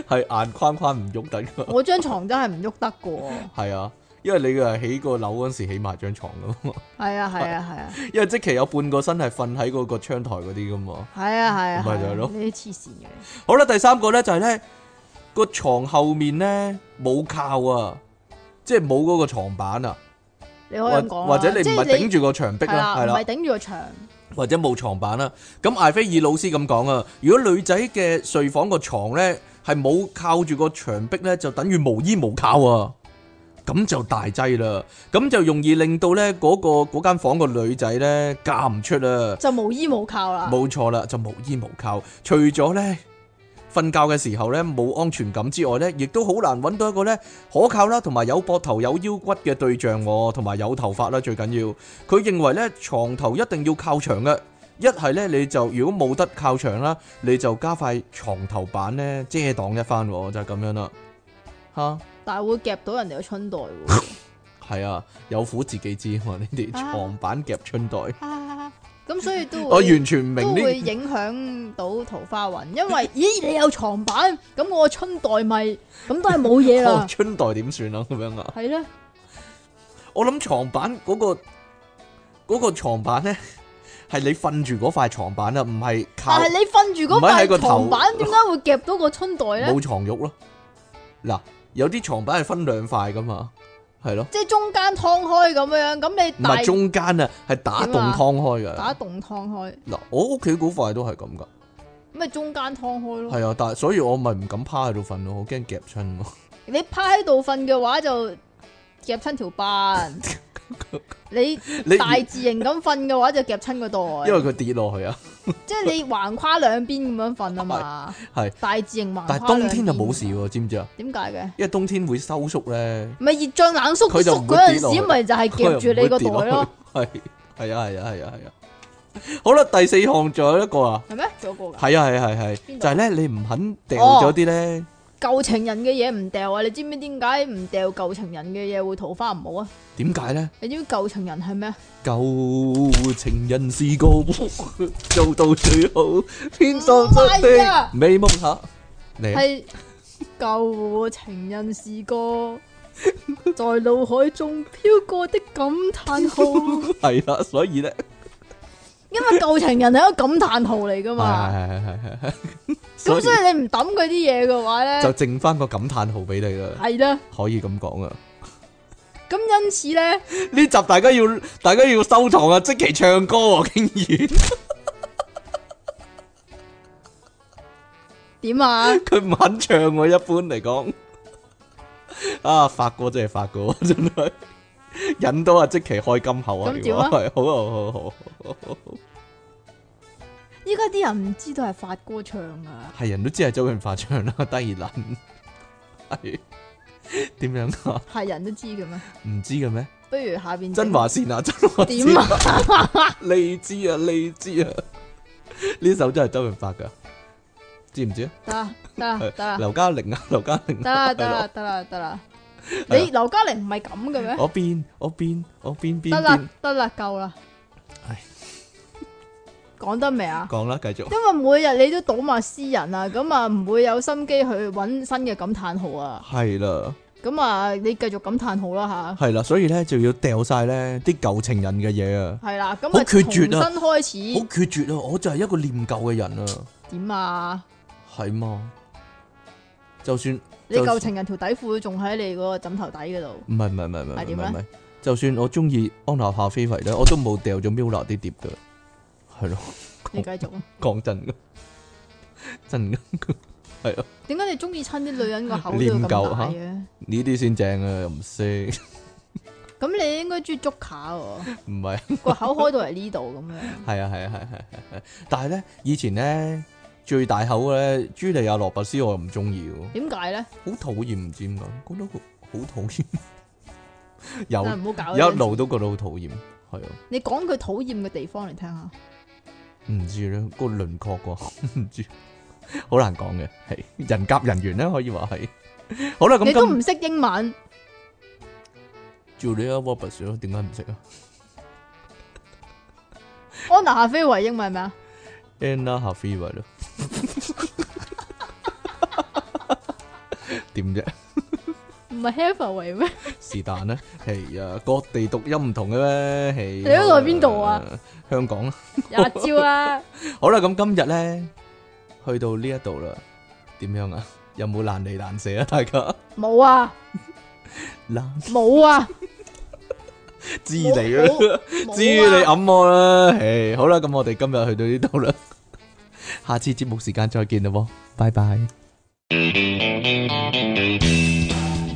Speaker 1: 係硬框框唔喐得噶。
Speaker 2: 我張床真係唔喐得嘅
Speaker 1: [laughs]
Speaker 2: 喎。
Speaker 1: 係啊，因為你係起個樓嗰陣時起埋張床噶嘛， [laughs]
Speaker 2: 係啊係啊係啊
Speaker 1: 因為即期有半個身係瞓喺嗰個窗台嗰啲噶嘛。
Speaker 2: 係啊係啊！
Speaker 1: 咪就係咯
Speaker 2: 係啊你啲黐線嘅，
Speaker 1: 好啦，第三個咧就係咧個床後面咧冇靠啊，即係冇嗰個床板啊，
Speaker 2: 你可以
Speaker 1: 或
Speaker 2: 咁講啦啊
Speaker 1: 或者你
Speaker 2: 即
Speaker 1: 唔係頂住個牆壁
Speaker 2: 係
Speaker 1: 啦，係
Speaker 2: 啦，唔
Speaker 1: 啦
Speaker 2: 係，頂住個牆。
Speaker 1: 或者冇床板啦。咁艾菲爾老師咁講啊，如果女仔嘅睡房個床咧係冇靠住個牆壁咧，就等於無依無靠啊。咁就大劑啦，咁就容易令到咧嗰、個嗰間房個女仔咧嫁唔出啊。
Speaker 2: 就無依無靠啦，
Speaker 1: 冇錯啦，就無依無靠。除咗呢瞓覺嘅時候呢冇安全感之外呢，亦都好難揾到一個呢可靠啦，同埋有膊頭有腰骨嘅對象喎，同埋有頭髮啦，最緊要。佢認為呢床頭一定要靠牆嘅。一係呢，你就如果冇得靠牆啦，你就加塊床頭板呢遮擋一番喎，就係、咁樣啦。嚇，
Speaker 2: 但係會夾到人哋個春袋
Speaker 1: [laughs]
Speaker 2: 喎。
Speaker 1: 係啊，有苦自己知喎，呢啲
Speaker 2: 啊
Speaker 1: 床板夾春袋。
Speaker 2: 啊咁所以都
Speaker 1: 我
Speaker 2: 會
Speaker 1: 完全唔明
Speaker 2: 都
Speaker 1: 呢
Speaker 2: 會影響到桃花運，因
Speaker 1: [laughs]
Speaker 2: 為咦你有床板，咁我春代咪咁都係冇嘢
Speaker 1: 哦
Speaker 2: 啦，
Speaker 1: [laughs] 春代點算啊？咁樣啊？
Speaker 2: 係咧，
Speaker 1: 我諗床板嗰、個嗰、個床板咧， [laughs] 係你瞓住嗰塊床板啊，唔係靠
Speaker 2: 但係你瞓住嗰
Speaker 1: 唔係喺個
Speaker 2: 塊
Speaker 1: 頭
Speaker 2: 床板，點解會夾到個春代咧
Speaker 1: 冇？床褥咯。嗱，有啲床板係分兩塊噶嘛，係咯，
Speaker 2: 即係中間劏開咁樣，咁
Speaker 1: 唔
Speaker 2: 你大
Speaker 1: 係中間啊，係打洞
Speaker 2: 點啊
Speaker 1: 劏開嘅。
Speaker 2: 打洞劏開，
Speaker 1: 嗱，我屋企嗰塊都係咁噶，
Speaker 2: 咁咪中間劏開咯。
Speaker 1: 係啊，但係所以我咪唔敢趴喺度瞓咯，我驚夾親咯。
Speaker 2: 你趴喺度瞓嘅話就夾親
Speaker 1: [laughs]
Speaker 2: 條板，你
Speaker 1: 你
Speaker 2: [laughs] 大字型咁瞓嘅話就夾親個
Speaker 1: 因為
Speaker 2: 袋，
Speaker 1: 佢跌落去啊，
Speaker 2: 即係你橫跨兩邊咁樣瞓啊嘛。
Speaker 1: 係
Speaker 2: 大字型橫跨
Speaker 1: 但
Speaker 2: 啊兩邊
Speaker 1: 係冬天就冇事，喎，知唔知啊？
Speaker 2: 點解嘅？
Speaker 1: 因為冬天會收縮咧，
Speaker 2: 咪熱脹冷縮
Speaker 1: 佢就唔
Speaker 2: 縮
Speaker 1: 會
Speaker 2: 嗰
Speaker 1: 跌落
Speaker 2: 陣
Speaker 1: 去
Speaker 2: 時，咪就係夾住你個袋
Speaker 1: 佢又唔
Speaker 2: 咯，
Speaker 1: 會跌落去。係係啊係啊係啊係啊。好啦，第四項仲有一個啊，
Speaker 2: 係咩？仲有個㗎，
Speaker 1: 係啊哦係係係，
Speaker 2: 邊度
Speaker 1: 就係咧你唔肯掉咗啲咧，
Speaker 2: 舊情人嘅嘢唔掉啊！你知唔知點解唔掉舊情人嘅嘢會桃花唔好啊？
Speaker 1: 點解咧？
Speaker 2: 你知唔知舊情人係
Speaker 1: [laughs]
Speaker 2: 咩啊？
Speaker 1: 舊情人是個魔 [laughs] 做到最好，天上
Speaker 2: 唔
Speaker 1: 出
Speaker 2: 係啊
Speaker 1: 的美夢下嚟啊
Speaker 2: 係舊情人是
Speaker 1: [laughs]
Speaker 2: 個在腦海中飄過的感嘆號，
Speaker 1: [laughs] 係啦，所以咧。
Speaker 2: 因為舊情人係一個感嘆號嚟噶嘛。
Speaker 1: 係係係係係，啊所
Speaker 2: 咁
Speaker 1: 以
Speaker 2: 所以你唔抌佢啲嘢嘅話
Speaker 1: 就
Speaker 2: 咧，
Speaker 1: 剩翻個感嘆號俾你啦，
Speaker 2: 係啦。
Speaker 1: 可以咁講啊！
Speaker 2: 咁因此咧，
Speaker 1: 呢集大家要大家要收藏啊！即期唱歌啊，竟然
Speaker 2: 點啊？
Speaker 1: [laughs] 佢唔肯唱喎，一般嚟講 [laughs] 啊，發哥真係發哥， [laughs] 真係引到阿即期開金口啊！
Speaker 2: 咁
Speaker 1: 如
Speaker 2: 點
Speaker 1: 果
Speaker 2: 啊
Speaker 1: 係好好好好好好，
Speaker 2: 依家啲人唔知道係發哥唱啊，
Speaker 1: 係人都知係周潤發唱啦， [laughs] 低能係點樣啊？
Speaker 2: 係人都知嘅咩？
Speaker 1: 唔知嘅咩？
Speaker 2: 不如下邊
Speaker 1: 真華善啊，真華 [laughs]
Speaker 2: 點
Speaker 1: 善
Speaker 2: 啊？
Speaker 1: 荔枝啊，荔枝啊，呢首真系周潤發噶，知唔知啊？
Speaker 2: 得啊得啊得啊
Speaker 1: 劉嘉玲啊， [laughs] 劉嘉玲
Speaker 2: 得
Speaker 1: 啊，
Speaker 2: 啦
Speaker 1: 係
Speaker 2: 得啦
Speaker 1: 咯
Speaker 2: 得啦得啦，
Speaker 1: 係
Speaker 2: 你劉嘉玲唔係咁嘅咩？
Speaker 1: 我邊我邊我邊邊
Speaker 2: 得啦
Speaker 1: 邊
Speaker 2: 得啦夠啦
Speaker 1: 唉，
Speaker 2: 講得未啊？
Speaker 1: 講啦，繼續
Speaker 2: 因為每日你都倒埋私人啊，咁啊唔會有心機去揾新嘅感嘆號啊，
Speaker 1: 係啦
Speaker 2: 咁啊你繼續感嘆號啦
Speaker 1: 係啦，所以咧就要掉晒咧啲舊情人嘅嘢啊，
Speaker 2: 吓，係啦，咁
Speaker 1: 好
Speaker 2: 啊
Speaker 1: 決
Speaker 2: 重
Speaker 1: 絕啊
Speaker 2: 新
Speaker 1: 好
Speaker 2: 開始
Speaker 1: 決絕啊！我就係一個念舊嘅人啊，
Speaker 2: 點啊？
Speaker 1: 係嘛？就算
Speaker 2: 你
Speaker 1: 就
Speaker 2: 舊情人條底褲都仲喺你嗰個枕頭底嗰度，
Speaker 1: 唔係唔係唔係唔
Speaker 2: 係
Speaker 1: 係唔
Speaker 2: 點
Speaker 1: 係
Speaker 2: 咧
Speaker 1: 唔係，就算我中意安娜夏菲維咧，我都冇掉咗 Mila 啲碟噶，係咯， [laughs]
Speaker 2: 你繼續啊。
Speaker 1: 講真噶，真噶。
Speaker 2: 點解你中意親啲女人個口都
Speaker 1: [laughs]
Speaker 2: 要
Speaker 1: 念
Speaker 2: 咁
Speaker 1: 舊
Speaker 2: 大嘅？
Speaker 1: 呢啲先正啊，又唔識， [laughs]
Speaker 2: 咁你應該中意捉卡喎， [laughs]
Speaker 1: 唔係，
Speaker 2: 個口開到嚟呢度咁樣。
Speaker 1: 係啊，係啊，係啊係啊係啊，但係咧，以前咧最大口咧，朱莉亞羅伯斯我又唔中意喎，
Speaker 2: 點解咧？
Speaker 1: 好討厭，唔知點解，覺得好好討厭，
Speaker 2: 但係
Speaker 1: 有
Speaker 2: 唔好搞啦。
Speaker 1: 有一路都覺得好討厭，係啊，
Speaker 2: 你講佢討厭嘅地方嚟聽下。
Speaker 1: 唔知咧，個輪廓啩， [laughs] 唔知，好難講嘅，係人夾人緣咧，可以話係。好啦，
Speaker 2: 你
Speaker 1: 咁
Speaker 2: 都
Speaker 1: 今
Speaker 2: 唔識英文，
Speaker 1: 朱莉亞羅伯斯咯，點解唔識啊
Speaker 2: 安娜夏菲維英文係咩啊？
Speaker 1: ？Anna h a f i v 咯， [laughs] 點啫？
Speaker 2: 唔係 h a f i 維咩？
Speaker 1: 是但啦，係啊，各地讀音唔同嘅咩？係
Speaker 2: 你嗰度係邊度啊？
Speaker 1: 香港啦。
Speaker 2: 廿招啊！
Speaker 1: 好啦，咁今日咧去到呢一度啦，點樣啊？有冇難離難捨啊？大家
Speaker 2: 冇啊，
Speaker 1: 難
Speaker 2: 冇啊，
Speaker 1: [laughs] 知你
Speaker 2: 冇
Speaker 1: 啊，
Speaker 2: 冇
Speaker 1: 知你
Speaker 2: 啊，
Speaker 1: 揞我啦。唉，好啦，咁我哋今日去到呢 [laughs] 度啦，下次節目時間再見啦，喎，拜拜。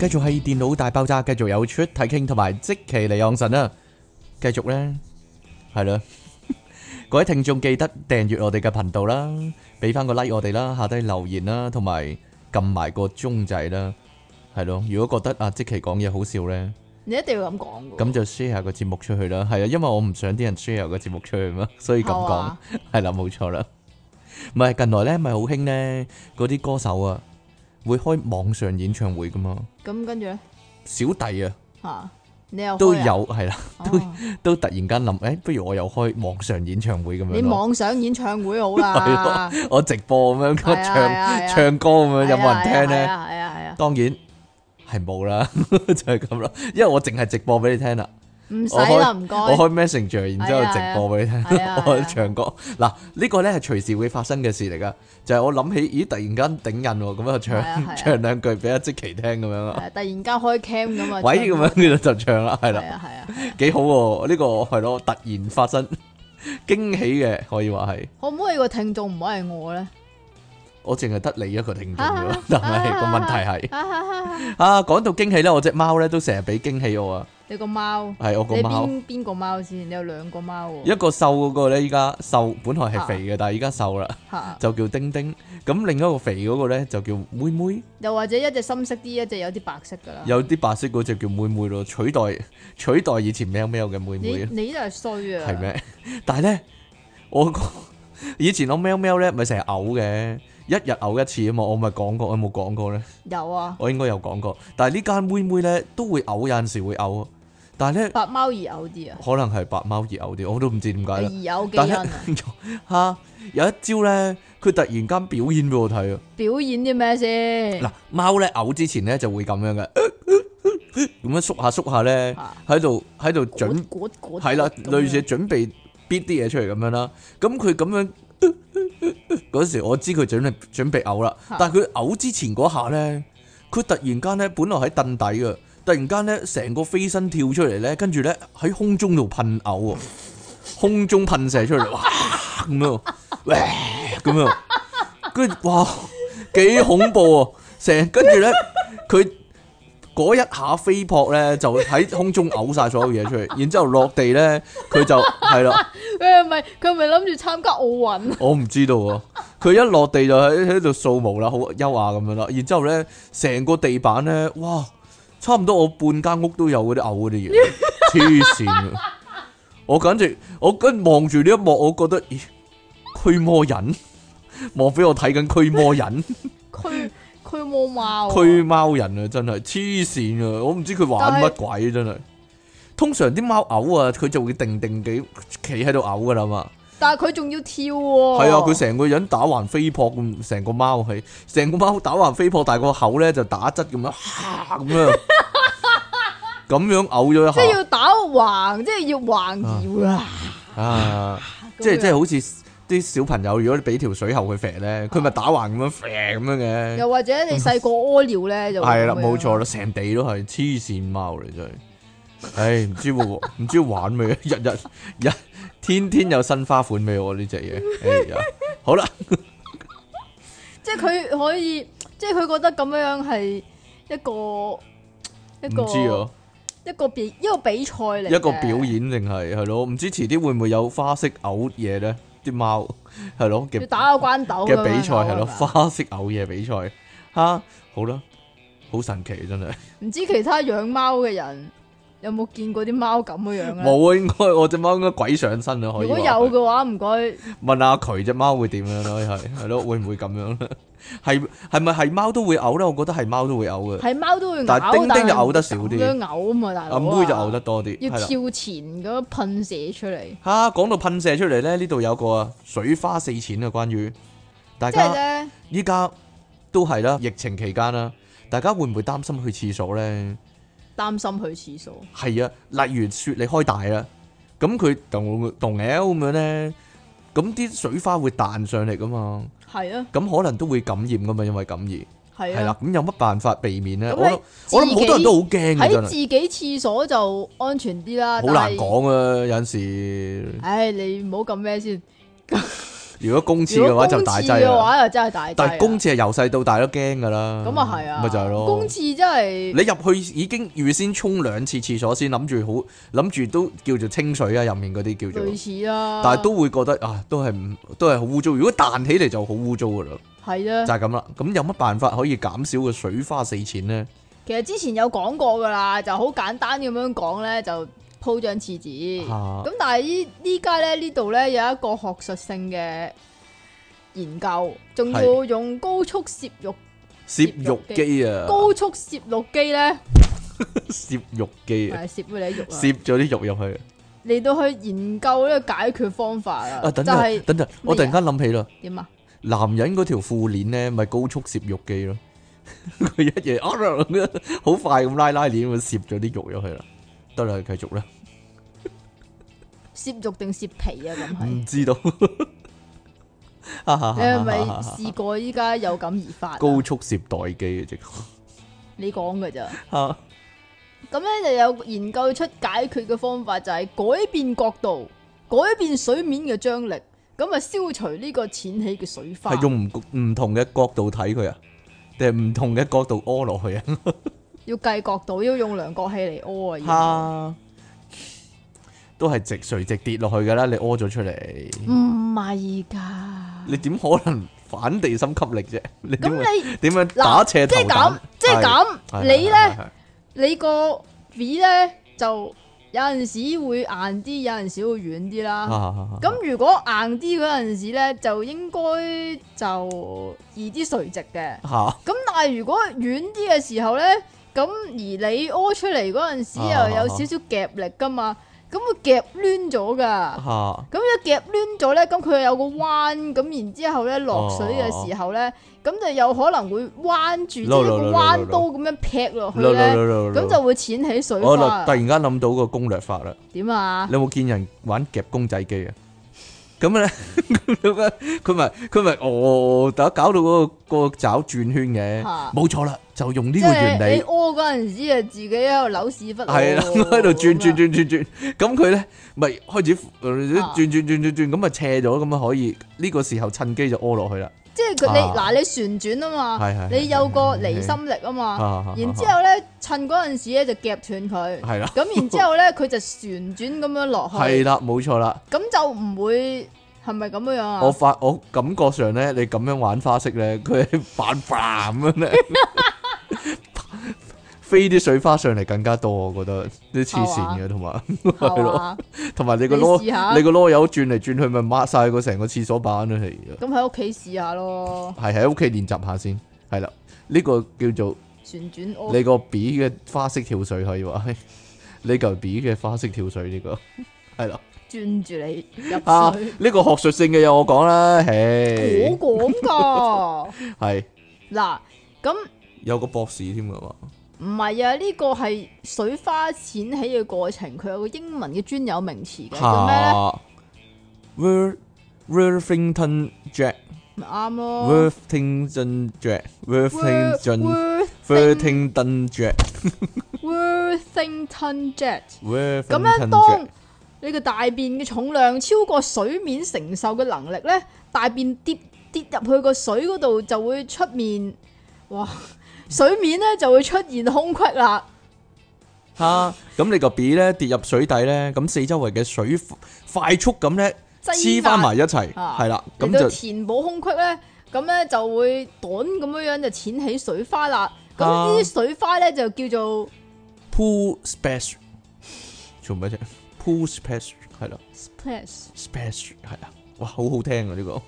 Speaker 1: 繼續係電腦大爆炸，繼續有出睇傾同埋即期嚟昂神啦。繼續咧，係 [laughs] 啦，各位聽眾記得訂閱我哋嘅頻道啦，俾翻個 like 我哋啦，下低留言啦，同埋撳埋個鐘仔啦，係咯。如果覺得啊即期講嘢好笑咧，
Speaker 2: 你一定要咁講㗎喎。
Speaker 1: 咁就 share 個節目出去啦。係啊，因為我唔想啲人 share 個節目出去嘛， [laughs] 所以咁
Speaker 2: 係
Speaker 1: 講
Speaker 2: 嘛
Speaker 1: 係啦，冇錯啦。唔係近來咧，咪好興咧，嗰啲歌手啊，會開網上演唱會噶嘛。
Speaker 2: 咁跟住咧
Speaker 1: 小弟啊，
Speaker 2: 嚇，你又
Speaker 1: 都
Speaker 2: 開啊，
Speaker 1: 有係啦， [laughs]
Speaker 2: 哦
Speaker 1: 都突然間諗，誒，不如我又開網上演唱會咁
Speaker 2: 你
Speaker 1: 樣咯，
Speaker 2: 網上演唱會好
Speaker 1: [laughs] 係咯
Speaker 2: 啦，
Speaker 1: 我直播咁樣
Speaker 2: 係啊係啊係
Speaker 1: 唱
Speaker 2: 啊
Speaker 1: 唱歌咁樣，有冇人聽
Speaker 2: 係
Speaker 1: 咧？
Speaker 2: 啊係啊係啊，
Speaker 1: 當然係冇啦， [laughs] 就係咁啦，因為我淨係直播俾你聽啦。
Speaker 2: 唔使
Speaker 1: 我開
Speaker 2: 啦，唔該。
Speaker 1: 我開 Messenger，然之後
Speaker 2: 哦係啊
Speaker 1: 直播俾你聽，
Speaker 2: 係啊
Speaker 1: [laughs] 我
Speaker 2: 係啊
Speaker 1: 唱歌。嗱，呢個咧係隨時會發生嘅事嚟噶，就係我諗起，咦，突然間頂癮喎，咁啊
Speaker 2: 係啊
Speaker 1: [laughs]
Speaker 2: 係
Speaker 1: 唱
Speaker 2: 啊
Speaker 1: 唱兩句俾阿即奇聽咁樣啊，
Speaker 2: 係突然間開 cam 咁啊，
Speaker 1: 喂咁樣就唱啦，係
Speaker 2: 係
Speaker 1: 啦，
Speaker 2: 啊係啊，
Speaker 1: 幾好喎，呢個係咯，突然發生 [laughs] 驚喜嘅，可以話係。
Speaker 2: 可唔可以個聽眾唔好係我咧？
Speaker 1: 我淨係得你一個聽眾
Speaker 2: 啊
Speaker 1: 啫
Speaker 2: 啊
Speaker 1: 喎，但係個問題係
Speaker 2: 啊哈哈哈
Speaker 1: 啊，講到驚喜咧，我只貓咧都成日俾驚喜我啊，
Speaker 2: 你個貓，
Speaker 1: 係我
Speaker 2: 你
Speaker 1: 個貓。
Speaker 2: 邊邊個貓先？你有兩個貓喎，
Speaker 1: 一個瘦嗰個咧，依家瘦，本來係肥嘅，但係依家瘦啦，
Speaker 2: 嚇！
Speaker 1: 就叫丁丁。咁另一個肥嗰個咧就叫妹妹，
Speaker 2: 又或者一隻深色啲，一隻有啲白色噶啦。
Speaker 1: 有啲白色嗰只叫妹妹咯，取代 [laughs] 取代以前喵喵嘅妹
Speaker 2: 你
Speaker 1: 妹，
Speaker 2: 你真係衰啊！
Speaker 1: 係？咩？ [laughs] 但係咧，我個以前我喵喵咧，咪成日嘔嘅，一日嘔一次啊嘛，我咪講過，我有冇講過咧？
Speaker 2: 有啊，
Speaker 1: 我應該有講過。但係呢間妹妹咧都會嘔，有陣時會嘔，但係咧
Speaker 2: 白貓易嘔啲啊，
Speaker 1: 可能係白貓而嘔啲，我都唔知點解啦。
Speaker 2: 易嘔基
Speaker 1: 但
Speaker 2: 因
Speaker 1: 係
Speaker 2: 啊。
Speaker 1: [laughs] 吓、有一招咧，佢突然間表演俾我睇啊！
Speaker 2: 表演啲咩先？
Speaker 1: 嗱，貓咧嘔之前咧就會咁樣嘅，咁樣縮下縮下咧
Speaker 2: 啊，
Speaker 1: 喺度喺度準
Speaker 2: 嗰嗰
Speaker 1: 係啦，類似
Speaker 2: 咁樣
Speaker 1: 準備逼啲嘢出嚟咁樣啦。咁佢咁樣嗰時，我知佢準備準備嘔啦
Speaker 2: 嚇，
Speaker 1: 但係佢嘔之前嗰下咧，佢突然間咧，本來喺凳底嘅，突然間咧成個飛身跳出嚟咧，跟住咧喺空中度噴嘔喎，空中噴射出嚟，哇咁樣，喂咁樣，跟住哇幾恐怖啊！成跟住咧佢。嗰一下飛撲咧，就喺空中嘔晒所有嘢出嚟，然之後落地咧，佢就係啦。
Speaker 2: 佢係咪佢係咪諗住參加奧
Speaker 1: [laughs]
Speaker 2: 運？
Speaker 1: 我唔知道啊！佢一落地就喺喺度掃毛啦，好優雅咁樣啦。然之後咧，成個地板咧，哇，差唔多我半間屋都有嗰啲嘔嗰啲嘢，黐線啊！我簡直，我跟望住呢一幕，我覺得，咦，驅魔人，莫非我睇緊驅魔人、
Speaker 2: 驅驅魔貓啊。
Speaker 1: 驅貓人啊？真係黐線啊！我唔知佢玩乜鬼啊真係。通常啲貓嘔啊，佢就會定定地企喺度嘔噶啦嘛。
Speaker 2: 但係佢仲要跳喎。
Speaker 1: 係啊，佢成個人打橫飛撲咁，成個貓係，成個貓打橫飛撲，但係個口咧就打側咁樣， [laughs] 啊咁樣，咁樣嘔咗
Speaker 2: 即係
Speaker 1: 一
Speaker 2: 要打橫，即係要橫搖啊！
Speaker 1: 下，啊，
Speaker 2: 咁
Speaker 1: 即係即
Speaker 2: 樣
Speaker 1: 係好似啲小朋友，如果你俾條水喉佢肥咧，佢咪打橫咁樣肥咁樣嘅，
Speaker 2: 又或者你細個屙尿咧就
Speaker 1: 嗯
Speaker 2: 會
Speaker 1: 係啦，
Speaker 2: 咁樣
Speaker 1: 冇錯啦，成地都係黐線貓嚟真係，唉，唔知喎，唔知玩咩，日日日天天有新花款俾我呢只嘢，哎呀，好啦。
Speaker 2: 即係佢可以，即係佢覺得咁樣係一個 [laughs] 一
Speaker 1: 唔
Speaker 2: 個
Speaker 1: 知啊，
Speaker 2: 一個比一個比賽嚟嘅，
Speaker 1: 一個表演定係係咯，唔知遲啲會唔會有花式嘔嘢咧？啲貓係咯
Speaker 2: 要
Speaker 1: 嘅
Speaker 2: 打個關鬥咁
Speaker 1: 嘅
Speaker 2: 樣啊
Speaker 1: 比賽係咯，
Speaker 2: 嘛
Speaker 1: 花式嘔嘢比賽吓，好啦，好神奇啊真係
Speaker 2: 唔知其他養貓嘅人有冇見過啲貓咁嘅樣咧？
Speaker 1: 冇啊！應該我只貓應該鬼上身啦，可
Speaker 2: 如
Speaker 1: 以
Speaker 2: 果有
Speaker 1: 話佢
Speaker 2: 嘅話，唔該
Speaker 1: 問下佢只貓會點樣咯？係係咯，會唔會咁樣 [laughs] 咧？係係咪係貓都會嘔咧？我覺得係貓都會嘔嘅，
Speaker 2: 係貓都會
Speaker 1: 但
Speaker 2: 咬，啊
Speaker 1: 係丁丁
Speaker 2: 但係
Speaker 1: 就嘔得少啲
Speaker 2: 咁樣嘔啊嘛，大
Speaker 1: 阿
Speaker 2: 佬啊
Speaker 1: 妹就嘔得多啲，
Speaker 2: 要
Speaker 1: 係
Speaker 2: 跳
Speaker 1: 啦。
Speaker 2: 前咁樣噴射出嚟，
Speaker 1: 吓講到噴射出嚟咧，呢度有個啊水花四濺啊，關於大
Speaker 2: 即
Speaker 1: 家
Speaker 2: 係。咧
Speaker 1: 依家都係啦，疫情期間啦，大家會唔會擔心去廁所呢？
Speaker 2: 擔心去廁所。
Speaker 1: 係啊，例如雪你開大啊，咁佢動動 L 咁樣呢，咁啲水花會彈上嚟噶嘛，
Speaker 2: 係啊，
Speaker 1: 咁可能都會感染噶嘛，因為感染係
Speaker 2: 係啊
Speaker 1: 啦，，咁有乜辦法避免呢？
Speaker 2: 咁
Speaker 1: 我
Speaker 2: 你
Speaker 1: 諗我諗好多人都好驚嘅，真
Speaker 2: 喺自
Speaker 1: 係
Speaker 2: 己廁所就安全啲啦。
Speaker 1: 好難
Speaker 2: 但係。
Speaker 1: 講啊！有陣時
Speaker 2: 唉，你唔好咁咩先。
Speaker 1: 如果公廁
Speaker 2: 如
Speaker 1: 嘅
Speaker 2: 果
Speaker 1: 話
Speaker 2: 公
Speaker 1: 就
Speaker 2: 廁
Speaker 1: 大劑
Speaker 2: 嘅
Speaker 1: 啦，
Speaker 2: 話又真係大劑。
Speaker 1: 但係公廁係由細到大都驚噶啦，
Speaker 2: 咁啊係啊，
Speaker 1: 咪就係咯，
Speaker 2: 公廁真係
Speaker 1: 你入去已經預先沖兩次廁所先，諗住好，諗住都叫做清水啊，入面嗰啲叫做
Speaker 2: 類，似啦。
Speaker 1: 但係都會覺得啊，都係唔都係好污糟。如果彈起嚟就好污糟噶啦，
Speaker 2: 係啊啦
Speaker 1: 就。係咁啦。咁有乜辦法可以減少個水花四濺呢？
Speaker 2: 其實之前有講過噶啦，就好簡單咁樣講咧，就鋪張廁紙。
Speaker 1: 嚇
Speaker 2: 咁但係依依家咧呢度咧有一個學術性嘅研究，仲要
Speaker 1: 係
Speaker 2: 用高速攝錄
Speaker 1: 攝肉機啊，
Speaker 2: 高速攝錄機咧
Speaker 1: 攝肉機啊，
Speaker 2: 系摄咗你啲肉啊！
Speaker 1: 攝咗啲肉入去。
Speaker 2: 嚟到去研究呢個解決方法啦，
Speaker 1: 啊，
Speaker 2: 就
Speaker 1: 等陣，
Speaker 2: 係
Speaker 1: 等陣，我突然間諗起啦，
Speaker 2: 點啊？
Speaker 1: 男人嗰條褲鏈咧，咪高速攝肉機咯， [laughs] 佢一嘢啊咁樣好快咁拉拉鏈咁攝咗啲肉入去啦。得啦，繼續啦，
Speaker 2: 攝肉定攝皮啊？咁係
Speaker 1: 唔
Speaker 2: [laughs]
Speaker 1: 知道。啊
Speaker 2: 你係咪試過依家有感而發啊？
Speaker 1: 高速攝袋機嘅直頭
Speaker 2: 你講嘅咋？
Speaker 1: 嚇
Speaker 2: 咁咧就有研究出解決嘅方法，就係改變角度，改變水面嘅張力，咁啊消除呢個濺起嘅水花。
Speaker 1: 係用唔唔同嘅角度睇佢啊，定係唔同嘅角度屙落去啊？
Speaker 2: 要計角度，要用量角器嚟屙啊！
Speaker 1: 哈，都係直垂直跌落去噶啦，你屙咗出嚟，
Speaker 2: 要唔係㗎，
Speaker 1: 你點可能反地心吸力啫？你點會
Speaker 2: 咁你
Speaker 1: 點樣
Speaker 2: 嗱
Speaker 1: 打斜
Speaker 2: 即
Speaker 1: 頭
Speaker 2: 係咁
Speaker 1: 彈？，
Speaker 2: 即係
Speaker 1: 係
Speaker 2: 咁，你？
Speaker 1: 係係
Speaker 2: 咧
Speaker 1: 係
Speaker 2: 你個 V 咧就有陣時會硬啲，有陣時會軟啲啦。
Speaker 1: 啊
Speaker 2: 咁如果硬啲嗰陣時咧，就應該就易啲垂直嘅。
Speaker 1: 嚇
Speaker 2: 咁但係如果遠啲嘅時候咧，咁而你屙出嚟嗰陣時
Speaker 1: 啊
Speaker 2: 又有少少夾力噶嘛，咁會夾攣咗噶。
Speaker 1: 嚇
Speaker 2: 咁一夾攣咗咧，咁佢有個彎，咁然之後咧落水嘅時候咧，咁就有可能會彎住，即係一
Speaker 1: No, no, no, no,
Speaker 2: 個
Speaker 1: no.
Speaker 2: 彎刀咁樣劈落去
Speaker 1: ，no no no
Speaker 2: 咧，
Speaker 1: no，
Speaker 2: 咁就會濺起水
Speaker 1: 我嗱
Speaker 2: 花
Speaker 1: 突。然間諗到個攻略法啦。
Speaker 2: 點啊？
Speaker 1: 你有冇見人玩夾公仔機啊？咁咧， [laughs] 咁咧佢咪佢咪哦，搞搞到嗰個個爪轉圈嘅
Speaker 2: 嚇，
Speaker 1: 冇錯啦，就用呢
Speaker 2: 即
Speaker 1: 個
Speaker 2: 係
Speaker 1: 原
Speaker 2: 你
Speaker 1: 理。
Speaker 2: 屙嗰陣時啊，自己喺度扭屎忽。啊
Speaker 1: 係啦，喺度轉轉。轉轉轉，咁佢咧咪開始呃
Speaker 2: 啊
Speaker 1: 轉轉轉轉轉，咁咪斜咗，咁咪啊可以呢個時候趁機就屙落去啦。
Speaker 2: 即係佢你
Speaker 1: 啊
Speaker 2: 嗱，你旋轉啊
Speaker 1: 係係
Speaker 2: 嘛，
Speaker 1: 係
Speaker 2: 你有個離心力啊嘛。
Speaker 1: 啊
Speaker 2: 然之後咧，趁嗰陣時咧就夾斷佢，
Speaker 1: 係啦，
Speaker 2: 咁然之後咧佢就旋轉咁樣落
Speaker 1: 係
Speaker 2: 去，
Speaker 1: 啦，冇錯啦。
Speaker 2: 咁就唔會係咪咁樣樣
Speaker 1: 我
Speaker 2: 啊？
Speaker 1: 發我感覺上咧，你咁樣玩花式咧， [laughs] 佢係反反咁樣咧， [laughs] 飛啲水花上嚟更加多，我覺得啲黐線嘅，同埋係
Speaker 2: 係
Speaker 1: 咯，
Speaker 2: 嘛？
Speaker 1: 同埋你個
Speaker 2: 哦啊你
Speaker 1: 啰
Speaker 2: 試下
Speaker 1: 你個啰柚轉嚟轉去，咪抹晒個成個廁所板咯，係
Speaker 2: 咁喺屋企試下咯，
Speaker 1: 係喺屋企練習下先，係啦，呢個叫做
Speaker 2: 旋轉哦
Speaker 1: [laughs]
Speaker 2: 我
Speaker 1: 你個 B 嘅花式跳水可以話 [laughs] 係你嚿 B 嘅花式跳水呢
Speaker 2: [laughs]
Speaker 1: 個係啦，
Speaker 2: 轉住你
Speaker 1: 啊
Speaker 2: 入水。
Speaker 1: 呢個學術性嘅嘢我講啦，唉
Speaker 2: 我，講㗎，
Speaker 1: 係
Speaker 2: 嗱，咁
Speaker 1: 有個博士添㗎嘛。
Speaker 2: 唔係啊？呢個係水花濺起嘅過程，佢有個英文嘅專有名詞嘅，叫咩咧？
Speaker 1: Worth Worthington Jack
Speaker 2: 咪啱咯。
Speaker 1: Worthington Jack Worthington
Speaker 2: Worthington
Speaker 1: Worthington Jack
Speaker 2: Worthington Jet。
Speaker 1: Worthington
Speaker 2: 咁咧，
Speaker 1: Jack
Speaker 2: 當你個大便嘅重量超過水面承受嘅能力咧，大便跌跌入去個水嗰度就會出面，哇！水面咧就會出現空隙啦，
Speaker 1: 嚇咁你個 B 咧跌入水底咧，咁四周圍嘅水快速咁咧
Speaker 2: 擠
Speaker 1: 黐
Speaker 2: 壓
Speaker 1: 翻埋一齊，
Speaker 2: 啊
Speaker 1: 係啦，
Speaker 2: 嚟
Speaker 1: 咁
Speaker 2: 到
Speaker 1: 就
Speaker 2: 填補空隙咧，咁咧就會短咁樣樣就濺起水花啦。咁
Speaker 1: 啊
Speaker 2: 呢啲水花咧就叫做
Speaker 1: pool spash 做咩啫？pool spash 係啦
Speaker 2: splash。
Speaker 1: ，spash 係啊啦，哇，好好聽啊！呢個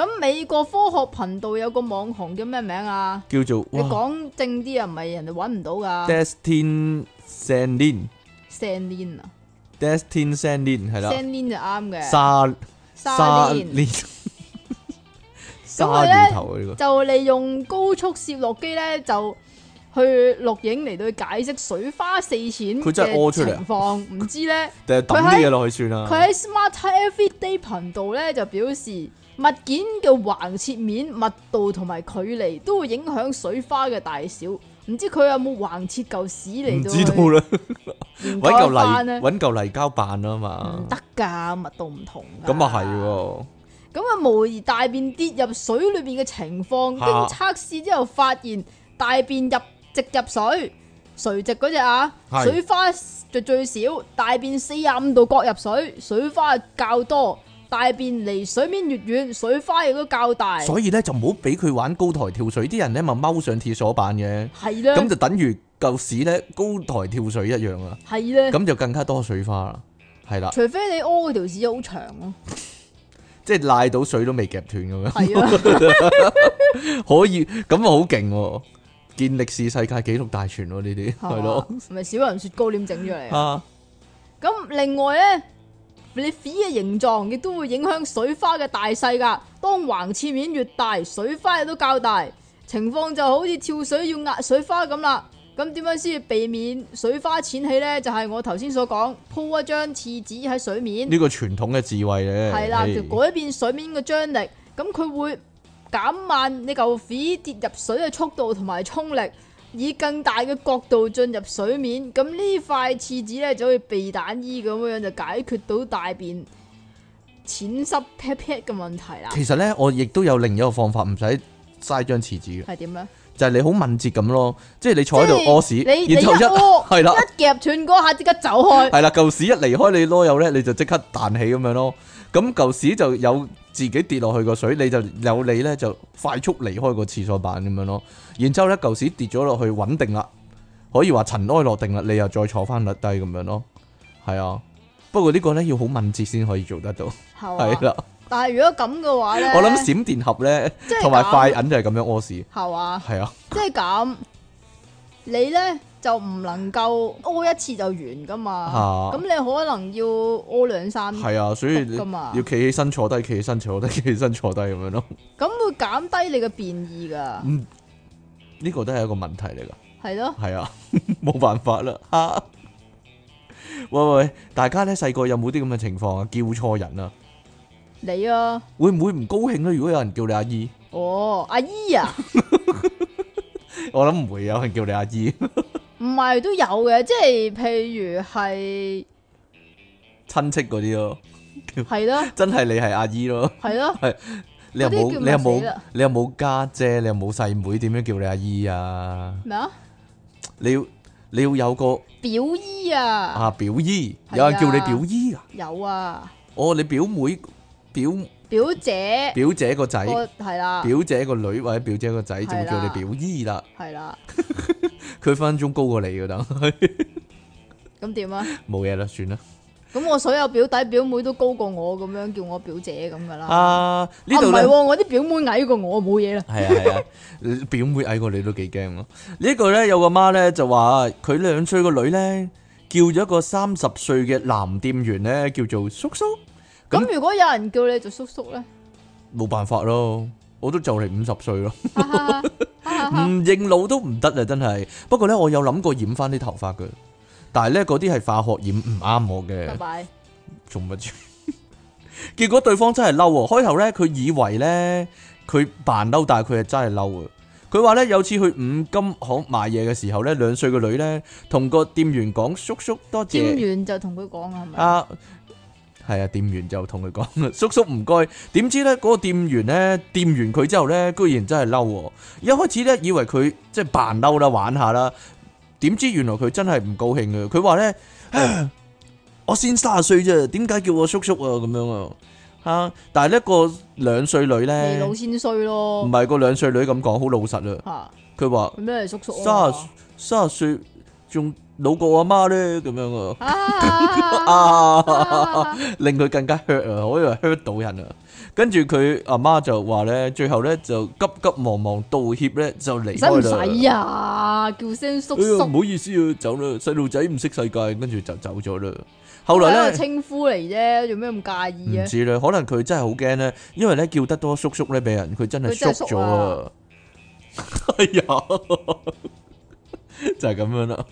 Speaker 2: 咁美國科學頻道有個網紅叫咩名啊？
Speaker 1: 叫做
Speaker 2: 你
Speaker 1: 哇
Speaker 2: 講啊正啲啊，唔係人哋揾唔到噶。
Speaker 1: Destin Sandin。
Speaker 2: 成年啊，
Speaker 1: Destin Sandin 係啦，
Speaker 2: 成年就啱嘅。
Speaker 1: 沙沙
Speaker 2: 年。
Speaker 1: 連
Speaker 2: [laughs] 佢
Speaker 1: 沙
Speaker 2: 咧
Speaker 1: 魚頭啊呢個
Speaker 2: 就利用高速攝錄機咧，就去錄影嚟到解釋水花四濺
Speaker 1: 佢真係屙
Speaker 2: 嘅
Speaker 1: 出嚟啊
Speaker 2: 情況。
Speaker 1: [laughs]
Speaker 2: 唔知咧，
Speaker 1: 定係抌啲嘢落去算啦。
Speaker 2: 佢喺 Smart Everyday 頻道咧就表示，物件嘅橫切面、密度同埋距離都會影響水花嘅大小。唔知佢有冇橫切嚿屎
Speaker 1: 唔
Speaker 2: 嚟
Speaker 1: 知道啦，
Speaker 2: 研
Speaker 1: 揾嚿
Speaker 2: 究翻
Speaker 1: 泥
Speaker 2: 咧？
Speaker 1: 揾嚿泥膠扮啊
Speaker 2: 唔
Speaker 1: 嘛，
Speaker 2: 得㗎，密度唔同㗎。
Speaker 1: 咁啊係喎，
Speaker 2: 咁啊，模擬大便跌入水裏邊嘅情況，經
Speaker 1: 嚇
Speaker 2: 測試之後發現大便入直入水，垂直嗰只啊，
Speaker 1: 係
Speaker 2: 水花就最少，大便四十五度角入水，水花較多，大便離水面越遠，水花亦都較大，
Speaker 1: 所以咧就唔好俾佢玩高台跳水，啲人咧咪踎上廁所板嘅，
Speaker 2: 係
Speaker 1: 咁
Speaker 2: 啦，
Speaker 1: 就等於嚿屎咧高台跳水一樣
Speaker 2: [laughs]
Speaker 1: 啊，
Speaker 2: 係啦，
Speaker 1: 咁就更加多水花啦，係
Speaker 2: [laughs]
Speaker 1: 啦，
Speaker 2: 除非你屙嗰條屎好長咯，
Speaker 1: 即係賴 [laughs] 到水都未夾斷咁樣。
Speaker 2: 係啊，
Speaker 1: 可以咁啊，好勁喎！健力士世界紀錄大全喎，呢啲係咯
Speaker 2: [laughs] 係咪小人雪糕點整出嚟啊？
Speaker 1: 啊，
Speaker 2: 咁另外咧，你ฝี嘅形狀亦都會影響水花嘅大細噶。當橫切面越大，水花亦都較大。情況就好似跳水要壓水花咁啦。咁點樣先至避免水花濺起呢？就係、我頭先所講，鋪一張廁紙喺水面，
Speaker 1: 呢個傳統嘅智慧咧，
Speaker 2: 係啦，
Speaker 1: 唉
Speaker 2: 就改變水面嘅張力，咁佢會減慢你嚿ฝี跌入水嘅速度同埋衝力，以更大嘅角度進入水面。咁呢塊廁紙咧就好似避彈衣咁樣，就解決到大便淺濕 pat pat 嘅問題啦。
Speaker 1: 其實咧，我亦都有另一個方法，唔使嘥張廁紙嘅，
Speaker 2: 係點咧？
Speaker 1: 就係你好敏捷咁咯，即係你坐喺度屙屎，
Speaker 2: 即係你
Speaker 1: 然後
Speaker 2: 你一屙
Speaker 1: [laughs] 係啦。
Speaker 2: 一夾斷嗰下即刻走 [laughs] 開，
Speaker 1: 系啦，嚿屎一離開你啰柚咧，你就即刻彈起咁樣咯。咁嚿屎就有自己跌落去個水，你就有你咧就快速離開個廁所板咁樣咯。然之后咧嚿屎跌咗落去穩定啦，可以話塵埃落定啦，你又再坐翻落低咁樣咯。係啊，不過呢個咧要好敏捷先可以做得到，
Speaker 2: 係
Speaker 1: 係
Speaker 2: 嘛？
Speaker 1: 啦。
Speaker 2: 但係如果咁嘅話咧，
Speaker 1: 我諗閃電俠咧
Speaker 2: 即係
Speaker 1: 同埋
Speaker 2: 咁
Speaker 1: 快銀就係咁樣屙屎，
Speaker 2: 係嘛？
Speaker 1: 係啊，
Speaker 2: 即係咁，你咧就唔能夠屙一次就完噶嘛
Speaker 1: 啊。
Speaker 2: 咁、你可能要屙兩三次，
Speaker 1: 係啊，所以你
Speaker 2: 得㗎嘛
Speaker 1: 要企起身坐低，企起身坐低，企起身坐低咁樣咯。
Speaker 2: 咁會減低你嘅便意噶，
Speaker 1: 呢個都係一個問題嚟㗎。
Speaker 2: 係咯。
Speaker 1: [laughs] 系啊，冇辦法啦。哈喂喂喂，大家咧細個有冇啲咁嘅情況啊？叫錯人啊，
Speaker 2: 你啊，
Speaker 1: 會唔會唔高興啊咧？如果有人叫你阿姨，
Speaker 2: 哦，阿姨啊，
Speaker 1: 我諗唔會有人叫你阿姨， [laughs]
Speaker 2: 唔係都有嘅，即係譬如係
Speaker 1: 親戚嗰啲咯，
Speaker 2: 係咯，
Speaker 1: 真係你係阿姨咯。
Speaker 2: 係咯，
Speaker 1: 你又
Speaker 2: 嗰啲
Speaker 1: 冇
Speaker 2: 叫
Speaker 1: 你又
Speaker 2: 咪死
Speaker 1: 冇
Speaker 2: 啦
Speaker 1: 你又冇家姐，你又冇細妹，點樣叫你阿姨啊？
Speaker 2: 咩啊？
Speaker 1: 你要你要有個
Speaker 2: 表姨啊，
Speaker 1: 啊表姨，
Speaker 2: 係啊
Speaker 1: 有人叫你表姨啊？
Speaker 2: 有啊，
Speaker 1: 哦，你表妹、表
Speaker 2: 表姐
Speaker 1: 表姐個仔、
Speaker 2: 個係啦，
Speaker 1: 表姐個女或者表姐個仔就會叫你
Speaker 2: 啊係啦
Speaker 1: 表姨啦。
Speaker 2: 係啦，
Speaker 1: 佢分分鐘高過你噶啦，
Speaker 2: 咁點啊？
Speaker 1: 冇嘢啦，算啦。
Speaker 2: 咁我所有表弟表妹都高過我，咁樣叫我表姐咁噶啦。
Speaker 1: 啊，呢
Speaker 2: 啊唔
Speaker 1: 度
Speaker 2: 係
Speaker 1: 咧，
Speaker 2: 喎，我啲表妹矮過我，冇嘢啦。
Speaker 1: 係啊係啊，你表妹矮過你都幾驚咯。呢個咧有個媽咧就話啊佢兩歲個女咧叫咗個三十歲嘅男店員咧叫做叔叔，咁
Speaker 2: 咁如果有人叫你做叔叔
Speaker 1: [laughs]
Speaker 2: 咧，
Speaker 1: 冇辦法咯，我都就嚟五十歲咯，
Speaker 2: 哈哈啊哈哈哈
Speaker 1: 唔認老都唔得啊，真係。不過咧，我有諗過染翻啲頭髮嘅，但係咧嗰啲係化學染唔啱我嘅
Speaker 2: 拜。拜。
Speaker 1: 做乜啫？ [laughs] 結果對方真係嬲喎，開頭咧佢以為咧佢扮嬲，但係佢係真係嬲啊！佢話咧有次去五金行買嘢嘅時候咧，兩歲個女咧同個店員講叔叔多
Speaker 2: 店
Speaker 1: 謝
Speaker 2: 員就同佢講啊，係咪？
Speaker 1: 啊，係啊，店員就同佢講 [laughs] 叔叔唔該。點知咧嗰個店員咧掂完佢之後咧，居然真係嬲喎！一開始咧以為佢即係扮嬲啦，玩下啦，點知原來佢真係唔高興嘅。佢話咧。 [clears throat] 我先卅歲啫，點解叫我叔叔啊？咁樣啊，吓！但係呢個兩歲女
Speaker 2: 你
Speaker 1: 咧，
Speaker 2: 老先衰
Speaker 1: 唔
Speaker 2: 咯，
Speaker 1: 係個兩歲女咁講，好老實啊。
Speaker 2: 吓
Speaker 1: 佢話
Speaker 2: 咁咩係叔叔啊
Speaker 1: 卅？卅歲仲老過我阿媽咧，咁樣啊， [laughs]
Speaker 2: 啊
Speaker 1: 啊，令佢更加 hurt 啊，我以為 hurt 到人啊。跟住佢阿媽就話咧，最後咧就急急忙忙道歉咧，就離
Speaker 2: 使
Speaker 1: 開
Speaker 2: 唔
Speaker 1: 啦。
Speaker 2: 使啊？叫聲叔
Speaker 1: 哎呀，
Speaker 2: 叔
Speaker 1: 唔，好意思啊，走啦，細路仔唔識世界，跟住就走咗啦。後
Speaker 2: 後
Speaker 1: 來咧。
Speaker 2: 稱呼嚟啫，做咩咁介意
Speaker 1: 唔
Speaker 2: 啊？
Speaker 1: 知咧，可能佢真係好驚咧，因為咧叫得多叔叔咧，俾人佢真係
Speaker 2: 佢真係
Speaker 1: 縮咗
Speaker 2: 縮
Speaker 1: 啊 [laughs]
Speaker 2: 啊！
Speaker 1: 係啊， [laughs] 就係咁樣啦。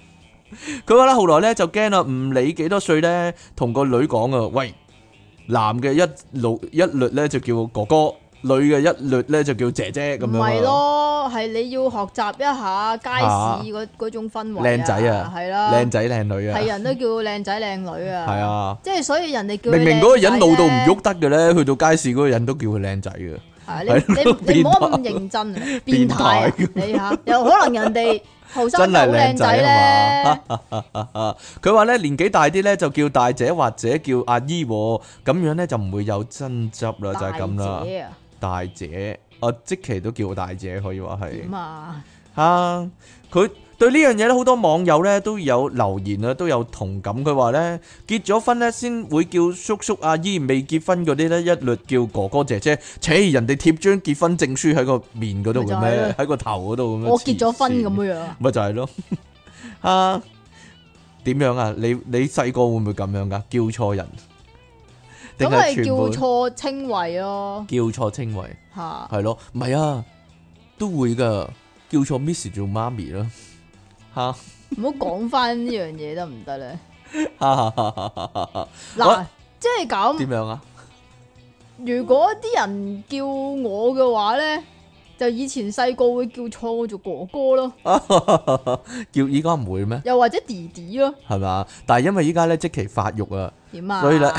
Speaker 1: 佢話咧，後來咧就驚啦，唔理幾多歲咧，同個女講啊，喂，男嘅一路一律咧就叫哥哥，女嘅一律咧就叫姐姐咁
Speaker 2: 唔
Speaker 1: 樣啊
Speaker 2: 係，咯，係你要學習一下街市嗰嗰種氛圍。
Speaker 1: 靚仔啊
Speaker 2: 係啦，
Speaker 1: 靚仔靚女啊
Speaker 2: 係，人都叫靚仔靚女啊。
Speaker 1: 係，啊。
Speaker 2: 即係所以人哋叫你
Speaker 1: 明明嗰個人老到唔
Speaker 2: 靚仔呢
Speaker 1: 喐得嘅咧，去到街市嗰個人都叫佢靚仔嘅，
Speaker 2: 係
Speaker 1: 係
Speaker 2: 啊你你你唔好咁認
Speaker 1: [laughs]
Speaker 2: 真啊，變態啊
Speaker 1: 變
Speaker 2: 你嚇，有可能人哋後生
Speaker 1: [laughs] 真
Speaker 2: 仔好
Speaker 1: 係
Speaker 2: 靚
Speaker 1: 靚
Speaker 2: 仔
Speaker 1: 仔係嘛啊
Speaker 2: 咧，？
Speaker 1: 佢話咧年紀大啲咧就叫大姐或者叫阿姨喎，咁樣咧就唔會有爭執啦，就係咁
Speaker 2: 大
Speaker 1: 啦。哦
Speaker 2: 姐啊，
Speaker 1: 大姐，啊即期都叫我大姐可以話係
Speaker 2: 點，啊？
Speaker 1: 啊，佢對呢樣嘢咧，好多網友咧都有留言啊，都有同感。佢話咧結咗婚咧先會叫叔叔阿姨，未結婚嗰啲咧一律叫哥哥姐姐。切，人哋貼張結婚證書喺個面嗰度嘅
Speaker 2: 咪就係
Speaker 1: 咩
Speaker 2: 咯？
Speaker 1: 喺個頭嗰度咁樣。啊
Speaker 2: 我結咗婚
Speaker 1: 黐線
Speaker 2: 咁樣啊，
Speaker 1: 咪就係咯。 [laughs] 啊，點樣啊？你你細個會唔會咁樣噶？叫錯人，定
Speaker 2: 咁
Speaker 1: 係
Speaker 2: 咪
Speaker 1: 全
Speaker 2: 叫
Speaker 1: 部叫
Speaker 2: 錯稱謂咯
Speaker 1: 錯稱謂？
Speaker 2: 吓，
Speaker 1: 係咯，唔係啊，都會噶，叫錯 Miss 做媽咪 [laughs] 啦，吓
Speaker 2: 唔好講翻呢樣嘢得唔
Speaker 1: [laughs]
Speaker 2: 得咧？
Speaker 1: 哈哈哈哈哈哈
Speaker 2: 嗱，即係咁
Speaker 1: 點，樣啊？ [laughs]
Speaker 2: 如果啲人叫我嘅話咧，就以前細個會叫錯我做哥
Speaker 1: [laughs]
Speaker 2: 哥咯，
Speaker 1: 叫依家唔會咩？
Speaker 2: 又或者弟弟咯，
Speaker 1: 係嘛？但係因為依家咧即期發育啊， [laughs]
Speaker 2: 點啊？
Speaker 1: 所以呢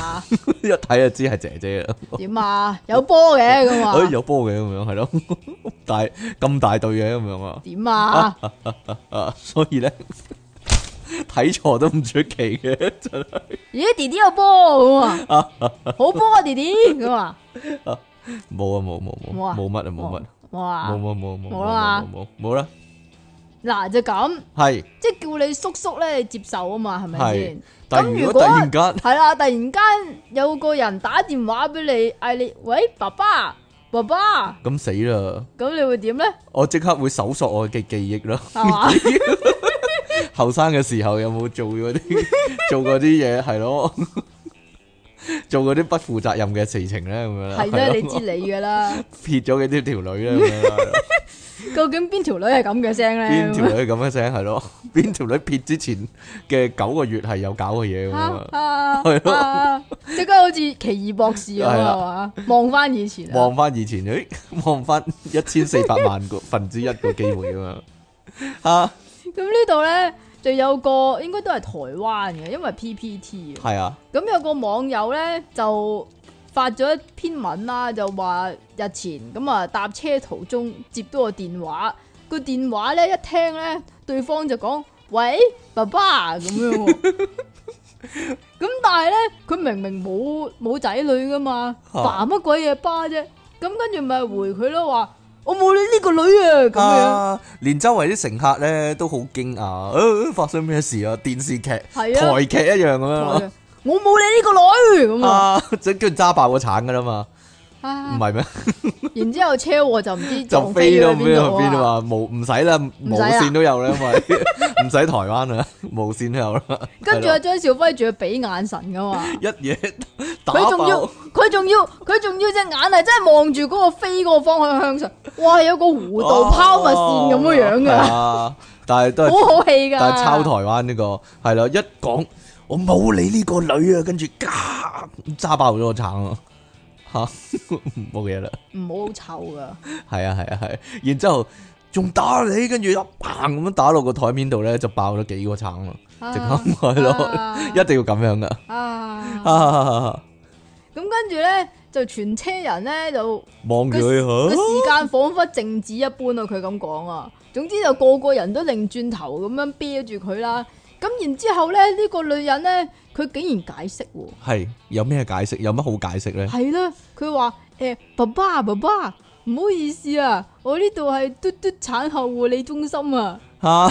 Speaker 1: 一睇就知係姐姐啦，
Speaker 2: 點啊？有波嘅咁
Speaker 1: [laughs] 哎
Speaker 2: 啊？
Speaker 1: 有波嘅咁樣係咯， [laughs] 大咁大對嘅咁樣啊。
Speaker 2: 點啊？
Speaker 1: 啊，所以咧睇錯都唔出奇嘅，真係
Speaker 2: 咦，弟弟有波咁啊，好波啊，弟弟咁啊，
Speaker 1: 冇啊冇冇
Speaker 2: 冇
Speaker 1: 冇
Speaker 2: 啊
Speaker 1: 冇乜啊冇乜
Speaker 2: 哇
Speaker 1: 冇！冇冇冇
Speaker 2: 冇啦
Speaker 1: 冇冇冇啦，
Speaker 2: 嗱就咁，
Speaker 1: 係
Speaker 2: 即係叫你叔叔咧，你接受啊嘛，係咪
Speaker 1: 係
Speaker 2: 先？。
Speaker 1: 但係
Speaker 2: 咁
Speaker 1: 如果
Speaker 2: 如果
Speaker 1: 突然間
Speaker 2: 係啦，突然間有個人打電話俾你，嗌你喂爸爸，爸爸，
Speaker 1: 咁死啦，
Speaker 2: 咁你會點咧？
Speaker 1: 我即刻會搜索我嘅記憶啦。[laughs]
Speaker 2: 係嘛？
Speaker 1: 後生嘅時候有冇做嗰 [laughs] 啲做嗰啲嘢係 [laughs] 咯？做嗰啲不負責任嘅事情咧，咁樣啦，
Speaker 2: 係啦，
Speaker 1: 咯
Speaker 2: 你知
Speaker 1: [laughs]
Speaker 2: 你噶啦。
Speaker 1: 撇咗幾條條女咧，咁樣啦。
Speaker 2: 究竟邊條女係咁嘅聲
Speaker 1: 邊條
Speaker 2: 咧？
Speaker 1: 女咁嘅聲係咯？邊條女撇之前嘅九個月係有搞嘅嘢咁樣啊？
Speaker 2: 啊
Speaker 1: 係咯
Speaker 2: 啊！即刻好似奇異博士咁
Speaker 1: 係啦
Speaker 2: 啊係嘛？望翻以前啊，
Speaker 1: 望翻以
Speaker 2: [laughs]
Speaker 1: 前，誒，望翻一千四百萬個分之一個機會咁
Speaker 2: [laughs]
Speaker 1: 樣啊，
Speaker 2: 咁呢度咧就有個應該都係台灣嘅，因為 PPT 啊。
Speaker 1: 係啊，
Speaker 2: 咁有個網友咧就發咗一篇文啦，就話日前咁啊搭車途中接到個電話，個電話咧一聽咧，對方就講：喂，爸爸咁樣喎。
Speaker 1: [laughs]
Speaker 2: 咁但係咧，佢明明冇冇仔女噶嘛，
Speaker 1: 嚇
Speaker 2: 爸乜鬼嘢爸啫？咁跟住咪回佢咯，話我冇你呢個女啊咁樣。
Speaker 1: 嗯啊，連周圍啲乘客咧都好驚訝，啊發生咩事啊？電視劇、
Speaker 2: 係啊
Speaker 1: 台劇一樣咁樣
Speaker 2: 台我冇你呢個女咁啊，
Speaker 1: 啊，即係跟住揸爆個橙噶啦嘛，唔
Speaker 2: 啊
Speaker 1: 係咩？
Speaker 2: 然之後車禍就唔
Speaker 1: [laughs]
Speaker 2: 知
Speaker 1: 就
Speaker 2: 撞
Speaker 1: 飛
Speaker 2: 飛
Speaker 1: 到邊
Speaker 2: 咗邊
Speaker 1: 度
Speaker 2: 度
Speaker 1: 邊度
Speaker 2: 啊！
Speaker 1: 啊？無唔使啦，無
Speaker 2: 使啊
Speaker 1: 線都有啦，因為 [laughs] 唔使台灣啦，無線都有啦， [laughs]
Speaker 2: 跟住
Speaker 1: 係
Speaker 2: 阿
Speaker 1: 咯
Speaker 2: 張兆輝仲要俾眼神噶
Speaker 1: [laughs]
Speaker 2: 嘛，
Speaker 1: 一嘢打
Speaker 2: 佢仲要
Speaker 1: 爆。
Speaker 2: 佢仲要佢仲要隻眼係真係望住嗰個飛嗰個方向向上，哇有個弧度拋物線咁樣樣
Speaker 1: 哦
Speaker 2: 噶，
Speaker 1: 係啊但係都係
Speaker 2: [laughs] 好好戲噶。
Speaker 1: 但係抄台灣呢、個係啦，一講我冇你呢個女啊，跟住嘎揸爆咗個橙啊，吓 [laughs] 冇嘢啦，
Speaker 2: 唔好臭噶，
Speaker 1: 係啊係啊係，然之後仲打你，跟住一砰咁樣打落個台面度咧，就爆咗幾個橙啦， [laughs] 直
Speaker 2: 啊
Speaker 1: 咁係咯，
Speaker 2: 啊
Speaker 1: 一定要咁樣噶，
Speaker 2: 啊，
Speaker 1: 啊
Speaker 2: 咁跟住咧就全車人咧就
Speaker 1: 望住
Speaker 2: 個
Speaker 1: 佢嚇
Speaker 2: 時間彷彿靜止一般啊！佢咁講啊，總之就個個人都擰轉頭咁樣啤住佢啦。咁然之後咧，呢、個女人咧，佢竟然解釋喎。
Speaker 1: 係有咩解釋？有乜好解釋咧？
Speaker 2: 系啦，佢話诶，爸爸爸爸，唔好意思啊，我呢度係嘟嘟產後護理中心啊，
Speaker 1: 吓，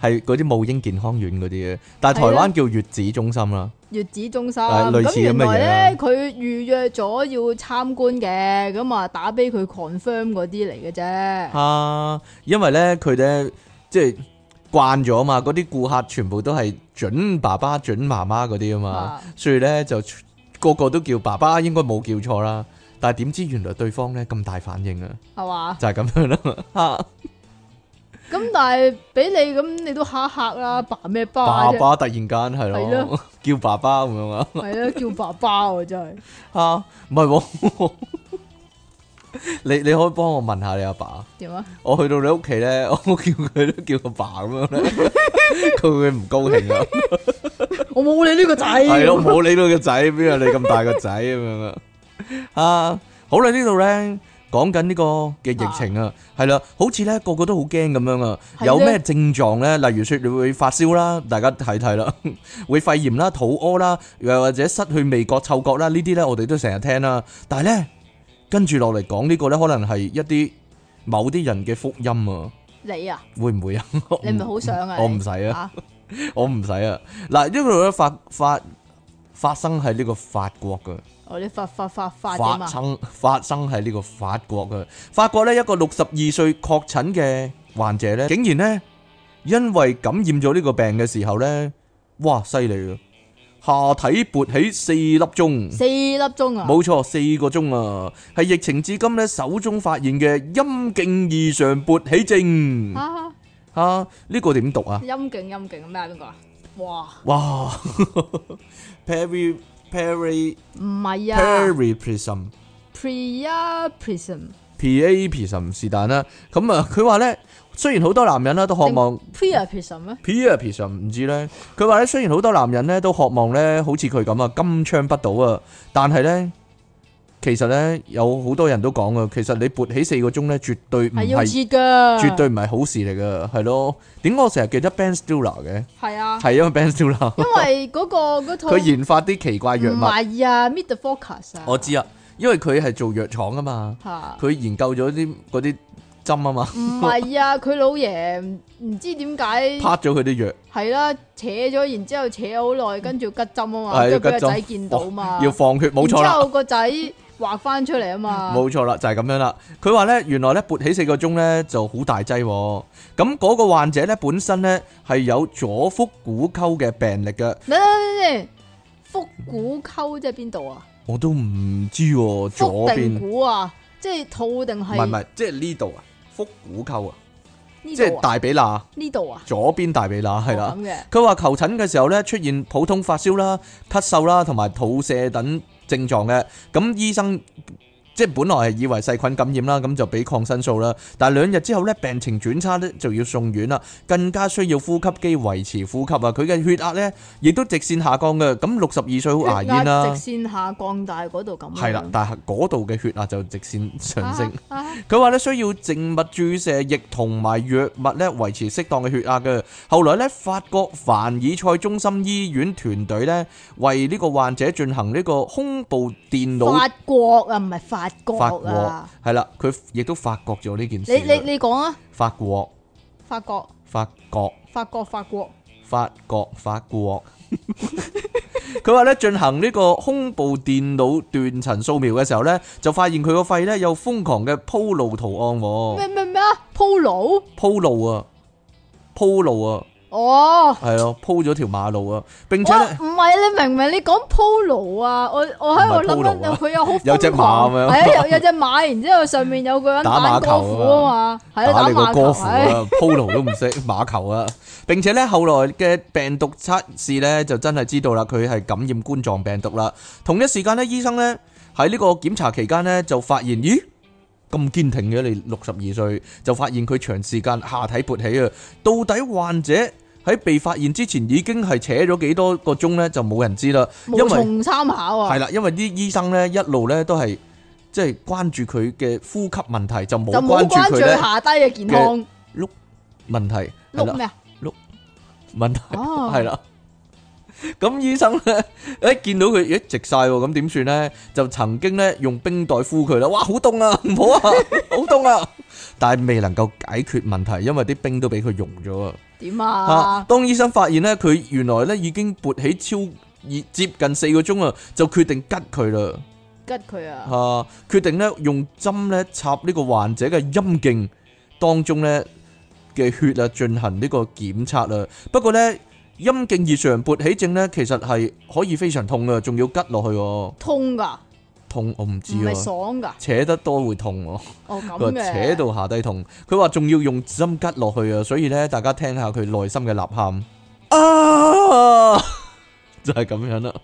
Speaker 1: 係嗰啲母嬰健康院嗰啲嘅，但係台
Speaker 2: 係啊
Speaker 1: 灣叫月子中心啦，
Speaker 2: 月子中心。
Speaker 1: 啊類
Speaker 2: 咁
Speaker 1: 似咁嘅
Speaker 2: 原
Speaker 1: 嘢啦
Speaker 2: 來咧，佢預約咗要參觀嘅，咁啊打俾佢 confirm 嗰啲嚟嘅啫。
Speaker 1: 啊，因為咧佢咧即係慣咗嘛，嗰啲顧客全部都係準爸爸、準媽媽嗰啲啊嘛
Speaker 2: 啊，
Speaker 1: 所以咧就個個都叫爸爸，應該冇叫錯啦。但係點知原來對方咧咁大反應啊，
Speaker 2: 係嘛？
Speaker 1: 就係咁樣啦。嚇
Speaker 2: 啊咁但係俾你咁，你都嚇嚇啦，爸咩
Speaker 1: [laughs]
Speaker 2: 爸
Speaker 1: 爸
Speaker 2: 啫？
Speaker 1: 爸突然間係
Speaker 2: 係
Speaker 1: 咯
Speaker 2: 啊咯，
Speaker 1: 叫爸爸咁樣啊。
Speaker 2: 係啊，叫爸爸喎，真
Speaker 1: [laughs]
Speaker 2: 係。
Speaker 1: 吓，唔係喎， [laughs] 你你可以幫我問下你阿爸，
Speaker 2: 點啊？
Speaker 1: 我去到你屋企咧，我叫佢都叫阿爸咁樣
Speaker 2: [laughs]
Speaker 1: 咧，佢會唔高興啊？
Speaker 2: 我冇你呢個仔。
Speaker 1: 係咯，冇理到個仔，邊有你咁大個仔咁樣啊？啊，好啦，呢度咧講緊呢個嘅疫情啊，係啦，好似咧個個都好驚咁樣啊，
Speaker 2: 係咧
Speaker 1: 有咩症狀咧？例如說你會發燒啦，大家睇睇啦， [laughs] 會肺炎啦、肚屙啦，又或者失去味覺、嗅覺啦，呢啲咧我哋都成日聽啦，但係咧跟住落嚟講呢個咧，可能係一啲某啲人嘅福音啊，
Speaker 2: 你啊，
Speaker 1: 會唔會啊？我唔
Speaker 2: 你咪好想啊？
Speaker 1: [laughs] 我
Speaker 2: 你
Speaker 1: 唔使啊
Speaker 2: 啊，
Speaker 1: 我唔使啊。嗱，呢度咧發發發生喺呢個法國嘅。
Speaker 2: 我哋發發發發點
Speaker 1: 發
Speaker 2: 啊？
Speaker 1: 生發生喺呢個法國嘅法國呢，一個六十二歲確診嘅患者呢，竟然呢，因為感染咗呢個病嘅時候呢，哇犀利啊！下體勃起四粒鐘，
Speaker 2: 四粒鐘啊？
Speaker 1: 冇錯，四個鐘啊，係疫情至今呢，首宗發現嘅陰莖異常勃起症。
Speaker 2: 啊哈
Speaker 1: 啊，呢個點讀啊？
Speaker 2: 陰勁陰勁咩啊？邊個啊？哇，
Speaker 1: 哇 [laughs] ，Perry Perry
Speaker 2: 唔係啊
Speaker 1: Perry Prism。
Speaker 2: ，priapism
Speaker 1: P.A.P.ism 是但啦，咁啊佢話咧，雖然好多男人啦都渴望
Speaker 2: priapism 咩？
Speaker 1: P.A.P.ism 唔知咧，佢話咧雖然好多男人咧都渴望咧好似佢咁啊金槍不倒啊，但係咧其實咧有好多人都講啊，其實你勃起四個鐘咧絕對唔
Speaker 2: 係要啊
Speaker 1: 係
Speaker 2: 切噶，
Speaker 1: 絕對唔係好事嚟噶，係咯？點解我成日記得 Ben Stiller 嘅？
Speaker 2: 係啊，
Speaker 1: 係因為 Ben Stiller
Speaker 2: 因為嗰個嗰套
Speaker 1: 佢研發啲奇怪藥
Speaker 2: 唔
Speaker 1: 物，
Speaker 2: 係啊，Meet the Focus 啊，
Speaker 1: 我知啊，因為佢係做藥廠啊嘛，
Speaker 2: 嚇。
Speaker 1: 佢研究咗啲嗰啲針啊嘛，
Speaker 2: 唔係啊，佢老爺唔唔知點解
Speaker 1: 拍咗佢啲藥。
Speaker 2: 係啦，扯咗，然之後扯好耐，跟住吉針啊嘛，
Speaker 1: 係
Speaker 2: 跟
Speaker 1: 吉
Speaker 2: 住俾個
Speaker 1: 針
Speaker 2: 仔見到嘛，
Speaker 1: 要放血，冇錯
Speaker 2: 啊然之
Speaker 1: 啦，
Speaker 2: 後個仔畫翻出嚟啊嘛，
Speaker 1: 冇錯啦，就係咁樣啦。佢話呢，原來呢，勃起四個鐘呢就好大劑喎。咁嗰個患者呢，本身呢係有左腹股溝嘅病歷嘅，
Speaker 2: 等等等等，腹股溝即係邊度啊？
Speaker 1: 我都唔知喎。
Speaker 2: 腹
Speaker 1: 左
Speaker 2: 定
Speaker 1: 邊
Speaker 2: 股啊？即係肚定
Speaker 1: 唔係唔
Speaker 2: 係
Speaker 1: 係，即係呢度啊，腹股溝啊，
Speaker 2: 呢
Speaker 1: 即
Speaker 2: 度
Speaker 1: 係
Speaker 2: 啊？
Speaker 1: 大髀罅，
Speaker 2: 呢度啊？
Speaker 1: 左邊大髀罅係
Speaker 2: 哦
Speaker 1: 啦。
Speaker 2: 咁嘅，
Speaker 1: 佢話求診嘅時候呢，出現普通發燒啦、咳嗽啦同埋肚瀉等症狀嘅，咁醫生即係本來係以為細菌感染啦，咁就俾抗生素啦，但係兩日之後呢，病情轉差呢，就要送院啦，更加需要呼吸機維持呼吸啊，佢嘅血壓呢，亦都直線下降嘅，咁六十二歲好牙
Speaker 2: 血壓
Speaker 1: 煙啦
Speaker 2: 直，線下降，但係嗰度咁樣
Speaker 1: 係啦，但係嗰度嘅血壓就直線上升。
Speaker 2: 啊啊
Speaker 1: 佢話咧需要靜脈注射液同埋藥物咧維持適當嘅血壓嘅。後來咧，法國凡爾賽中心醫院團隊咧為呢個患者進行呢個胸部電腦
Speaker 2: 法國啊，唔係法
Speaker 1: 法
Speaker 2: 國
Speaker 1: 國
Speaker 2: 啊，
Speaker 1: 係啦，佢亦都發覺咗呢件事
Speaker 2: 你你
Speaker 1: 啦。
Speaker 2: 你講啊，
Speaker 1: 法國、
Speaker 2: 法國
Speaker 1: 法國、
Speaker 2: 法國法國。
Speaker 1: 法國、法國。 [laughs] 佢話咧進行呢個胸部電腦斷層掃描嘅時候咧，就發現佢個肺咧有瘋狂嘅鋪路圖案喎，
Speaker 2: 咩咩咩啊？Polo
Speaker 1: 鋪路啊，鋪路啊。
Speaker 2: 哦，
Speaker 1: 系咯，鋪咗條馬路啊！並且
Speaker 2: 我
Speaker 1: 咧，
Speaker 2: 唔係你明唔明？你講 Polo 啊，我我喺度諗
Speaker 1: 唔係
Speaker 2: 緊
Speaker 1: Polo 啊
Speaker 2: 佢有好
Speaker 1: 有隻
Speaker 2: 隻
Speaker 1: 馬咁樣
Speaker 2: 係啊，有有隻馬，然之後上面有個人
Speaker 1: 打馬
Speaker 2: 打歌
Speaker 1: 球
Speaker 2: 斧啊嘛，係啊，
Speaker 1: 打
Speaker 2: 打
Speaker 1: 你個
Speaker 2: 馬
Speaker 1: 歌
Speaker 2: 球，
Speaker 1: 符
Speaker 2: 係
Speaker 1: 啊，鋪路都唔識馬球啊！並且咧，後來嘅病毒測試咧，就真係知道啦，佢係感染冠狀病毒啦。同一時間咧，醫生咧喺呢個檢查期間咧，就發現咦咁堅挺嘅你六十二歲，就發現佢長時間下體勃起啊！到底患者喺被發現之前已經係扯咗幾多個鐘咧，就冇人知啦，因為。
Speaker 2: 無從參考啊
Speaker 1: 系，啦，因為啲醫生咧一路咧都係即係關注佢嘅呼吸問題，就冇
Speaker 2: 就冇
Speaker 1: 關
Speaker 2: 關
Speaker 1: 注
Speaker 2: 注
Speaker 1: 佢咧
Speaker 2: 下低嘅健康
Speaker 1: 問題係
Speaker 2: 碌
Speaker 1: 啦
Speaker 2: 咩啊？
Speaker 1: 問題
Speaker 2: 哦
Speaker 1: 係啦。咁醫生咧， [laughs] 一見到佢咦直晒喎，咁點算咧？就曾經咧用冰袋敷佢啦，哇好凍啊， [laughs] 唔好啊，好凍啊！但係未能夠解決問題，因為啲冰都俾佢溶咗啊。
Speaker 2: 點
Speaker 1: 啊！
Speaker 2: 啊？
Speaker 1: 當醫生發現咧，佢原來咧已經勃起超已接近四個鐘啊，就決定吉佢啦。
Speaker 2: 吉佢啊！
Speaker 1: 啊，決定咧用針咧插呢個患者嘅陰莖當中咧嘅血啊，進行呢個檢測啊。不過咧，陰莖異常勃起症咧，其實係可以非常痛啊，仲要吉落去喎，
Speaker 2: 痛㗎，
Speaker 1: 痛我唔知
Speaker 2: 唔係
Speaker 1: 啊，
Speaker 2: 爽㗎，
Speaker 1: 扯得多會痛喎。
Speaker 2: 哦咁
Speaker 1: 佢
Speaker 2: 嘅，
Speaker 1: 扯到下低痛，佢話仲要用針吉落去啊，所以咧大家聽下佢內心嘅吶喊啊， [laughs] 就係咁樣啦。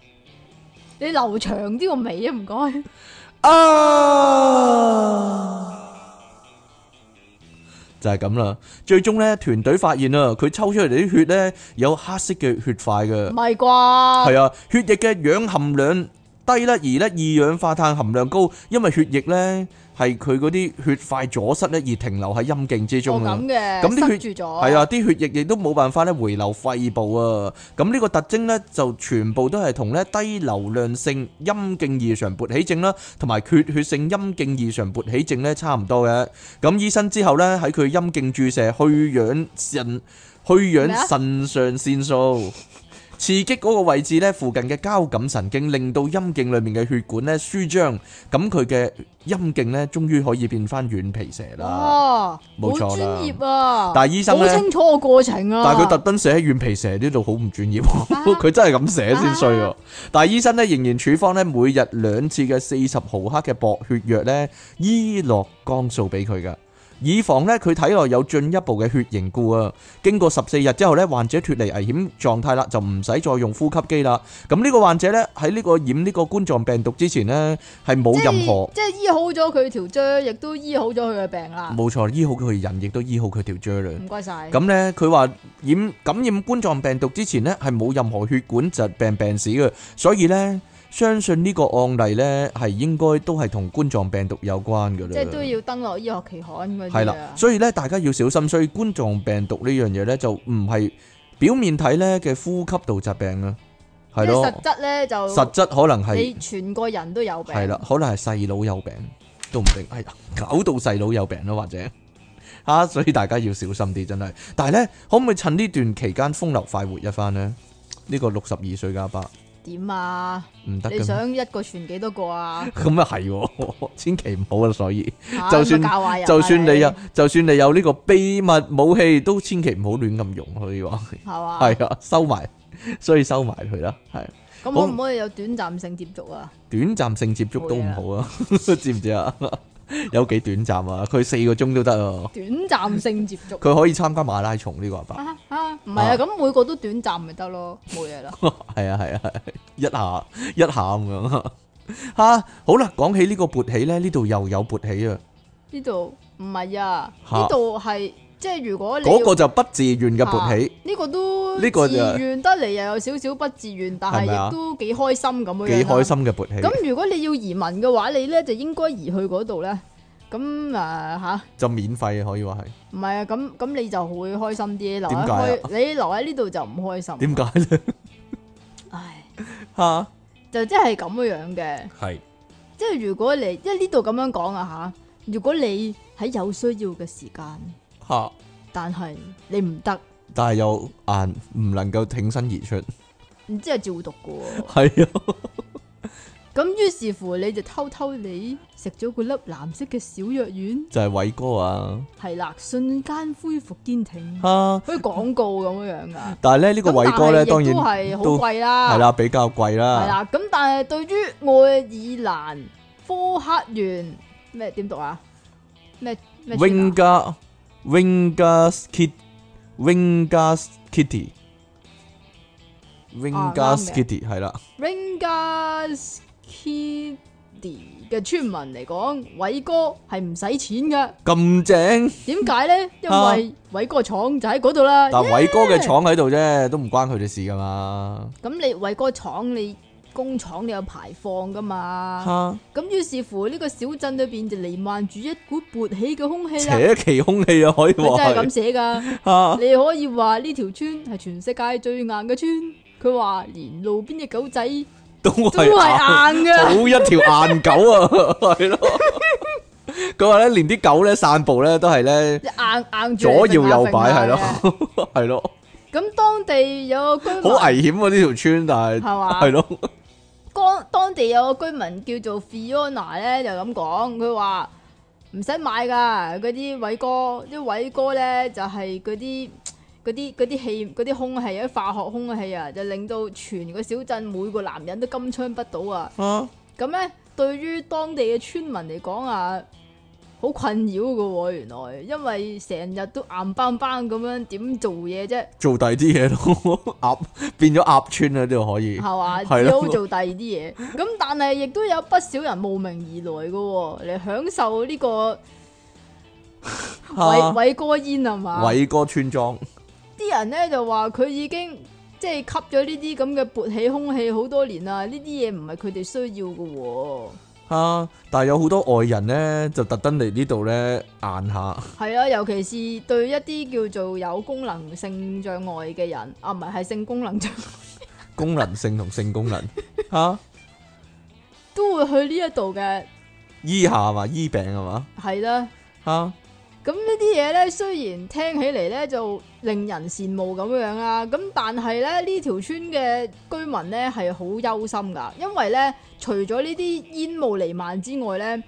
Speaker 2: 你留長啲個尾啊，唔該，Ờ.
Speaker 1: 啊！就係咁啦，最終咧團隊發現啊，佢抽出嚟啲血咧有黑色嘅血塊嘅
Speaker 2: 唔，係哦
Speaker 1: 係
Speaker 2: 啩？
Speaker 1: 啊，血液嘅氧含量低啦，而咧二氧化碳含量高，因為血液咧係佢嗰啲血塊阻塞咧而停留喺陰莖之
Speaker 2: 哦
Speaker 1: 中啊
Speaker 2: 咁。嘅，
Speaker 1: 咁啲
Speaker 2: 塞
Speaker 1: 血
Speaker 2: 住咗，
Speaker 1: 係啊，啲血液亦都冇辦法咧回流肺部啊。咁呢個特徵咧就全部都係同咧低流量性陰莖異常勃起症啦，同埋缺血性陰莖異常勃起症咧差唔多嘅。咁醫生之後咧喺佢陰莖注射去氧腎去氧
Speaker 2: 咩啊
Speaker 1: 腎上腺素。刺激嗰個位置咧，附近嘅交感神經令到陰莖裡面嘅血管咧舒張，咁佢嘅陰莖咧，終於可以變翻軟皮蛇啦。
Speaker 2: 哇，
Speaker 1: 冇
Speaker 2: 好
Speaker 1: 錯
Speaker 2: 專
Speaker 1: 啦
Speaker 2: 業啊！
Speaker 1: 但係醫生
Speaker 2: 好
Speaker 1: 咧。
Speaker 2: 清楚個過程啊，
Speaker 1: 但係佢特登寫喺軟皮蛇呢度好唔專業喎，
Speaker 2: 啊
Speaker 1: [laughs] 佢真係咁寫先衰喎。但係醫生咧仍然處方咧每日兩次嘅四十毫克嘅薄血藥咧伊洛光素俾佢噶，以防咧佢體內有進一步嘅血凝固啊。經過十四日之後咧，患者脱離危險狀態啦，就唔使再用呼吸機啦。咁呢個患者咧喺呢個染呢個冠狀病毒之前咧係冇
Speaker 2: 即係
Speaker 1: 任何
Speaker 2: 即係醫好咗佢條啫，亦都醫好咗佢嘅病啦，
Speaker 1: 冇錯，醫好佢人，亦都醫好佢條 j 啦。
Speaker 2: 唔該晒。
Speaker 1: 咁咧，佢話染感染冠狀病毒之前呢，係冇任何血管疾病病史嘅，所以呢，相信呢個案例呢，係應該都係同冠狀病毒有關噶啦。
Speaker 2: 即係都要登落醫學期刊嗰
Speaker 1: 係
Speaker 2: 啲
Speaker 1: 啦，
Speaker 2: 啊。
Speaker 1: 所以咧，大家要小心。所以冠狀病毒呢樣嘢呢，就唔係表面睇呢嘅呼吸道疾病啊，係
Speaker 2: 即係實
Speaker 1: 咯，
Speaker 2: 質咧就
Speaker 1: 實質可能係。
Speaker 2: 你全個人都有病。
Speaker 1: 系啦，可能係細佬有病都唔定，係啦，搞到細佬有病咯，或者 [laughs] 吓、啊所以大家要小心啲，真係。但係呢，可唔可以趁呢段期間風流快活一番呢？呢、個六十二歲加八
Speaker 2: 點啊？
Speaker 1: 唔得
Speaker 2: 你
Speaker 1: 嘅咩， [laughs]
Speaker 2: 想一個傳幾多個啊？
Speaker 1: 咁啊係， [laughs] 千祈唔好啊！所以
Speaker 2: 嚇
Speaker 1: 就算
Speaker 2: 咁咪教壞人啊
Speaker 1: 就算你有，就算你有呢個秘密武器，都千祈唔好亂咁用，可以話 [laughs]
Speaker 2: 係嘛？
Speaker 1: 係啊，收埋，所以收埋佢啦，係。
Speaker 2: 咁
Speaker 1: 好
Speaker 2: 可唔可以有短暫性接觸啊？
Speaker 1: 短暫性接觸都唔好啊， [laughs] 知唔知啊？有幾短暫啊？佢四個鐘都得啊！
Speaker 2: 短暫性接觸
Speaker 1: 佢可以參加馬拉松呢個阿
Speaker 2: [laughs]
Speaker 1: 伯，
Speaker 2: 啊啊，唔係啊，咁每個都短暫咪得咯，冇嘢啦。
Speaker 1: 係啊係啊係啊，一下一下咁樣 [laughs] 啊嚇。好啦，講起呢個勃起咧，呢度又有勃起啊！
Speaker 2: 呢度唔係啊，
Speaker 1: 嚇
Speaker 2: 呢度係即係如果你要
Speaker 1: 嗰個就不自願嘅勃起，
Speaker 2: 啊呢個都
Speaker 1: 呢個就
Speaker 2: 自願得嚟又有少少不自願，但
Speaker 1: 係咪啊
Speaker 2: 係亦都幾開心咁樣。
Speaker 1: 幾開。心嘅勃起，
Speaker 2: 啊咁如果你要移民嘅話，你咧就應該移去嗰度咧。咁啊吓，
Speaker 1: 就免費可以話係。
Speaker 2: 唔係啊，咁咁你就會開心啲。留
Speaker 1: 點解啊
Speaker 2: 喺開你留喺呢度就唔開心。
Speaker 1: 點？解咧？ [laughs]
Speaker 2: 唉，
Speaker 1: 嚇
Speaker 2: 就即係咁樣樣嘅。
Speaker 1: 係
Speaker 2: 即係如果你，因為呢度咁樣講啊吓，如果你喺有需要嘅時間，
Speaker 1: 嚇，
Speaker 2: 但係你唔得，
Speaker 1: 但係又硬唔能夠挺身而出，
Speaker 2: 唔知係照讀嘅喎。
Speaker 1: 係啊，
Speaker 2: 咁於是乎你就偷偷地食咗個粒藍色嘅小藥
Speaker 1: [laughs]
Speaker 2: 丸，
Speaker 1: 就係偉哥啊
Speaker 2: 係啦，瞬間恢復堅挺，
Speaker 1: 嚇。
Speaker 2: 好似廣告咁樣樣噶。
Speaker 1: 但係咧呢個
Speaker 2: 咁
Speaker 1: 偉哥咧，當
Speaker 2: 但係
Speaker 1: 然
Speaker 2: 亦都係好貴啦，
Speaker 1: 係，啦，比較貴
Speaker 2: 係
Speaker 1: 啦，
Speaker 2: 啦。咁但係對於愛爾蘭科克園咩點讀啊？咩咩
Speaker 1: Wing 加 Wing 加 Kit Wing 加 Kitty Wing 加
Speaker 2: 啊啱嘅
Speaker 1: Kitty 係啦，
Speaker 2: Ringas Kitty 嘅村民嚟講，偉哥係唔使錢嘅。
Speaker 1: 咁正。
Speaker 2: 點解咧？因
Speaker 1: 啊
Speaker 2: 為偉哥廠就喺嗰度啦。
Speaker 1: 但偉哥嘅廠喺度啫，都唔關佢哋事噶嘛。
Speaker 2: 咁你偉哥廠你工廠你有排放噶嘛？
Speaker 1: 嚇，
Speaker 2: 咁於是乎呢個小鎮裏邊就瀰漫住一股勃起嘅空氣啦。
Speaker 1: 扯旗空氣啊，可以
Speaker 2: 佢
Speaker 1: 話
Speaker 2: 真係咁
Speaker 1: 係
Speaker 2: 寫噶，
Speaker 1: [laughs] 嚇
Speaker 2: 你可以話呢條村係全世界最硬嘅村。佢話連路邊嘅狗仔
Speaker 1: 都
Speaker 2: 都
Speaker 1: 係硬
Speaker 2: 係硬嘅，
Speaker 1: 好一條硬狗 [laughs] 啊，係咯。佢話咧，連啲狗咧散步咧都係咧
Speaker 2: 硬硬住
Speaker 1: 左搖
Speaker 2: 嚟揈下
Speaker 1: 右擺，係
Speaker 2: 揈下嘅。
Speaker 1: [laughs] 咯，係咯。
Speaker 2: 咁當地有個
Speaker 1: 好
Speaker 2: 居民，
Speaker 1: 危險喎！呢條村，但係
Speaker 2: 係嘛
Speaker 1: 係咯，
Speaker 2: 當當地有個居民叫做 Fiona 咧，就咁講，佢話唔使買噶，嗰啲偉哥，啲偉哥咧就係嗰啲嗰啲嗰啲氣，嗰啲空氣啊，化學空氣啊，就令到全個小鎮每個男人都金槍不倒啊！
Speaker 1: 啊
Speaker 2: 咁咧，對於當地嘅村民嚟講啊，好困擾噶喎，原來因為成日都硬邦邦咁樣點做嘢啫，
Speaker 1: 做第二啲嘢咯， [laughs] 鴨變咗鴨村啦，啊呢度可以
Speaker 2: 係嘛？
Speaker 1: 係
Speaker 2: 只
Speaker 1: 咯
Speaker 2: 好做第二啲嘢。咁但係亦都有不少人慕名而來噶喎，嚟享受呢個
Speaker 1: 嚇
Speaker 2: 偉偉哥煙啊嘛。
Speaker 1: 偉哥村莊
Speaker 2: 啲人咧就話佢已經即係吸咗呢啲咁嘅勃起空氣好多年啦，呢啲嘢唔係佢哋需要嘅喎。
Speaker 1: 啊！但係有好多外人咧，就特登嚟呢度咧硬下，
Speaker 2: 係啊，尤其是對一啲叫做有功能性障礙嘅人，啊唔係係性功能障，
Speaker 1: 功能性同性功能啊吓
Speaker 2: 都會去呢一度嘅，
Speaker 1: 醫下嘛，醫病係嘛啊
Speaker 2: 係啦。
Speaker 1: 吓，
Speaker 2: 咁呢啲嘢咧，雖然聽起嚟咧就令人羨慕咁樣啦，咁但係咧呢條村嘅居民咧係好憂心噶，因為咧除咗呢啲煙霧瀰漫之外咧，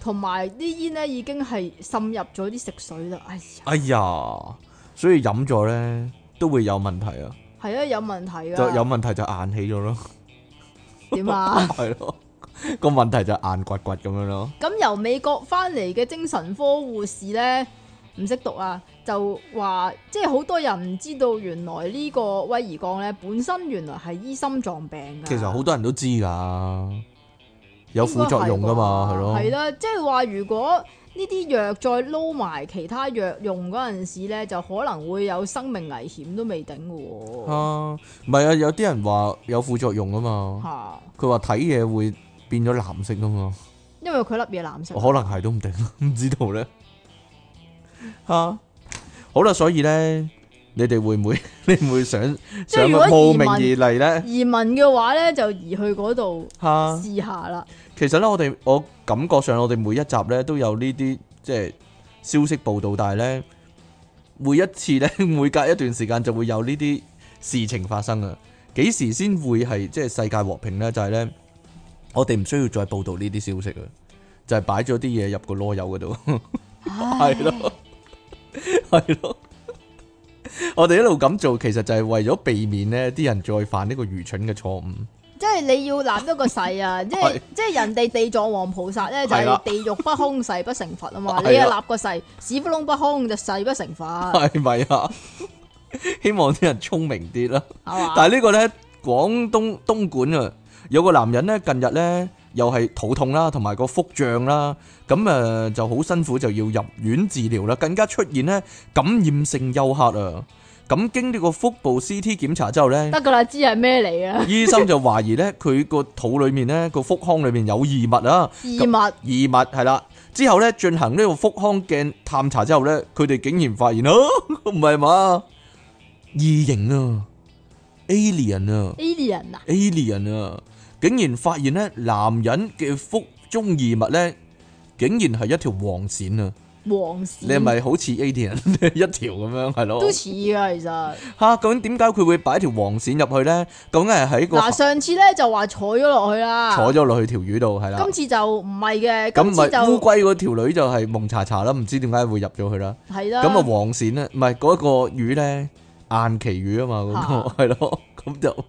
Speaker 2: 同埋啲煙咧已經係滲入咗啲食水啦。哎呀，
Speaker 1: 哎呀，所以飲咗咧都會有問題啊，
Speaker 2: 係啊，有問題
Speaker 1: 就有
Speaker 2: 噶，
Speaker 1: 問題就硬起咗
Speaker 2: [laughs]
Speaker 1: 咯，
Speaker 2: 點啊？
Speaker 1: 係咯，個問題就硬掘掘咁樣咯。
Speaker 2: 咁由美國翻嚟嘅精神科護士咧，唔識讀啊，就話即係好多人唔知道原來呢個威而鋼咧本身原來係醫心臟病㗎。
Speaker 1: 其實好多人都知㗎，有副作用㗎嘛，係咯，
Speaker 2: 系啦，即係話如果呢啲藥再撈埋其他藥用嗰陣時咧，就可能會有生命危險都未頂嘅喎。
Speaker 1: 啊，唔係啊，有啲人話有副作用啊嘛，
Speaker 2: 嚇，
Speaker 1: 佢話睇嘢會變咗藍色啊嘛，
Speaker 2: 因為佢粒嘢藍色
Speaker 1: 可。能係都唔定， [laughs] 唔知道咧。啊，好啦，所以咧，你哋會唔會， [laughs] 你唔會想
Speaker 2: 即係
Speaker 1: 想
Speaker 2: 如果
Speaker 1: 慕名
Speaker 2: 移民
Speaker 1: 而嚟咧？
Speaker 2: 移民嘅話咧，就移去嗰度
Speaker 1: 嚇！
Speaker 2: 試下啦。
Speaker 1: 其實咧，我哋我感覺上，我哋每一集咧都有呢啲即係消息報導，但係咧每一次咧， [laughs] 每隔一段時間就會有呢啲事情發生啊！幾時先會係即係世界和平咧？就係、呢，咧，我哋唔需要再報導呢啲消息啊！就係擺咗啲嘢入個籮柚嗰度，[laughs]
Speaker 2: 唉
Speaker 1: 係咯，係咯。我哋一路咁做，其實就係為咗避免呢啲人再犯呢個愚蠢嘅錯誤。 [laughs]
Speaker 2: 即係你要攬得個勢啊！即係
Speaker 1: 係
Speaker 2: 即係人哋地藏王菩薩咧，就
Speaker 1: 係啦
Speaker 2: 係地獄不空，誓不成佛啊嘛。
Speaker 1: 係啦
Speaker 2: 你又立個誓，屎窟窿不空就誓
Speaker 1: [laughs]
Speaker 2: 不成佛，係
Speaker 1: 係咪啊？希望啲人聰明啲啦。
Speaker 2: 嘛？
Speaker 1: 但係呢個呢，廣東東莞啊，有個男人呢，近日呢，又係肚痛啦，同埋個腹脹啦，咁誒、呃就好辛苦，就要入院治療啦，更加出現呢感染性休克啊。咁經呢個腹部 CT 檢查之後
Speaker 2: [laughs]
Speaker 1: 呢，
Speaker 2: 得噶啦，知係咩嚟啊？
Speaker 1: 醫生就懷疑呢，佢個肚裡面呢，個腹腔裡面有異物啊。
Speaker 2: 異物
Speaker 1: 異物係啦。之後咧進行呢個腹腔鏡探查之後咧，佢哋竟然發現啊，唔係嘛，異形啊，alien 啊
Speaker 2: alien 啊！
Speaker 1: ，alien à. 啊，竟然發現咧男人嘅腹中異物咧，竟然係一條黃線啊！
Speaker 2: 黃鱔
Speaker 1: 你係咪好似 alien [laughs] 一條咁樣係咯
Speaker 2: 都？似噶，其實
Speaker 1: 吓，究竟點解佢會擺條黃線入去咧？究竟係喺個
Speaker 2: 嗱，上次咧就話坐咗落去啦，
Speaker 1: 坐咗落去條魚度係啦
Speaker 2: 今。次就唔係嘅，
Speaker 1: 咁
Speaker 2: 今
Speaker 1: 咪
Speaker 2: 次就
Speaker 1: 烏龜嗰條女就係蒙查查啦，唔知點解會入咗去啦。
Speaker 2: 係啦，
Speaker 1: 咁啊黃鱔咧，唔係嗰個魚咧硬旗魚啊 [laughs] 嘛，嗰、個係咯，咁就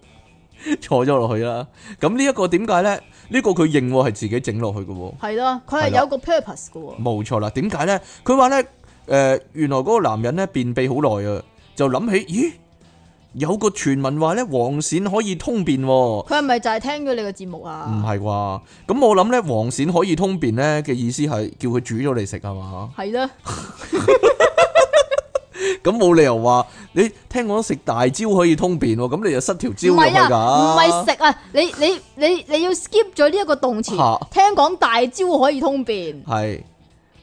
Speaker 1: 坐咗落去啦。咁呢一個點解咧？呢、個佢認喎係自己整落去嘅喎，
Speaker 2: 係啦，佢
Speaker 1: 係
Speaker 2: 係
Speaker 1: 啦
Speaker 2: 有個 purpose 嘅喎，
Speaker 1: 冇錯啦。點解咧？佢話咧，誒、原來嗰個男人咧便秘好耐啊，就諗起，咦，有個傳聞話咧黃鱔可以通便喎、
Speaker 2: 佢係咪就係聽咗你個節目
Speaker 1: 唔
Speaker 2: 啊？
Speaker 1: 係啩？咁我諗咧，黃鱔可以通便咧嘅意思係叫佢煮咗嚟食係嘛？
Speaker 2: 係啦，
Speaker 1: 咁冇理由話你聽講食大蕉可以通便喎，咁你就塞條蕉
Speaker 2: 唔
Speaker 1: 入去
Speaker 2: 係
Speaker 1: 㗎？
Speaker 2: 啊，唔係食啊，你你你你要 skip 咗呢一個動詞
Speaker 1: 嚇，
Speaker 2: 聽講大蕉可以通便，
Speaker 1: 係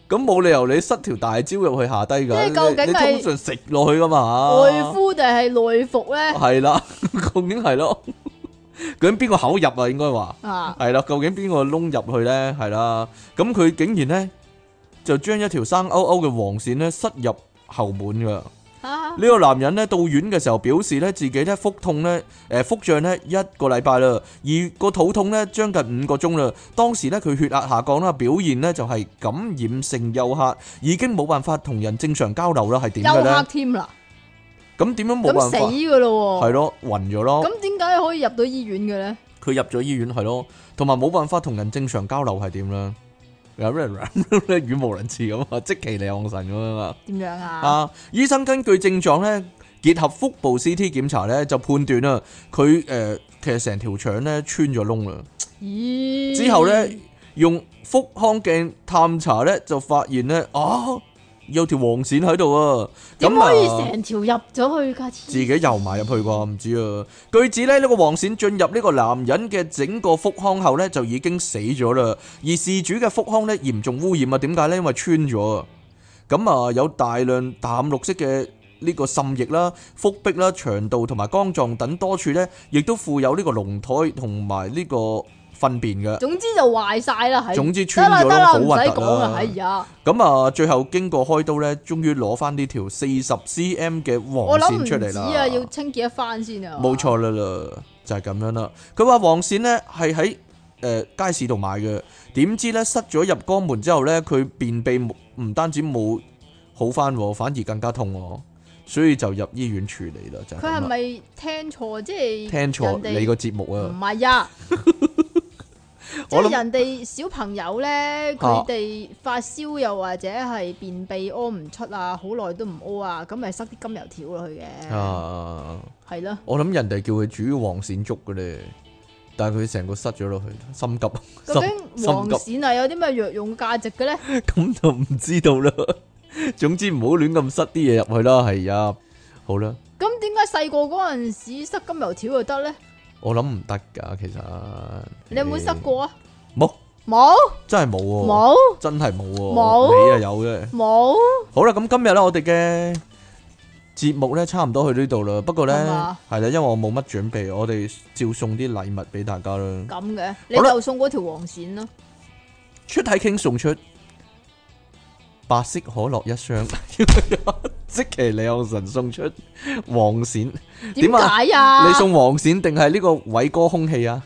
Speaker 1: 咁冇理由你塞條大蕉入去下低
Speaker 2: 即係
Speaker 1: 㗎。你
Speaker 2: 究竟
Speaker 1: 你
Speaker 2: 係
Speaker 1: 通常食落去㗎嘛？
Speaker 2: 外敷定係內服咧？
Speaker 1: 係啦，究竟係咯？究竟邊個口入啊？應該話
Speaker 2: 啊，
Speaker 1: 係啦，究竟邊個窿入去咧？係啦，咁佢竟然咧就將一條生勾勾嘅黃線咧塞入後門㗎。
Speaker 2: 啊
Speaker 1: 呢個男人咧到院嘅時候表示咧自己咧腹痛咧，誒、腹脹咧一個禮拜啦，而個肚痛咧將近五個鐘啦。當時咧佢血壓下降啦，表現咧就係感染性休克，已經冇辦法同人正常交流啦，係點嘅
Speaker 2: 休克
Speaker 1: 咧？
Speaker 2: 添啦，
Speaker 1: 咁點樣冇
Speaker 2: 咁
Speaker 1: 辦
Speaker 2: 死
Speaker 1: 法？
Speaker 2: 㗎咯
Speaker 1: 係
Speaker 2: 喎，
Speaker 1: 咯，暈咗咯，
Speaker 2: 咁點解可以入到醫院嘅咧？
Speaker 1: 佢入咗醫院係咯，同埋冇辦法同人正常交流係點咧？有咩語無倫次咁啊， [laughs] 即其離岸神咁樣啊！
Speaker 2: 點樣啊？
Speaker 1: 啊，醫生根據症狀咧，結合腹部 CT 檢查咧，就判斷啦，佢誒、呃其實成條腸咧穿咗窿啊啦。
Speaker 2: 咦，
Speaker 3: 嗯
Speaker 1: 之後咧，用腹腔鏡探查咧，就發現咧，啊，有條黃線喺度啊！
Speaker 3: 點
Speaker 1: 咁
Speaker 3: 可以
Speaker 1: 啊，
Speaker 3: 成條入咗去㗎？
Speaker 1: 自己游埋入去啩，唔知啊。據指咧，呢個黃線進入呢個男人嘅整個腹腔後咧，就已經死咗啦。而事主嘅腹腔咧嚴重污染啊，點解咧？因為穿咗啊。咁啊，有大量淡綠色嘅呢個滲液啦、腹壁啦、腸道同埋肝臟等多處咧，亦都附有呢個龍胎同埋呢個糞便嘅。
Speaker 2: 總之就壞晒啦，係
Speaker 1: 總之
Speaker 2: 得
Speaker 1: 穿
Speaker 2: 啦
Speaker 1: 咗
Speaker 2: 得
Speaker 1: 啦，
Speaker 2: 啦，
Speaker 1: 好
Speaker 2: 唔
Speaker 1: 核
Speaker 2: 使
Speaker 1: 突
Speaker 2: 講
Speaker 1: 啦
Speaker 2: 啦，。哎呀，
Speaker 1: 咁啊，最後經過開刀咧，終於攞翻呢條四十 cm 嘅黃
Speaker 2: 我諗
Speaker 1: 線
Speaker 2: 唔
Speaker 1: 出嚟
Speaker 2: 止啊，要
Speaker 1: 啦。
Speaker 2: 清潔一番先啊，
Speaker 1: 冇錯啦啦，就係、咁樣啦。佢話黃線咧係喺誒街市度買嘅，點知咧塞咗入肛門之後咧，佢便秘冇唔單止冇好翻，反而更加痛喎，所以就入醫院處理啦。就係
Speaker 2: 佢係
Speaker 1: 咁啦。
Speaker 2: 咪聽錯？即係
Speaker 1: 聽錯
Speaker 2: 人哋
Speaker 1: 你個節目
Speaker 2: 唔
Speaker 1: 啊！
Speaker 2: 係啊，即
Speaker 1: [laughs] 我諗
Speaker 2: 係
Speaker 1: 啊
Speaker 2: 人哋小朋友咧，佢哋發燒又或者係便秘屙唔出啊，好耐都唔屙啊，咁咪塞啲金油條落去嘅，
Speaker 1: 啊，
Speaker 2: 係咯。
Speaker 1: 我諗人哋叫佢煮黃線粥嘅咧，但係佢成個塞咗落去，心急。
Speaker 2: 究
Speaker 1: 心
Speaker 2: 竟黃鱔係有啲咩藥用價值嘅咧？
Speaker 1: [laughs] 咁就唔知道啦。總之唔好亂咁塞啲嘢入去啦，係啊。好啦，
Speaker 2: 咁點解細個嗰陣時塞金油條就得咧？
Speaker 1: 我諗唔得噶，其實
Speaker 2: 你有冇塞？過啊？
Speaker 1: 冇，
Speaker 2: 冇
Speaker 1: 真係冇喎，
Speaker 2: 冇
Speaker 1: 真係冇喎，
Speaker 2: 冇
Speaker 1: 你啊有啫。
Speaker 2: 冇，
Speaker 1: 好啦，咁今日咧我哋嘅節目咧差唔多去呢度啦，不過咧
Speaker 2: 係嘛
Speaker 1: 係啦，因為我冇乜準備，我哋照送啲禮物俾大家啦。
Speaker 2: 咁嘅，你
Speaker 1: 好啦
Speaker 2: 就送嗰條黃線咯。
Speaker 1: 出體傾送出白色可樂一箱， [laughs] 即其李昂神送出黃鱔。
Speaker 2: 點
Speaker 1: 點啊
Speaker 2: 解啊？
Speaker 1: 你送黃線定係呢個偉哥空氣啊？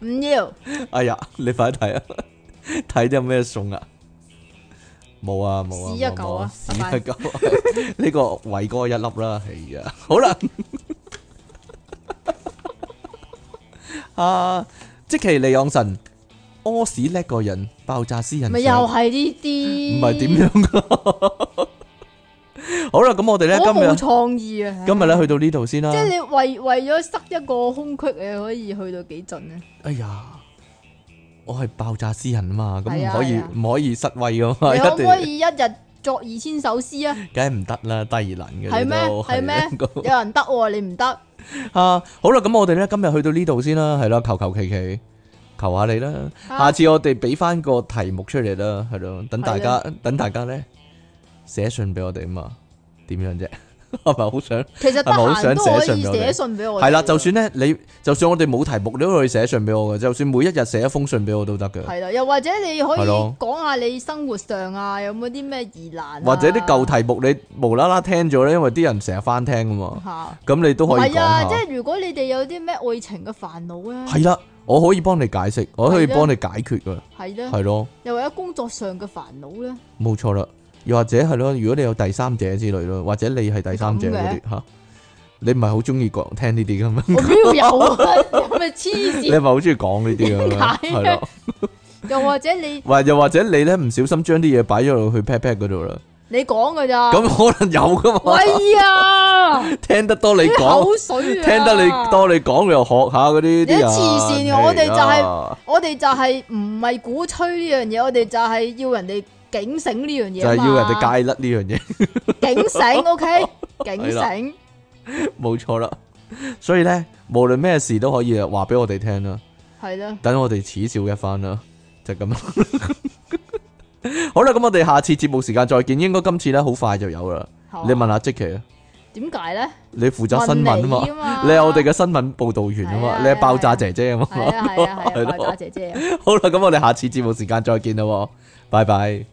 Speaker 2: 唔要
Speaker 1: 哎呀，你快睇啊！ [laughs] 睇啲有咩送啊？冇啊冇啊，
Speaker 2: 屎一嚿啊
Speaker 1: 冇冇
Speaker 2: 拜拜
Speaker 1: 屎一嚿啊。呢 [laughs] 個偉哥一粒啦，係啊，好啦， [laughs] 啊，即其利昂神屙屎叻個人，爆炸私人
Speaker 2: 咪又
Speaker 1: 相
Speaker 2: 係呢啲？
Speaker 1: 唔係點？樣噶？ [laughs] 好啦，咁我哋咧
Speaker 2: 我
Speaker 1: 今
Speaker 2: 冇
Speaker 1: 日
Speaker 2: 創意啊！
Speaker 1: 今日咧去到呢度先啦
Speaker 2: 即。係你為為咗塞一個空隙，你可以去到幾
Speaker 1: [laughs]
Speaker 2: 盡咧？
Speaker 1: 哎呀，我係爆炸詩人啊嘛，咁
Speaker 2: 係
Speaker 1: 唔
Speaker 2: 啊
Speaker 1: 可以
Speaker 2: 係啊
Speaker 1: 唔可以失威噶嘛，
Speaker 2: 你
Speaker 1: 一
Speaker 2: 可唔可
Speaker 1: 定
Speaker 2: 以一日作二千
Speaker 1: [laughs]
Speaker 2: 首詩啊？
Speaker 1: 梗係唔得啦，低能嘅
Speaker 2: 係咩？
Speaker 1: 都
Speaker 2: 係咩？有人得喎，你唔得？
Speaker 1: 啊，好啦，咁我哋咧今日去到呢度先啦，係啦，求求其其。求下你啦，
Speaker 2: 啊
Speaker 1: 下次我哋俾翻個題目出嚟啦，係咯，等大家等大家咧寫信俾我哋啊嘛，點樣啫？ [laughs] 係咪好想？
Speaker 2: 其實得
Speaker 1: 係咪好
Speaker 2: 閒
Speaker 1: 想
Speaker 2: 都可
Speaker 1: 寫信
Speaker 2: 以
Speaker 1: 俾我哋
Speaker 2: 寫信俾我哋㗎。啊
Speaker 1: 係啦，就算咧你，就算我哋冇題目，你都可以寫信俾我嘅，就算每一日寫一封信俾我都得嘅。
Speaker 2: 係啊啦，又或者你可以
Speaker 1: 係咯
Speaker 2: 講下你生活上啊，有冇啲咩疑難啊、
Speaker 1: 或者啲舊題目你無啦啦聽咗咧，因為啲人成日翻聽噶嘛，
Speaker 2: 嚇
Speaker 1: 咁你都可以講
Speaker 2: 係啊，
Speaker 1: 下
Speaker 2: 即。係如果你哋有啲咩愛情嘅煩惱咧，
Speaker 1: 係啦，我可以幫你解釋，我可以
Speaker 2: 係啊嗯
Speaker 1: 幫你解決噶，
Speaker 2: 係啦，
Speaker 1: 係咯，
Speaker 2: 又或者工作上嘅煩
Speaker 1: [laughs]
Speaker 2: 惱咧，
Speaker 1: 冇錯啦。又或者係咯，如果你有第三者之類咯，或者你係第三者嗰啲吓，你唔係好中意講聽呢啲噶
Speaker 2: [laughs]
Speaker 1: 嘛？
Speaker 2: 我邊有啊？咪黐
Speaker 1: [laughs] 你唔係
Speaker 2: 線，
Speaker 1: 好中意講呢啲噶嘛？
Speaker 2: 點解
Speaker 1: 係咯，
Speaker 2: 又或者你
Speaker 1: 或又或者你咧唔小心將啲嘢擺咗落去 pat pat 嗰度啦，
Speaker 2: 你講㗎咋？
Speaker 1: 咁可能有噶嘛？
Speaker 2: 喂啊！
Speaker 1: 聽得多你
Speaker 2: 啲
Speaker 1: [laughs] 講。
Speaker 2: 口水啊！
Speaker 1: 聽得你多，你講又學下嗰啲啲
Speaker 2: 你
Speaker 1: 人
Speaker 2: 黐線嘅我哋就係
Speaker 1: 係啊
Speaker 2: 我哋就係唔係鼓吹呢樣嘢，我哋就係要人哋警醒呢樣
Speaker 1: 就
Speaker 2: 嘢
Speaker 1: 係
Speaker 2: 啊
Speaker 1: 要人哋
Speaker 2: 嘛
Speaker 1: 戒甩呢樣嘢，
Speaker 2: 警醒，OK，警
Speaker 1: [laughs]
Speaker 2: 醒
Speaker 1: 冇錯啦。所以咧，無論咩事都可以話俾我哋聽啦，
Speaker 2: 係啦，
Speaker 1: 等我哋恥笑一番啦，就咁啦。 [laughs] 好啦，咁我哋下次節目時間再見，應該今次咧好快就有啦。
Speaker 2: 係嘛
Speaker 1: 你問下即奇啊，
Speaker 2: 點解咧？
Speaker 1: 你負責新聞啊
Speaker 2: 問你啊
Speaker 1: 嘛
Speaker 2: 嘛，
Speaker 1: 你係我哋嘅新聞報導員啊
Speaker 2: 係啊
Speaker 1: 嘛，你係爆
Speaker 2: 係
Speaker 1: 炸
Speaker 2: 啊
Speaker 1: 姐姐啊嘛，
Speaker 2: 係啊係啊係
Speaker 1: 係
Speaker 2: 啊，
Speaker 1: 咯 [laughs]
Speaker 2: 爆炸姐姐啊。
Speaker 1: 好啦，咁我哋下次節目時間再見啦喎，拜拜。